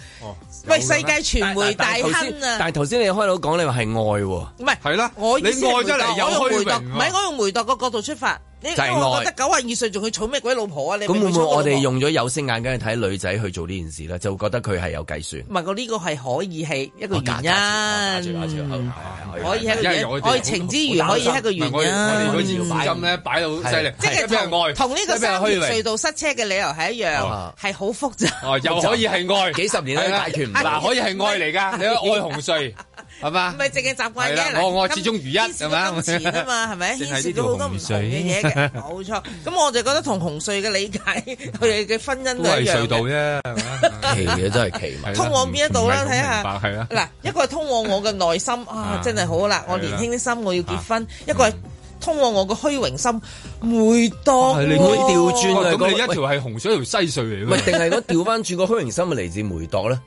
Speaker 4: 喂，世界傳媒大
Speaker 2: 但係頭先
Speaker 4: 亨啊！
Speaker 2: 但係頭先你開口講，你話係愛喎，
Speaker 4: 唔係，
Speaker 3: 係啦，
Speaker 4: 我意思係梅毒我用梅毒，唔
Speaker 2: 唔
Speaker 4: 係我用梅毒個角度出發，你因
Speaker 2: 就係
Speaker 4: 為我
Speaker 2: 愛
Speaker 4: 覺得九啊二歲仲去娶咩鬼老婆啊？你
Speaker 2: 咁會
Speaker 4: 明
Speaker 2: 唔
Speaker 4: 明娶
Speaker 2: 會
Speaker 4: 個老婆
Speaker 2: 我哋用咗有色眼鏡去睇女仔去做呢件事咧，就覺得佢係有計 算？
Speaker 4: 唔係我呢個係可以係一個原因，可以係一
Speaker 2: 因為
Speaker 4: 個原因
Speaker 2: 我哋
Speaker 4: 愛情之餘可以係一個原
Speaker 3: 唔係我哋我哋嗰
Speaker 4: 因。嗯
Speaker 3: 支針咧擺到好犀利，
Speaker 4: 即係
Speaker 3: 俾人愛，
Speaker 4: 同呢個
Speaker 3: 一俾人
Speaker 4: 三條
Speaker 3: 虛
Speaker 4: 隧
Speaker 3: 榮。
Speaker 4: 道塞車嘅理由係一樣，係好複雜。
Speaker 3: 哦，又可以係愛，
Speaker 2: 幾十年
Speaker 3: 係
Speaker 2: 都
Speaker 3: 啦
Speaker 2: 解決唔到
Speaker 3: 嗱，可以係愛嚟 㗎，你可以愛紅隧係嘛
Speaker 4: 唔？係淨係習慣
Speaker 3: 係
Speaker 4: 嘅，
Speaker 3: 啦，
Speaker 4: 嗱
Speaker 3: 我我
Speaker 4: 今
Speaker 3: 始終如一係嘛？
Speaker 4: 牽涉到金錢啊嘛，係咪？
Speaker 3: 淨係
Speaker 4: 牽
Speaker 3: 呢
Speaker 4: 涉
Speaker 3: 條
Speaker 4: 到好多唔同嘅嘢
Speaker 3: 紅
Speaker 4: 嘅，
Speaker 3: 隧
Speaker 4: 冇錯。咁我就覺得同紅隧嘅理解， 佢哋嘅婚姻
Speaker 3: 都
Speaker 4: 都係
Speaker 3: 係
Speaker 4: 一樣
Speaker 3: 隧
Speaker 4: 嘅
Speaker 3: 道啫，係嘛？
Speaker 2: 奇嘅真 係奇
Speaker 4: 通往邊一度啦？睇下
Speaker 3: 係啦，
Speaker 4: 嗱，一個係通往我嘅內心啊
Speaker 3: 啊，
Speaker 4: 真係好啦！我
Speaker 3: 係
Speaker 4: 年
Speaker 3: 啦啊
Speaker 4: 輕啲心，我要結婚；一個係通往我嘅虛榮心，每當
Speaker 3: 啊係你
Speaker 4: 喎
Speaker 3: 哇哦咁你一條係紅水，一條西隧嚟
Speaker 2: 唔
Speaker 3: 㗎。
Speaker 2: 係定係我調翻轉個虛榮心係嚟自梅度咧，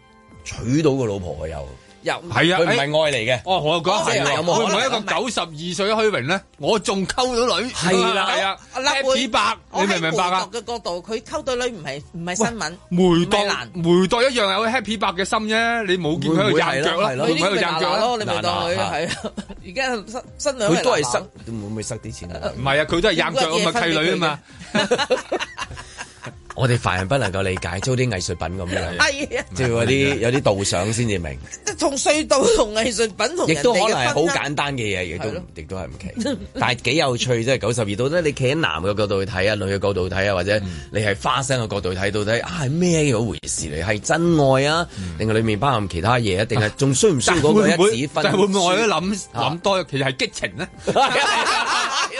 Speaker 2: 娶到個老婆嘅又
Speaker 4: 又
Speaker 3: 係啊
Speaker 2: 佢唔係
Speaker 3: 哎
Speaker 2: 愛嚟嘅。
Speaker 3: 哦，我又覺得係
Speaker 2: 有
Speaker 3: 喎，
Speaker 2: 冇
Speaker 3: 會唔
Speaker 2: 可
Speaker 3: 會
Speaker 2: 能
Speaker 3: 一個九十二歲虛榮咧？我仲溝到女，
Speaker 2: 係啦
Speaker 3: 係啊
Speaker 4: 嗱
Speaker 3: ，happy 白，
Speaker 4: 我
Speaker 3: 你
Speaker 4: 喺
Speaker 3: 明唔明白啊？
Speaker 4: 梅毒嘅角度，佢溝到女唔係唔係新聞，
Speaker 3: 梅
Speaker 4: 唔
Speaker 3: 度
Speaker 4: 係難。
Speaker 3: 梅度一樣有 happy 白嘅心啫，你冇見佢喺度硬腳啦，
Speaker 2: 會唔
Speaker 3: 冇
Speaker 2: 會
Speaker 3: 見佢喺度
Speaker 2: 係咯
Speaker 3: 硬腳
Speaker 4: 嗱嗱
Speaker 2: 係咯
Speaker 4: 咯，
Speaker 3: 啦，
Speaker 4: 你咪當佢
Speaker 2: 嗱嗱
Speaker 4: 係 啊！而家新新娘
Speaker 2: 佢都係
Speaker 4: 嗱
Speaker 2: 塞
Speaker 4: 嗱，
Speaker 2: 會唔會塞啲錢啊？
Speaker 3: 唔係啊，佢都係硬腳啊嘛，
Speaker 4: 冇乜嘢
Speaker 3: 契女啊嘛，
Speaker 2: 我哋凡人不能夠理解，租啲藝術品咁 樣，
Speaker 4: 係啊，
Speaker 2: 即係嗰啲有啲導賞先至明，
Speaker 4: 即係同隧道同藝術品同
Speaker 2: 亦
Speaker 4: 人
Speaker 2: 都可
Speaker 4: 哋
Speaker 2: 能
Speaker 4: 嘅
Speaker 2: 係好
Speaker 4: 婚姻
Speaker 2: 簡單嘅嘢，亦都
Speaker 4: 係咯
Speaker 2: 亦都係唔奇，但係幾有趣即係九十二度咧，你企喺男嘅角度去睇啊，女嘅角度去睇啊，或者你係花生嘅角度去睇，到底啊係咩嗰回事嚟？係真愛啊，定係裡面包含其他嘢啊？定係仲需唔需要
Speaker 3: 但
Speaker 2: 嗰個
Speaker 3: 會唔會
Speaker 2: 一 紙婚書？
Speaker 3: 但係會唔會 我都諗諗多，其實係激情咧？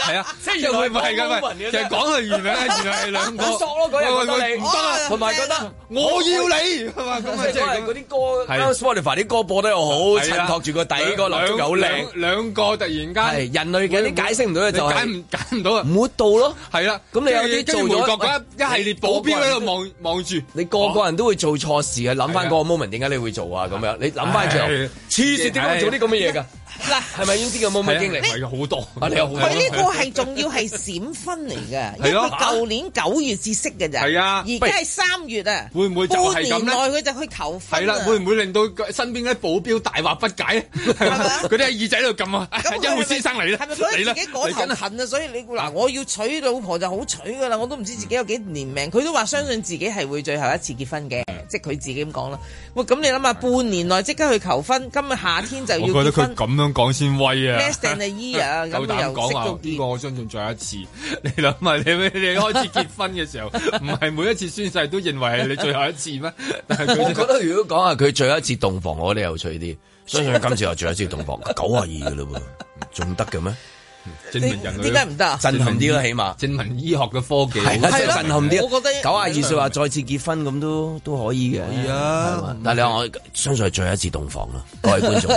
Speaker 3: 係啊，即係會唔會係咁啊？其實 講佢原名係原來係兩個，
Speaker 2: 好索咯嗰日
Speaker 3: 喂喂
Speaker 2: 覺得
Speaker 3: 喂
Speaker 2: 你
Speaker 3: 唔得啊，
Speaker 2: 同埋覺得
Speaker 3: 我要你係嘛？ 咁啊，即係
Speaker 2: 嗰啲歌
Speaker 3: 係
Speaker 2: Spotify 啲歌播得又好，
Speaker 3: 係
Speaker 2: 襯
Speaker 3: 啦
Speaker 2: 托住個底個蠟燭又好靚
Speaker 3: 兩。兩個突然間
Speaker 2: 係人類嘅，你解釋唔到嘅就係
Speaker 3: 解唔解唔到啊？
Speaker 2: 抹到咯，
Speaker 3: 係啦。
Speaker 2: 咁你有啲
Speaker 3: 跟住
Speaker 2: 做咗
Speaker 3: 回國嗰一一系列保鏢喺度望望住，
Speaker 2: 你個個人都會做錯事嘅，諗翻嗰個 moment 啊點解你會做啊咁樣，你諗翻轉頭，
Speaker 3: 係
Speaker 2: 黐線點解會做啲咁嘅嘢㗎？
Speaker 4: 嗱，
Speaker 2: 係咪呢啲有冇乜經歷？
Speaker 4: 係
Speaker 3: 好多，
Speaker 2: 啊你有好多
Speaker 4: 佢呢個係仲要係閃婚嚟㗎，
Speaker 3: 係
Speaker 4: 因為
Speaker 3: 咯
Speaker 4: 舊年九月至識㗎咋，
Speaker 3: 係啊
Speaker 4: 而家係三月啊，
Speaker 3: 會唔會就係咁
Speaker 4: 半
Speaker 3: 咧
Speaker 4: 年內佢就去求
Speaker 3: 係
Speaker 4: 婚
Speaker 3: 啦，會
Speaker 4: 唔
Speaker 3: 唔會令到身邊嗰啲保鏢大惑不解咧？ 嗰啲喺耳仔度撳啊，一護先生嚟啦，
Speaker 4: 係咪佢
Speaker 3: 嚟啦
Speaker 4: 自己嗰頭
Speaker 3: 嚟緊啊
Speaker 4: 痕啊？所以你嗱，我要娶老婆就好娶㗎啦，我都唔知自己有幾年命。佢都話相信自己係會最後一次結婚嘅，
Speaker 3: 嗯
Speaker 4: 即係佢自己咁講啦。喂，咁你諗下，半年內即刻去求婚，今日夏天就要
Speaker 3: 我覺得
Speaker 4: 結
Speaker 3: 佢
Speaker 4: 婚。
Speaker 3: 咁樣講先威啊
Speaker 4: Less than a year，咁
Speaker 3: 夠膽
Speaker 4: 又
Speaker 3: 講啊
Speaker 4: 識到
Speaker 3: 話呢個我相信最後一次。 你諗下，你你開始結婚嘅時候，唔係每一次宣誓都認為係你最後一次咩？ 但係
Speaker 2: 我
Speaker 3: 佢
Speaker 2: 覺得如果講下佢最後一次洞房，我覺得有趣啲。相信佢今次又最後一次洞 房，九啊二噶啦喎，仲得嘅咩？
Speaker 3: 證明人類
Speaker 4: 嗯點解唔得啊
Speaker 2: 震撼啲啦，起碼
Speaker 3: 證明醫學嘅科技
Speaker 2: 係啊，
Speaker 3: 係
Speaker 2: 震
Speaker 3: 咯
Speaker 2: 撼啲。
Speaker 4: 我覺得
Speaker 2: 九啊二歲話再次結婚咁都都可以嘅，係啊。但係你話我相信係最後一次洞房啦，各位 觀眾。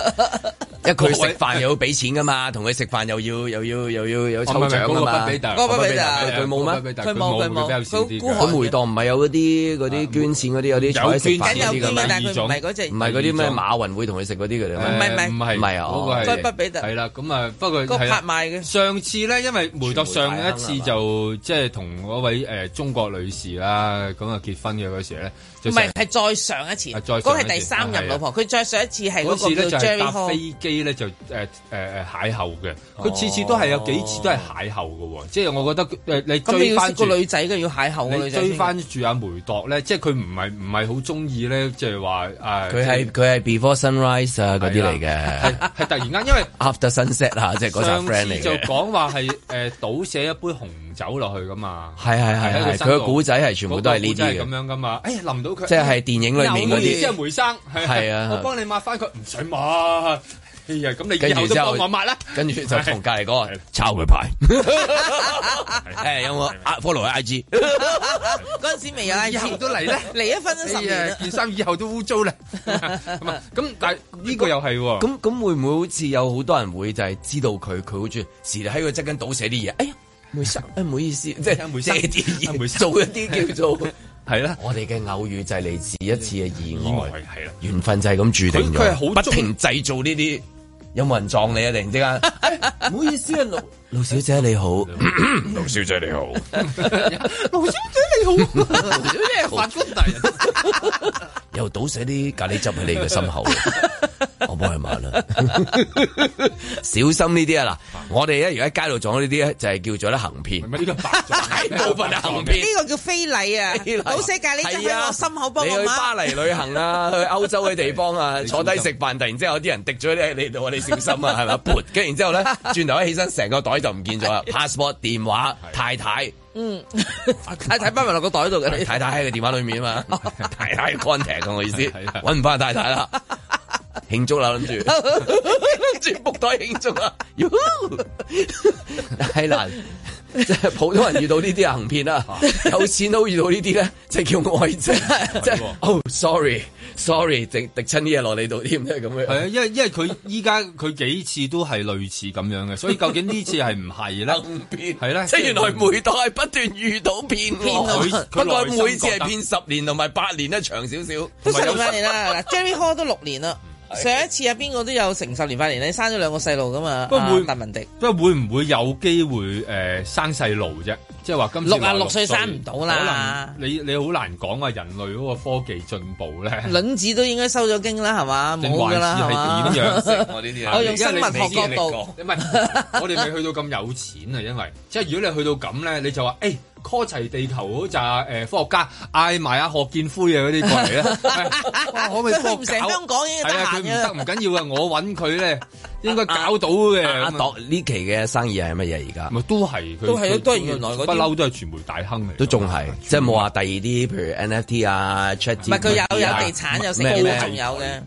Speaker 2: 因為佢食飯又要俾錢噶嘛，同佢食飯又要又要又要有抽
Speaker 3: 哦唔係唔係
Speaker 2: 獎
Speaker 3: 嗰
Speaker 2: 噶
Speaker 3: 個
Speaker 2: 嘛。
Speaker 3: 不俾大
Speaker 2: 嗰個
Speaker 3: 嗰個不俾大
Speaker 2: 佢冇咩？
Speaker 3: 嗰個不俾大佢冇佢冇佢冇佢比較少啲㗎
Speaker 2: 佢梅檔唔係有嗰啲嗰
Speaker 3: 啊
Speaker 2: 啲捐錢嗰啲有啲坐喺食飯嗰啲
Speaker 4: 有捐
Speaker 2: 㗎嘛
Speaker 4: 嘅啊但係佢唔係嗰隻
Speaker 2: 唔係嗰啲咩馬雲會同佢食嗰啲㗎
Speaker 3: 唔係唔係
Speaker 2: 唔係唔係啊
Speaker 3: 嗰
Speaker 2: 哦
Speaker 3: 個係
Speaker 4: 不比特
Speaker 3: 係啦，咁啊，不過
Speaker 4: 個
Speaker 3: 係啦
Speaker 4: 拍賣嘅
Speaker 3: 上次咧，因為梅特上一次就即係同嗰位誒中國女士啦，咁啊結婚嘅嗰時咧，就
Speaker 4: 唔
Speaker 3: 成
Speaker 4: 係，係再上一次，
Speaker 3: 係再上一次啊
Speaker 4: 嗰個係第三任老婆，佢再上一次係
Speaker 3: 嗰次
Speaker 4: 嗰
Speaker 3: 咧
Speaker 4: 個
Speaker 3: 就
Speaker 4: 叫
Speaker 3: 係
Speaker 4: Jerry
Speaker 3: 搭
Speaker 4: Hall。
Speaker 3: 飛機咧就誒誒誒邂逅嘅，
Speaker 2: 哦
Speaker 3: 佢次次都係有幾次都係邂逅嘅喎，即係我覺得誒呃你
Speaker 4: 咁你
Speaker 3: 追
Speaker 4: 要
Speaker 3: 翻
Speaker 4: 識個
Speaker 3: 住
Speaker 4: 女仔嘅，要邂逅個女
Speaker 3: 你
Speaker 4: 仔
Speaker 3: 追
Speaker 4: 先。
Speaker 3: 翻住阿梅鐸咧，即係佢唔係唔係好中意咧，即係話啊誒
Speaker 2: 佢係佢係 Before Sunrise 啊嗰啲嚟 嘅
Speaker 3: 係突然間因為。
Speaker 2: ，After Sunset 啊，即係嗰
Speaker 3: 上
Speaker 2: 集 friend
Speaker 3: 次
Speaker 2: 嚟
Speaker 3: 就
Speaker 2: 嘅。
Speaker 3: 講話係誒倒瀉一杯紅酒落去噶嘛，
Speaker 2: 係係係
Speaker 3: 喺身
Speaker 2: 係
Speaker 3: 度
Speaker 2: 佢個古仔係全部都係
Speaker 3: 嗰
Speaker 2: 呢啲嘅
Speaker 3: 個古仔係咁樣噶嘛，誒淋到佢，
Speaker 2: 即係電影裏面嗰啲
Speaker 3: 有意思啊係梅生，
Speaker 2: 係啊
Speaker 3: 我幫你抹翻佢，唔使抹，哎呀，咁你以
Speaker 2: 跟
Speaker 3: 後
Speaker 2: 住
Speaker 3: 都
Speaker 2: 之後
Speaker 3: 幫我抹啦，
Speaker 2: 跟住就同隔離嗰個抄 佢牌。 誒有冇啊 follow 喺 IG？
Speaker 4: 嗰陣時未有 I
Speaker 3: 以
Speaker 4: G，
Speaker 3: 後都嚟啦
Speaker 4: 離咗婚都十年
Speaker 3: 哎呀
Speaker 4: 啦。
Speaker 3: 件衫以後都污 糟啦，咁啊，咁但係呢個又係喎，
Speaker 2: 咁咁會唔會好似有好多人會就係知道佢佢好中意，時時喺佢側跟倒瀉啲嘢？哎呀，梅生，哎唔好意思，即係
Speaker 3: 梅
Speaker 2: 借
Speaker 3: 生
Speaker 2: 啲
Speaker 3: 啊梅
Speaker 2: 嘢，
Speaker 3: 生
Speaker 2: 做一啲叫做
Speaker 3: 係啦。
Speaker 2: 我哋嘅偶遇就係嚟自一次嘅意外，
Speaker 3: 哦係啦，
Speaker 2: 緣分就係咁注定
Speaker 3: 佢佢係好
Speaker 2: 咗，不停製造呢啲。有冇人撞你啊？突然之間， 哎唔好意思啊，盧 盧小姐你好，盧小姐你好，
Speaker 4: 盧小姐你好，啊盧小姐
Speaker 3: 啊
Speaker 2: 法
Speaker 4: 官大人。
Speaker 2: 又倒瀉啲咖喱汁喺你嘅心 口，我幫佢抹啦。 小心呢啲啊！嗱，我哋咧而家喺街度撞到呢啲咧，就係叫做咧行騙。
Speaker 3: 呢個白
Speaker 2: 部分係行騙
Speaker 4: 呢。個叫非禮啊！ 老寫咖喱汁
Speaker 3: 啊
Speaker 4: 喺我心口幫
Speaker 2: 啊你
Speaker 4: 我
Speaker 2: 去
Speaker 4: 抹。
Speaker 2: 巴黎旅 行啊，去歐洲嘅地方啊，坐低食飯，突然之後有啲人滴咗啲喺你度啊，你小心 啊，係咪？撥，跟住然之後咧，轉頭一起身，成個袋就唔見咗啦，passport、電話、太太。
Speaker 4: 嗯， 太太包埋落個袋度嘅你。
Speaker 2: 太太喺個電話裏面啊 嘛，太太 contact 啊我意思，揾唔翻太太啦，慶祝啦諗住， 諗住 book 袋慶祝啊，太難，即係普通人遇到呢啲行騙啦，有錢佬遇到呢啲咧，即係叫愛啫，即係哦 sorry sorry，滴滴親啲嘢落你度添，即係咁 樣。
Speaker 3: 係啊，因為因為佢依家佢幾次都係類似咁樣嘅，所以究竟呢次係唔係 咧？係咧，
Speaker 2: 即係原來每代係不斷遇到騙
Speaker 3: 佢
Speaker 2: 案， 不
Speaker 3: 佢
Speaker 2: 過
Speaker 3: 內心
Speaker 2: 每次係
Speaker 3: 覺得
Speaker 2: 騙十年同埋八年咧長少少，
Speaker 4: 都十年八年啦，嗱，Jerry Hall 都六年啦。上一次啊，邊個都有成十年八年，你生咗兩個細路噶嘛？
Speaker 3: 不過
Speaker 4: 啊
Speaker 3: 會
Speaker 4: 達文迪
Speaker 3: 不過會唔會有機會誒、呃生細路啫？即係話今次
Speaker 4: 六啊
Speaker 3: 話
Speaker 4: 六歲生唔到啦。
Speaker 3: 可能你你好難講話人類嗰個科技進步 咧。
Speaker 4: 卵子都應該收咗經啦，係嘛？
Speaker 3: 定
Speaker 4: 冇
Speaker 3: 還
Speaker 4: 噶啦，
Speaker 3: 是
Speaker 4: 係嘛
Speaker 3: 係點樣？
Speaker 2: 呢
Speaker 4: 啊 我用生物學
Speaker 3: 因為你未經
Speaker 4: 角度
Speaker 3: 歷過唔係我哋未去到咁有錢啊！因為即係如果你去到咁咧，你就話誒 call 齊地球嗰扎誒科學家，哎嗌埋阿賀建輝啊嗰啲過嚟咧，哇可唔可以幫
Speaker 4: 佢去
Speaker 3: 我
Speaker 4: 唔成
Speaker 3: 搞
Speaker 4: 香港已經得
Speaker 3: 係啊，佢
Speaker 4: 閒
Speaker 3: 唔
Speaker 4: 嘅
Speaker 3: 得
Speaker 4: 啦
Speaker 3: 唔緊要啊，我揾佢咧應該搞到嘅。
Speaker 2: 阿
Speaker 3: 咁啊
Speaker 2: 度呢期嘅生意係乜嘢而家？
Speaker 3: 咪都係佢
Speaker 2: 都係
Speaker 3: 佢
Speaker 2: 都係原來嗰啲
Speaker 3: 不嬲都係傳媒大亨嚟㗎嘛，
Speaker 2: 都仲係，即係冇話第二啲，譬如 NFT 啊、Chat
Speaker 4: 唔係佢有有地產有成
Speaker 2: 咩咩
Speaker 4: 都仲有嘅。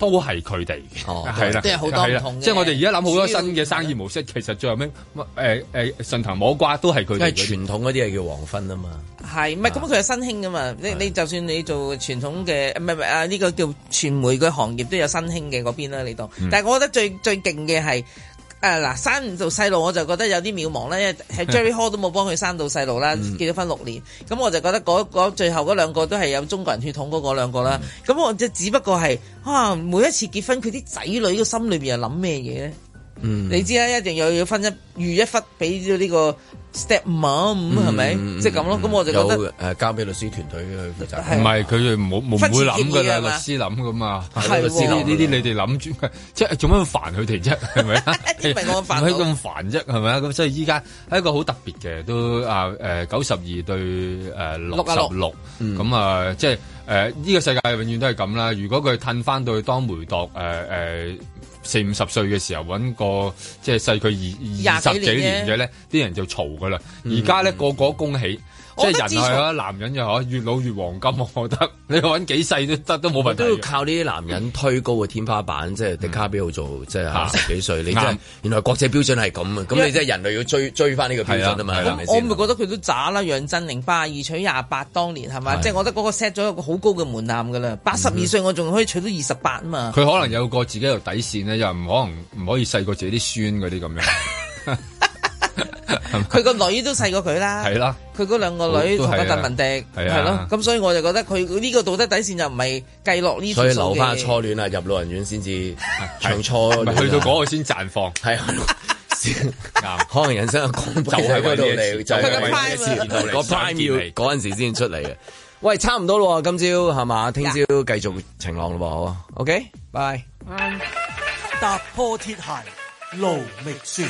Speaker 3: 都係佢哋嘅，係啦，
Speaker 4: 都係好多唔
Speaker 3: 係啦
Speaker 4: 同嘅
Speaker 3: 即係我哋而家諗好多新嘅生意模式，其實最後尾呃誒誒順藤摸瓜都係佢
Speaker 2: 因
Speaker 3: 哋
Speaker 2: 為
Speaker 3: 嗰啲。
Speaker 2: 傳統嗰啲係叫黃昏啊嘛。
Speaker 4: 係，唔係咁佢係新興噶嘛？你你就算你做傳統嘅，唔係唔係啊呢個叫傳媒嘅行業都有新興嘅嗰邊啦，你當。
Speaker 2: 嗯
Speaker 4: 但係我覺得最最勁嘅係誒呃嗱，生唔到細路我就覺得有啲渺茫啦，因為係 Jerry Hall 都冇幫佢生到細路啦，
Speaker 17: 嗯
Speaker 4: 結咗婚六年，咁我就覺得嗰嗰最後嗰兩個都係有中國人血統嗰嗰兩個啦，咁我就只不過係啊，每一次結婚佢啲仔女個心裏邊係諗咩嘢咧？
Speaker 2: 嗯
Speaker 4: 你知啦，一定又要分一預一忽俾咗呢個 step mom 係咪？
Speaker 2: 嗯
Speaker 4: 嗯即係咁咯，咁我就覺得。
Speaker 2: 有誒交俾律師團隊去負責。
Speaker 3: 唔係佢哋冇冇唔會諗噶啦，
Speaker 4: 忽
Speaker 3: 律
Speaker 4: 然
Speaker 3: 師諗噶嘛，
Speaker 2: 係
Speaker 3: 律師
Speaker 2: 喎
Speaker 3: 呢啲你哋諗住，即係做乜咁煩佢哋啫？ 係咪啊？
Speaker 4: 因為 我煩惱
Speaker 3: 唔係咁煩啫，係咪啊？咁所以依家係一個好特別嘅，都啊誒九十二對誒
Speaker 4: 六
Speaker 3: 六
Speaker 4: 啊
Speaker 3: 十六，咁啊即係誒呢個世界永遠都係咁啦。如果佢褪翻到去當梅鐸誒誒四五十歲嘅時候揾個即係細佢二
Speaker 4: 廿
Speaker 3: 二
Speaker 4: 幾
Speaker 3: 十幾
Speaker 4: 年
Speaker 3: 年
Speaker 4: 啫
Speaker 3: 嘅咧，啲人就嘈噶啦。而家咧個個恭喜。即係
Speaker 4: 我覺得
Speaker 3: 人
Speaker 4: 自
Speaker 3: 係
Speaker 4: 從
Speaker 3: 啊，男人又可越老越黃金，我覺得你揾幾世都得，都冇問題。
Speaker 2: 都要靠呢啲男人推高個天花板，即係迪卡比奧
Speaker 4: 嗯
Speaker 2: 做，即係十幾歲，你真係
Speaker 3: 啱
Speaker 2: 原來國際標準係咁啊！咁你即係人類要追追翻呢個標準啊嘛，係咪
Speaker 4: 我
Speaker 2: 先？
Speaker 4: 咪覺得佢都渣啦，楊振寧八廿二娶廿八，當年係嘛？
Speaker 3: 係
Speaker 4: 即係我覺得嗰個 set 咗一個好高嘅門檻㗎啦。八十二歲我仲可以娶到二十八啊嘛。
Speaker 3: 佢可能有個自己條底線咧，又唔可能唔可以細過自己啲孫嗰啲咁樣。
Speaker 4: 佢個女都細過佢啦，
Speaker 3: 係啦，
Speaker 4: 佢嗰兩個女
Speaker 3: 都
Speaker 4: 同
Speaker 3: 都係
Speaker 4: 阿
Speaker 3: 啊
Speaker 4: 鄧文迪
Speaker 3: 係啊
Speaker 4: 係咯，咁所以我就覺得佢呢個道德底線就唔係計落呢條
Speaker 2: 所以
Speaker 4: 數
Speaker 2: 留翻
Speaker 4: 嘅
Speaker 2: 初戀啊，入老人院先至唱初戀啊
Speaker 3: 咪去到嗰個先綻放。
Speaker 2: 係啊 啱，可能人生嘅光輝
Speaker 3: 就係為
Speaker 2: 喺嗰度
Speaker 3: 呢一次
Speaker 2: 嚟，就係為呢一次
Speaker 3: 為咗
Speaker 2: 見
Speaker 3: 個 prime 啊
Speaker 2: 到你，個
Speaker 3: 想見
Speaker 2: prime 要
Speaker 3: 你
Speaker 2: 嗰陣時先出嚟嘅。喂，差唔多咯喎，今朝係嘛？聽朝繼續晴朗咯喎，好啊，OK，拜。
Speaker 5: 踏破鐵鞋路未雪。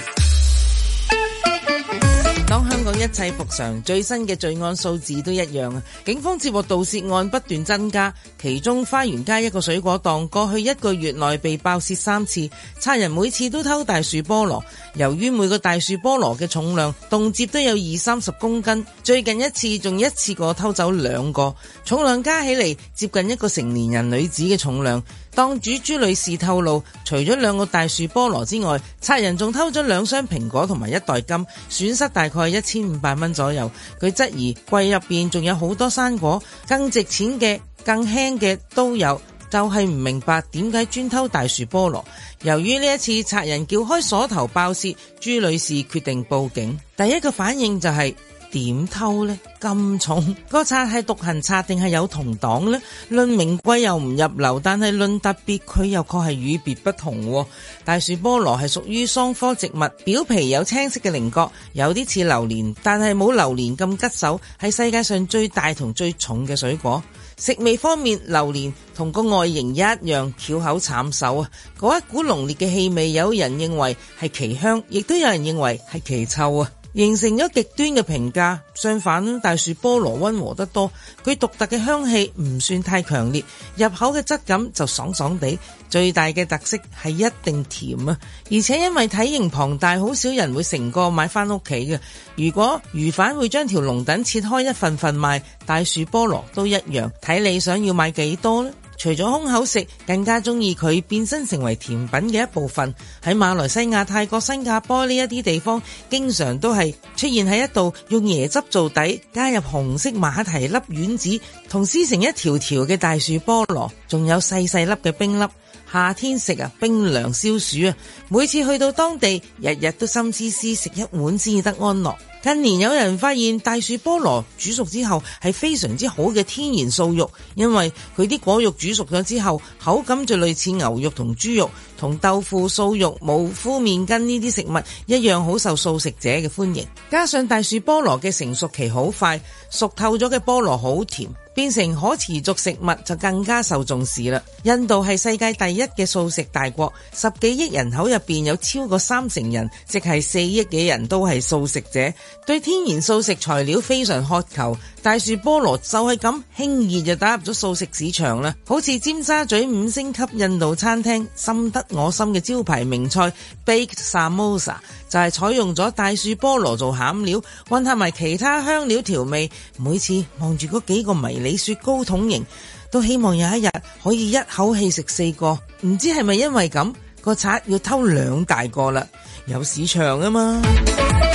Speaker 4: 當香港一切復常，最新嘅罪案數字都一樣啊！警方接獲盜竊案不斷增加，其中花園街一個水果檔過去一個月內被爆竊三次，賊人每次都偷大樹菠蘿。由於每個大樹菠蘿嘅重量動輒都有二三十公斤，最近一次仲一次過偷走兩個，重量加起嚟接近一個成年人女子嘅重量。檔主朱女士透露，除咗兩個大樹菠蘿之外，賊人仲偷咗兩箱蘋果同埋一袋金，損失大概一千五百蚊左右。佢質疑櫃入邊仲有好多生果，更值錢嘅、更輕嘅都有。就係唔明白點解專偷大樹菠蘿。由於呢一次賊人撬開鎖頭爆竊，朱女士決定報警。第一個反應就係、點偷呢？咁重 個賊係獨行賊定係有同黨呢？論名貴又唔入流，但係論特別佢又確係與別不同喎。大樹菠蘿係屬於桑科植物，表皮有青色嘅棱角，有啲似榴蓮，但係冇榴蓮咁棘手，係世界上最大同最重嘅水果。食味方面，榴蓮同個外形一樣，翹口慘手啊！嗰一股濃烈嘅氣味，有人認為係奇香，亦都有人認為係奇臭啊！形成咗極端嘅評價。相反，大樹菠蘿溫和得多，佢獨特嘅香氣唔算太強烈，入口嘅質感就爽爽地。最大嘅特色係一定甜啊！而且因為體型龐大，好少人會成個買翻屋企嘅。如果魚販會將條龍躉切開一份份賣，大樹菠蘿都一樣，睇你想要買幾多呢？除咗空口食，更加中意佢變身成為甜品嘅一部分。喺馬來西亞、泰國、新加坡呢一啲地方，經常都係出現喺一度用椰汁做底，加入紅色馬蹄粒丸子，同撕成一條條嘅大樹菠蘿，仲有細細粒嘅冰粒。夏天食啊，冰涼消暑啊！每次去到當地，日日都心思思食一碗先至得安樂。近年有人發現大樹菠蘿煮熟之後係非常之好嘅天然素肉，因為佢啲果肉煮熟咗之後，口感就類似牛肉同豬肉，同豆腐、素肉、無麩麵筋呢啲食物一樣好受素食者嘅歡迎。加上大樹菠蘿嘅成熟期好快，熟透咗嘅菠蘿好甜。變成可持續食物就更加受重視啦。印度係世界第一嘅素食大國，十幾億人口入邊有超過三成人，即係四億幾人都係素食者，對天然素食材料非常渴求。大樹菠蘿就係咁輕易就打入咗素食市場啦，好似尖沙咀五星級印度餐廳深得我心嘅招牌名菜 Baked Samosa 就係採用咗大樹菠蘿做餡料，混合埋其他香料調味。每次望住嗰幾個迷你雪糕桶型，都希望有一日可以一口氣食四個。唔知係咪因為咁，個賊要偷兩大個啦，有市場啊嘛〜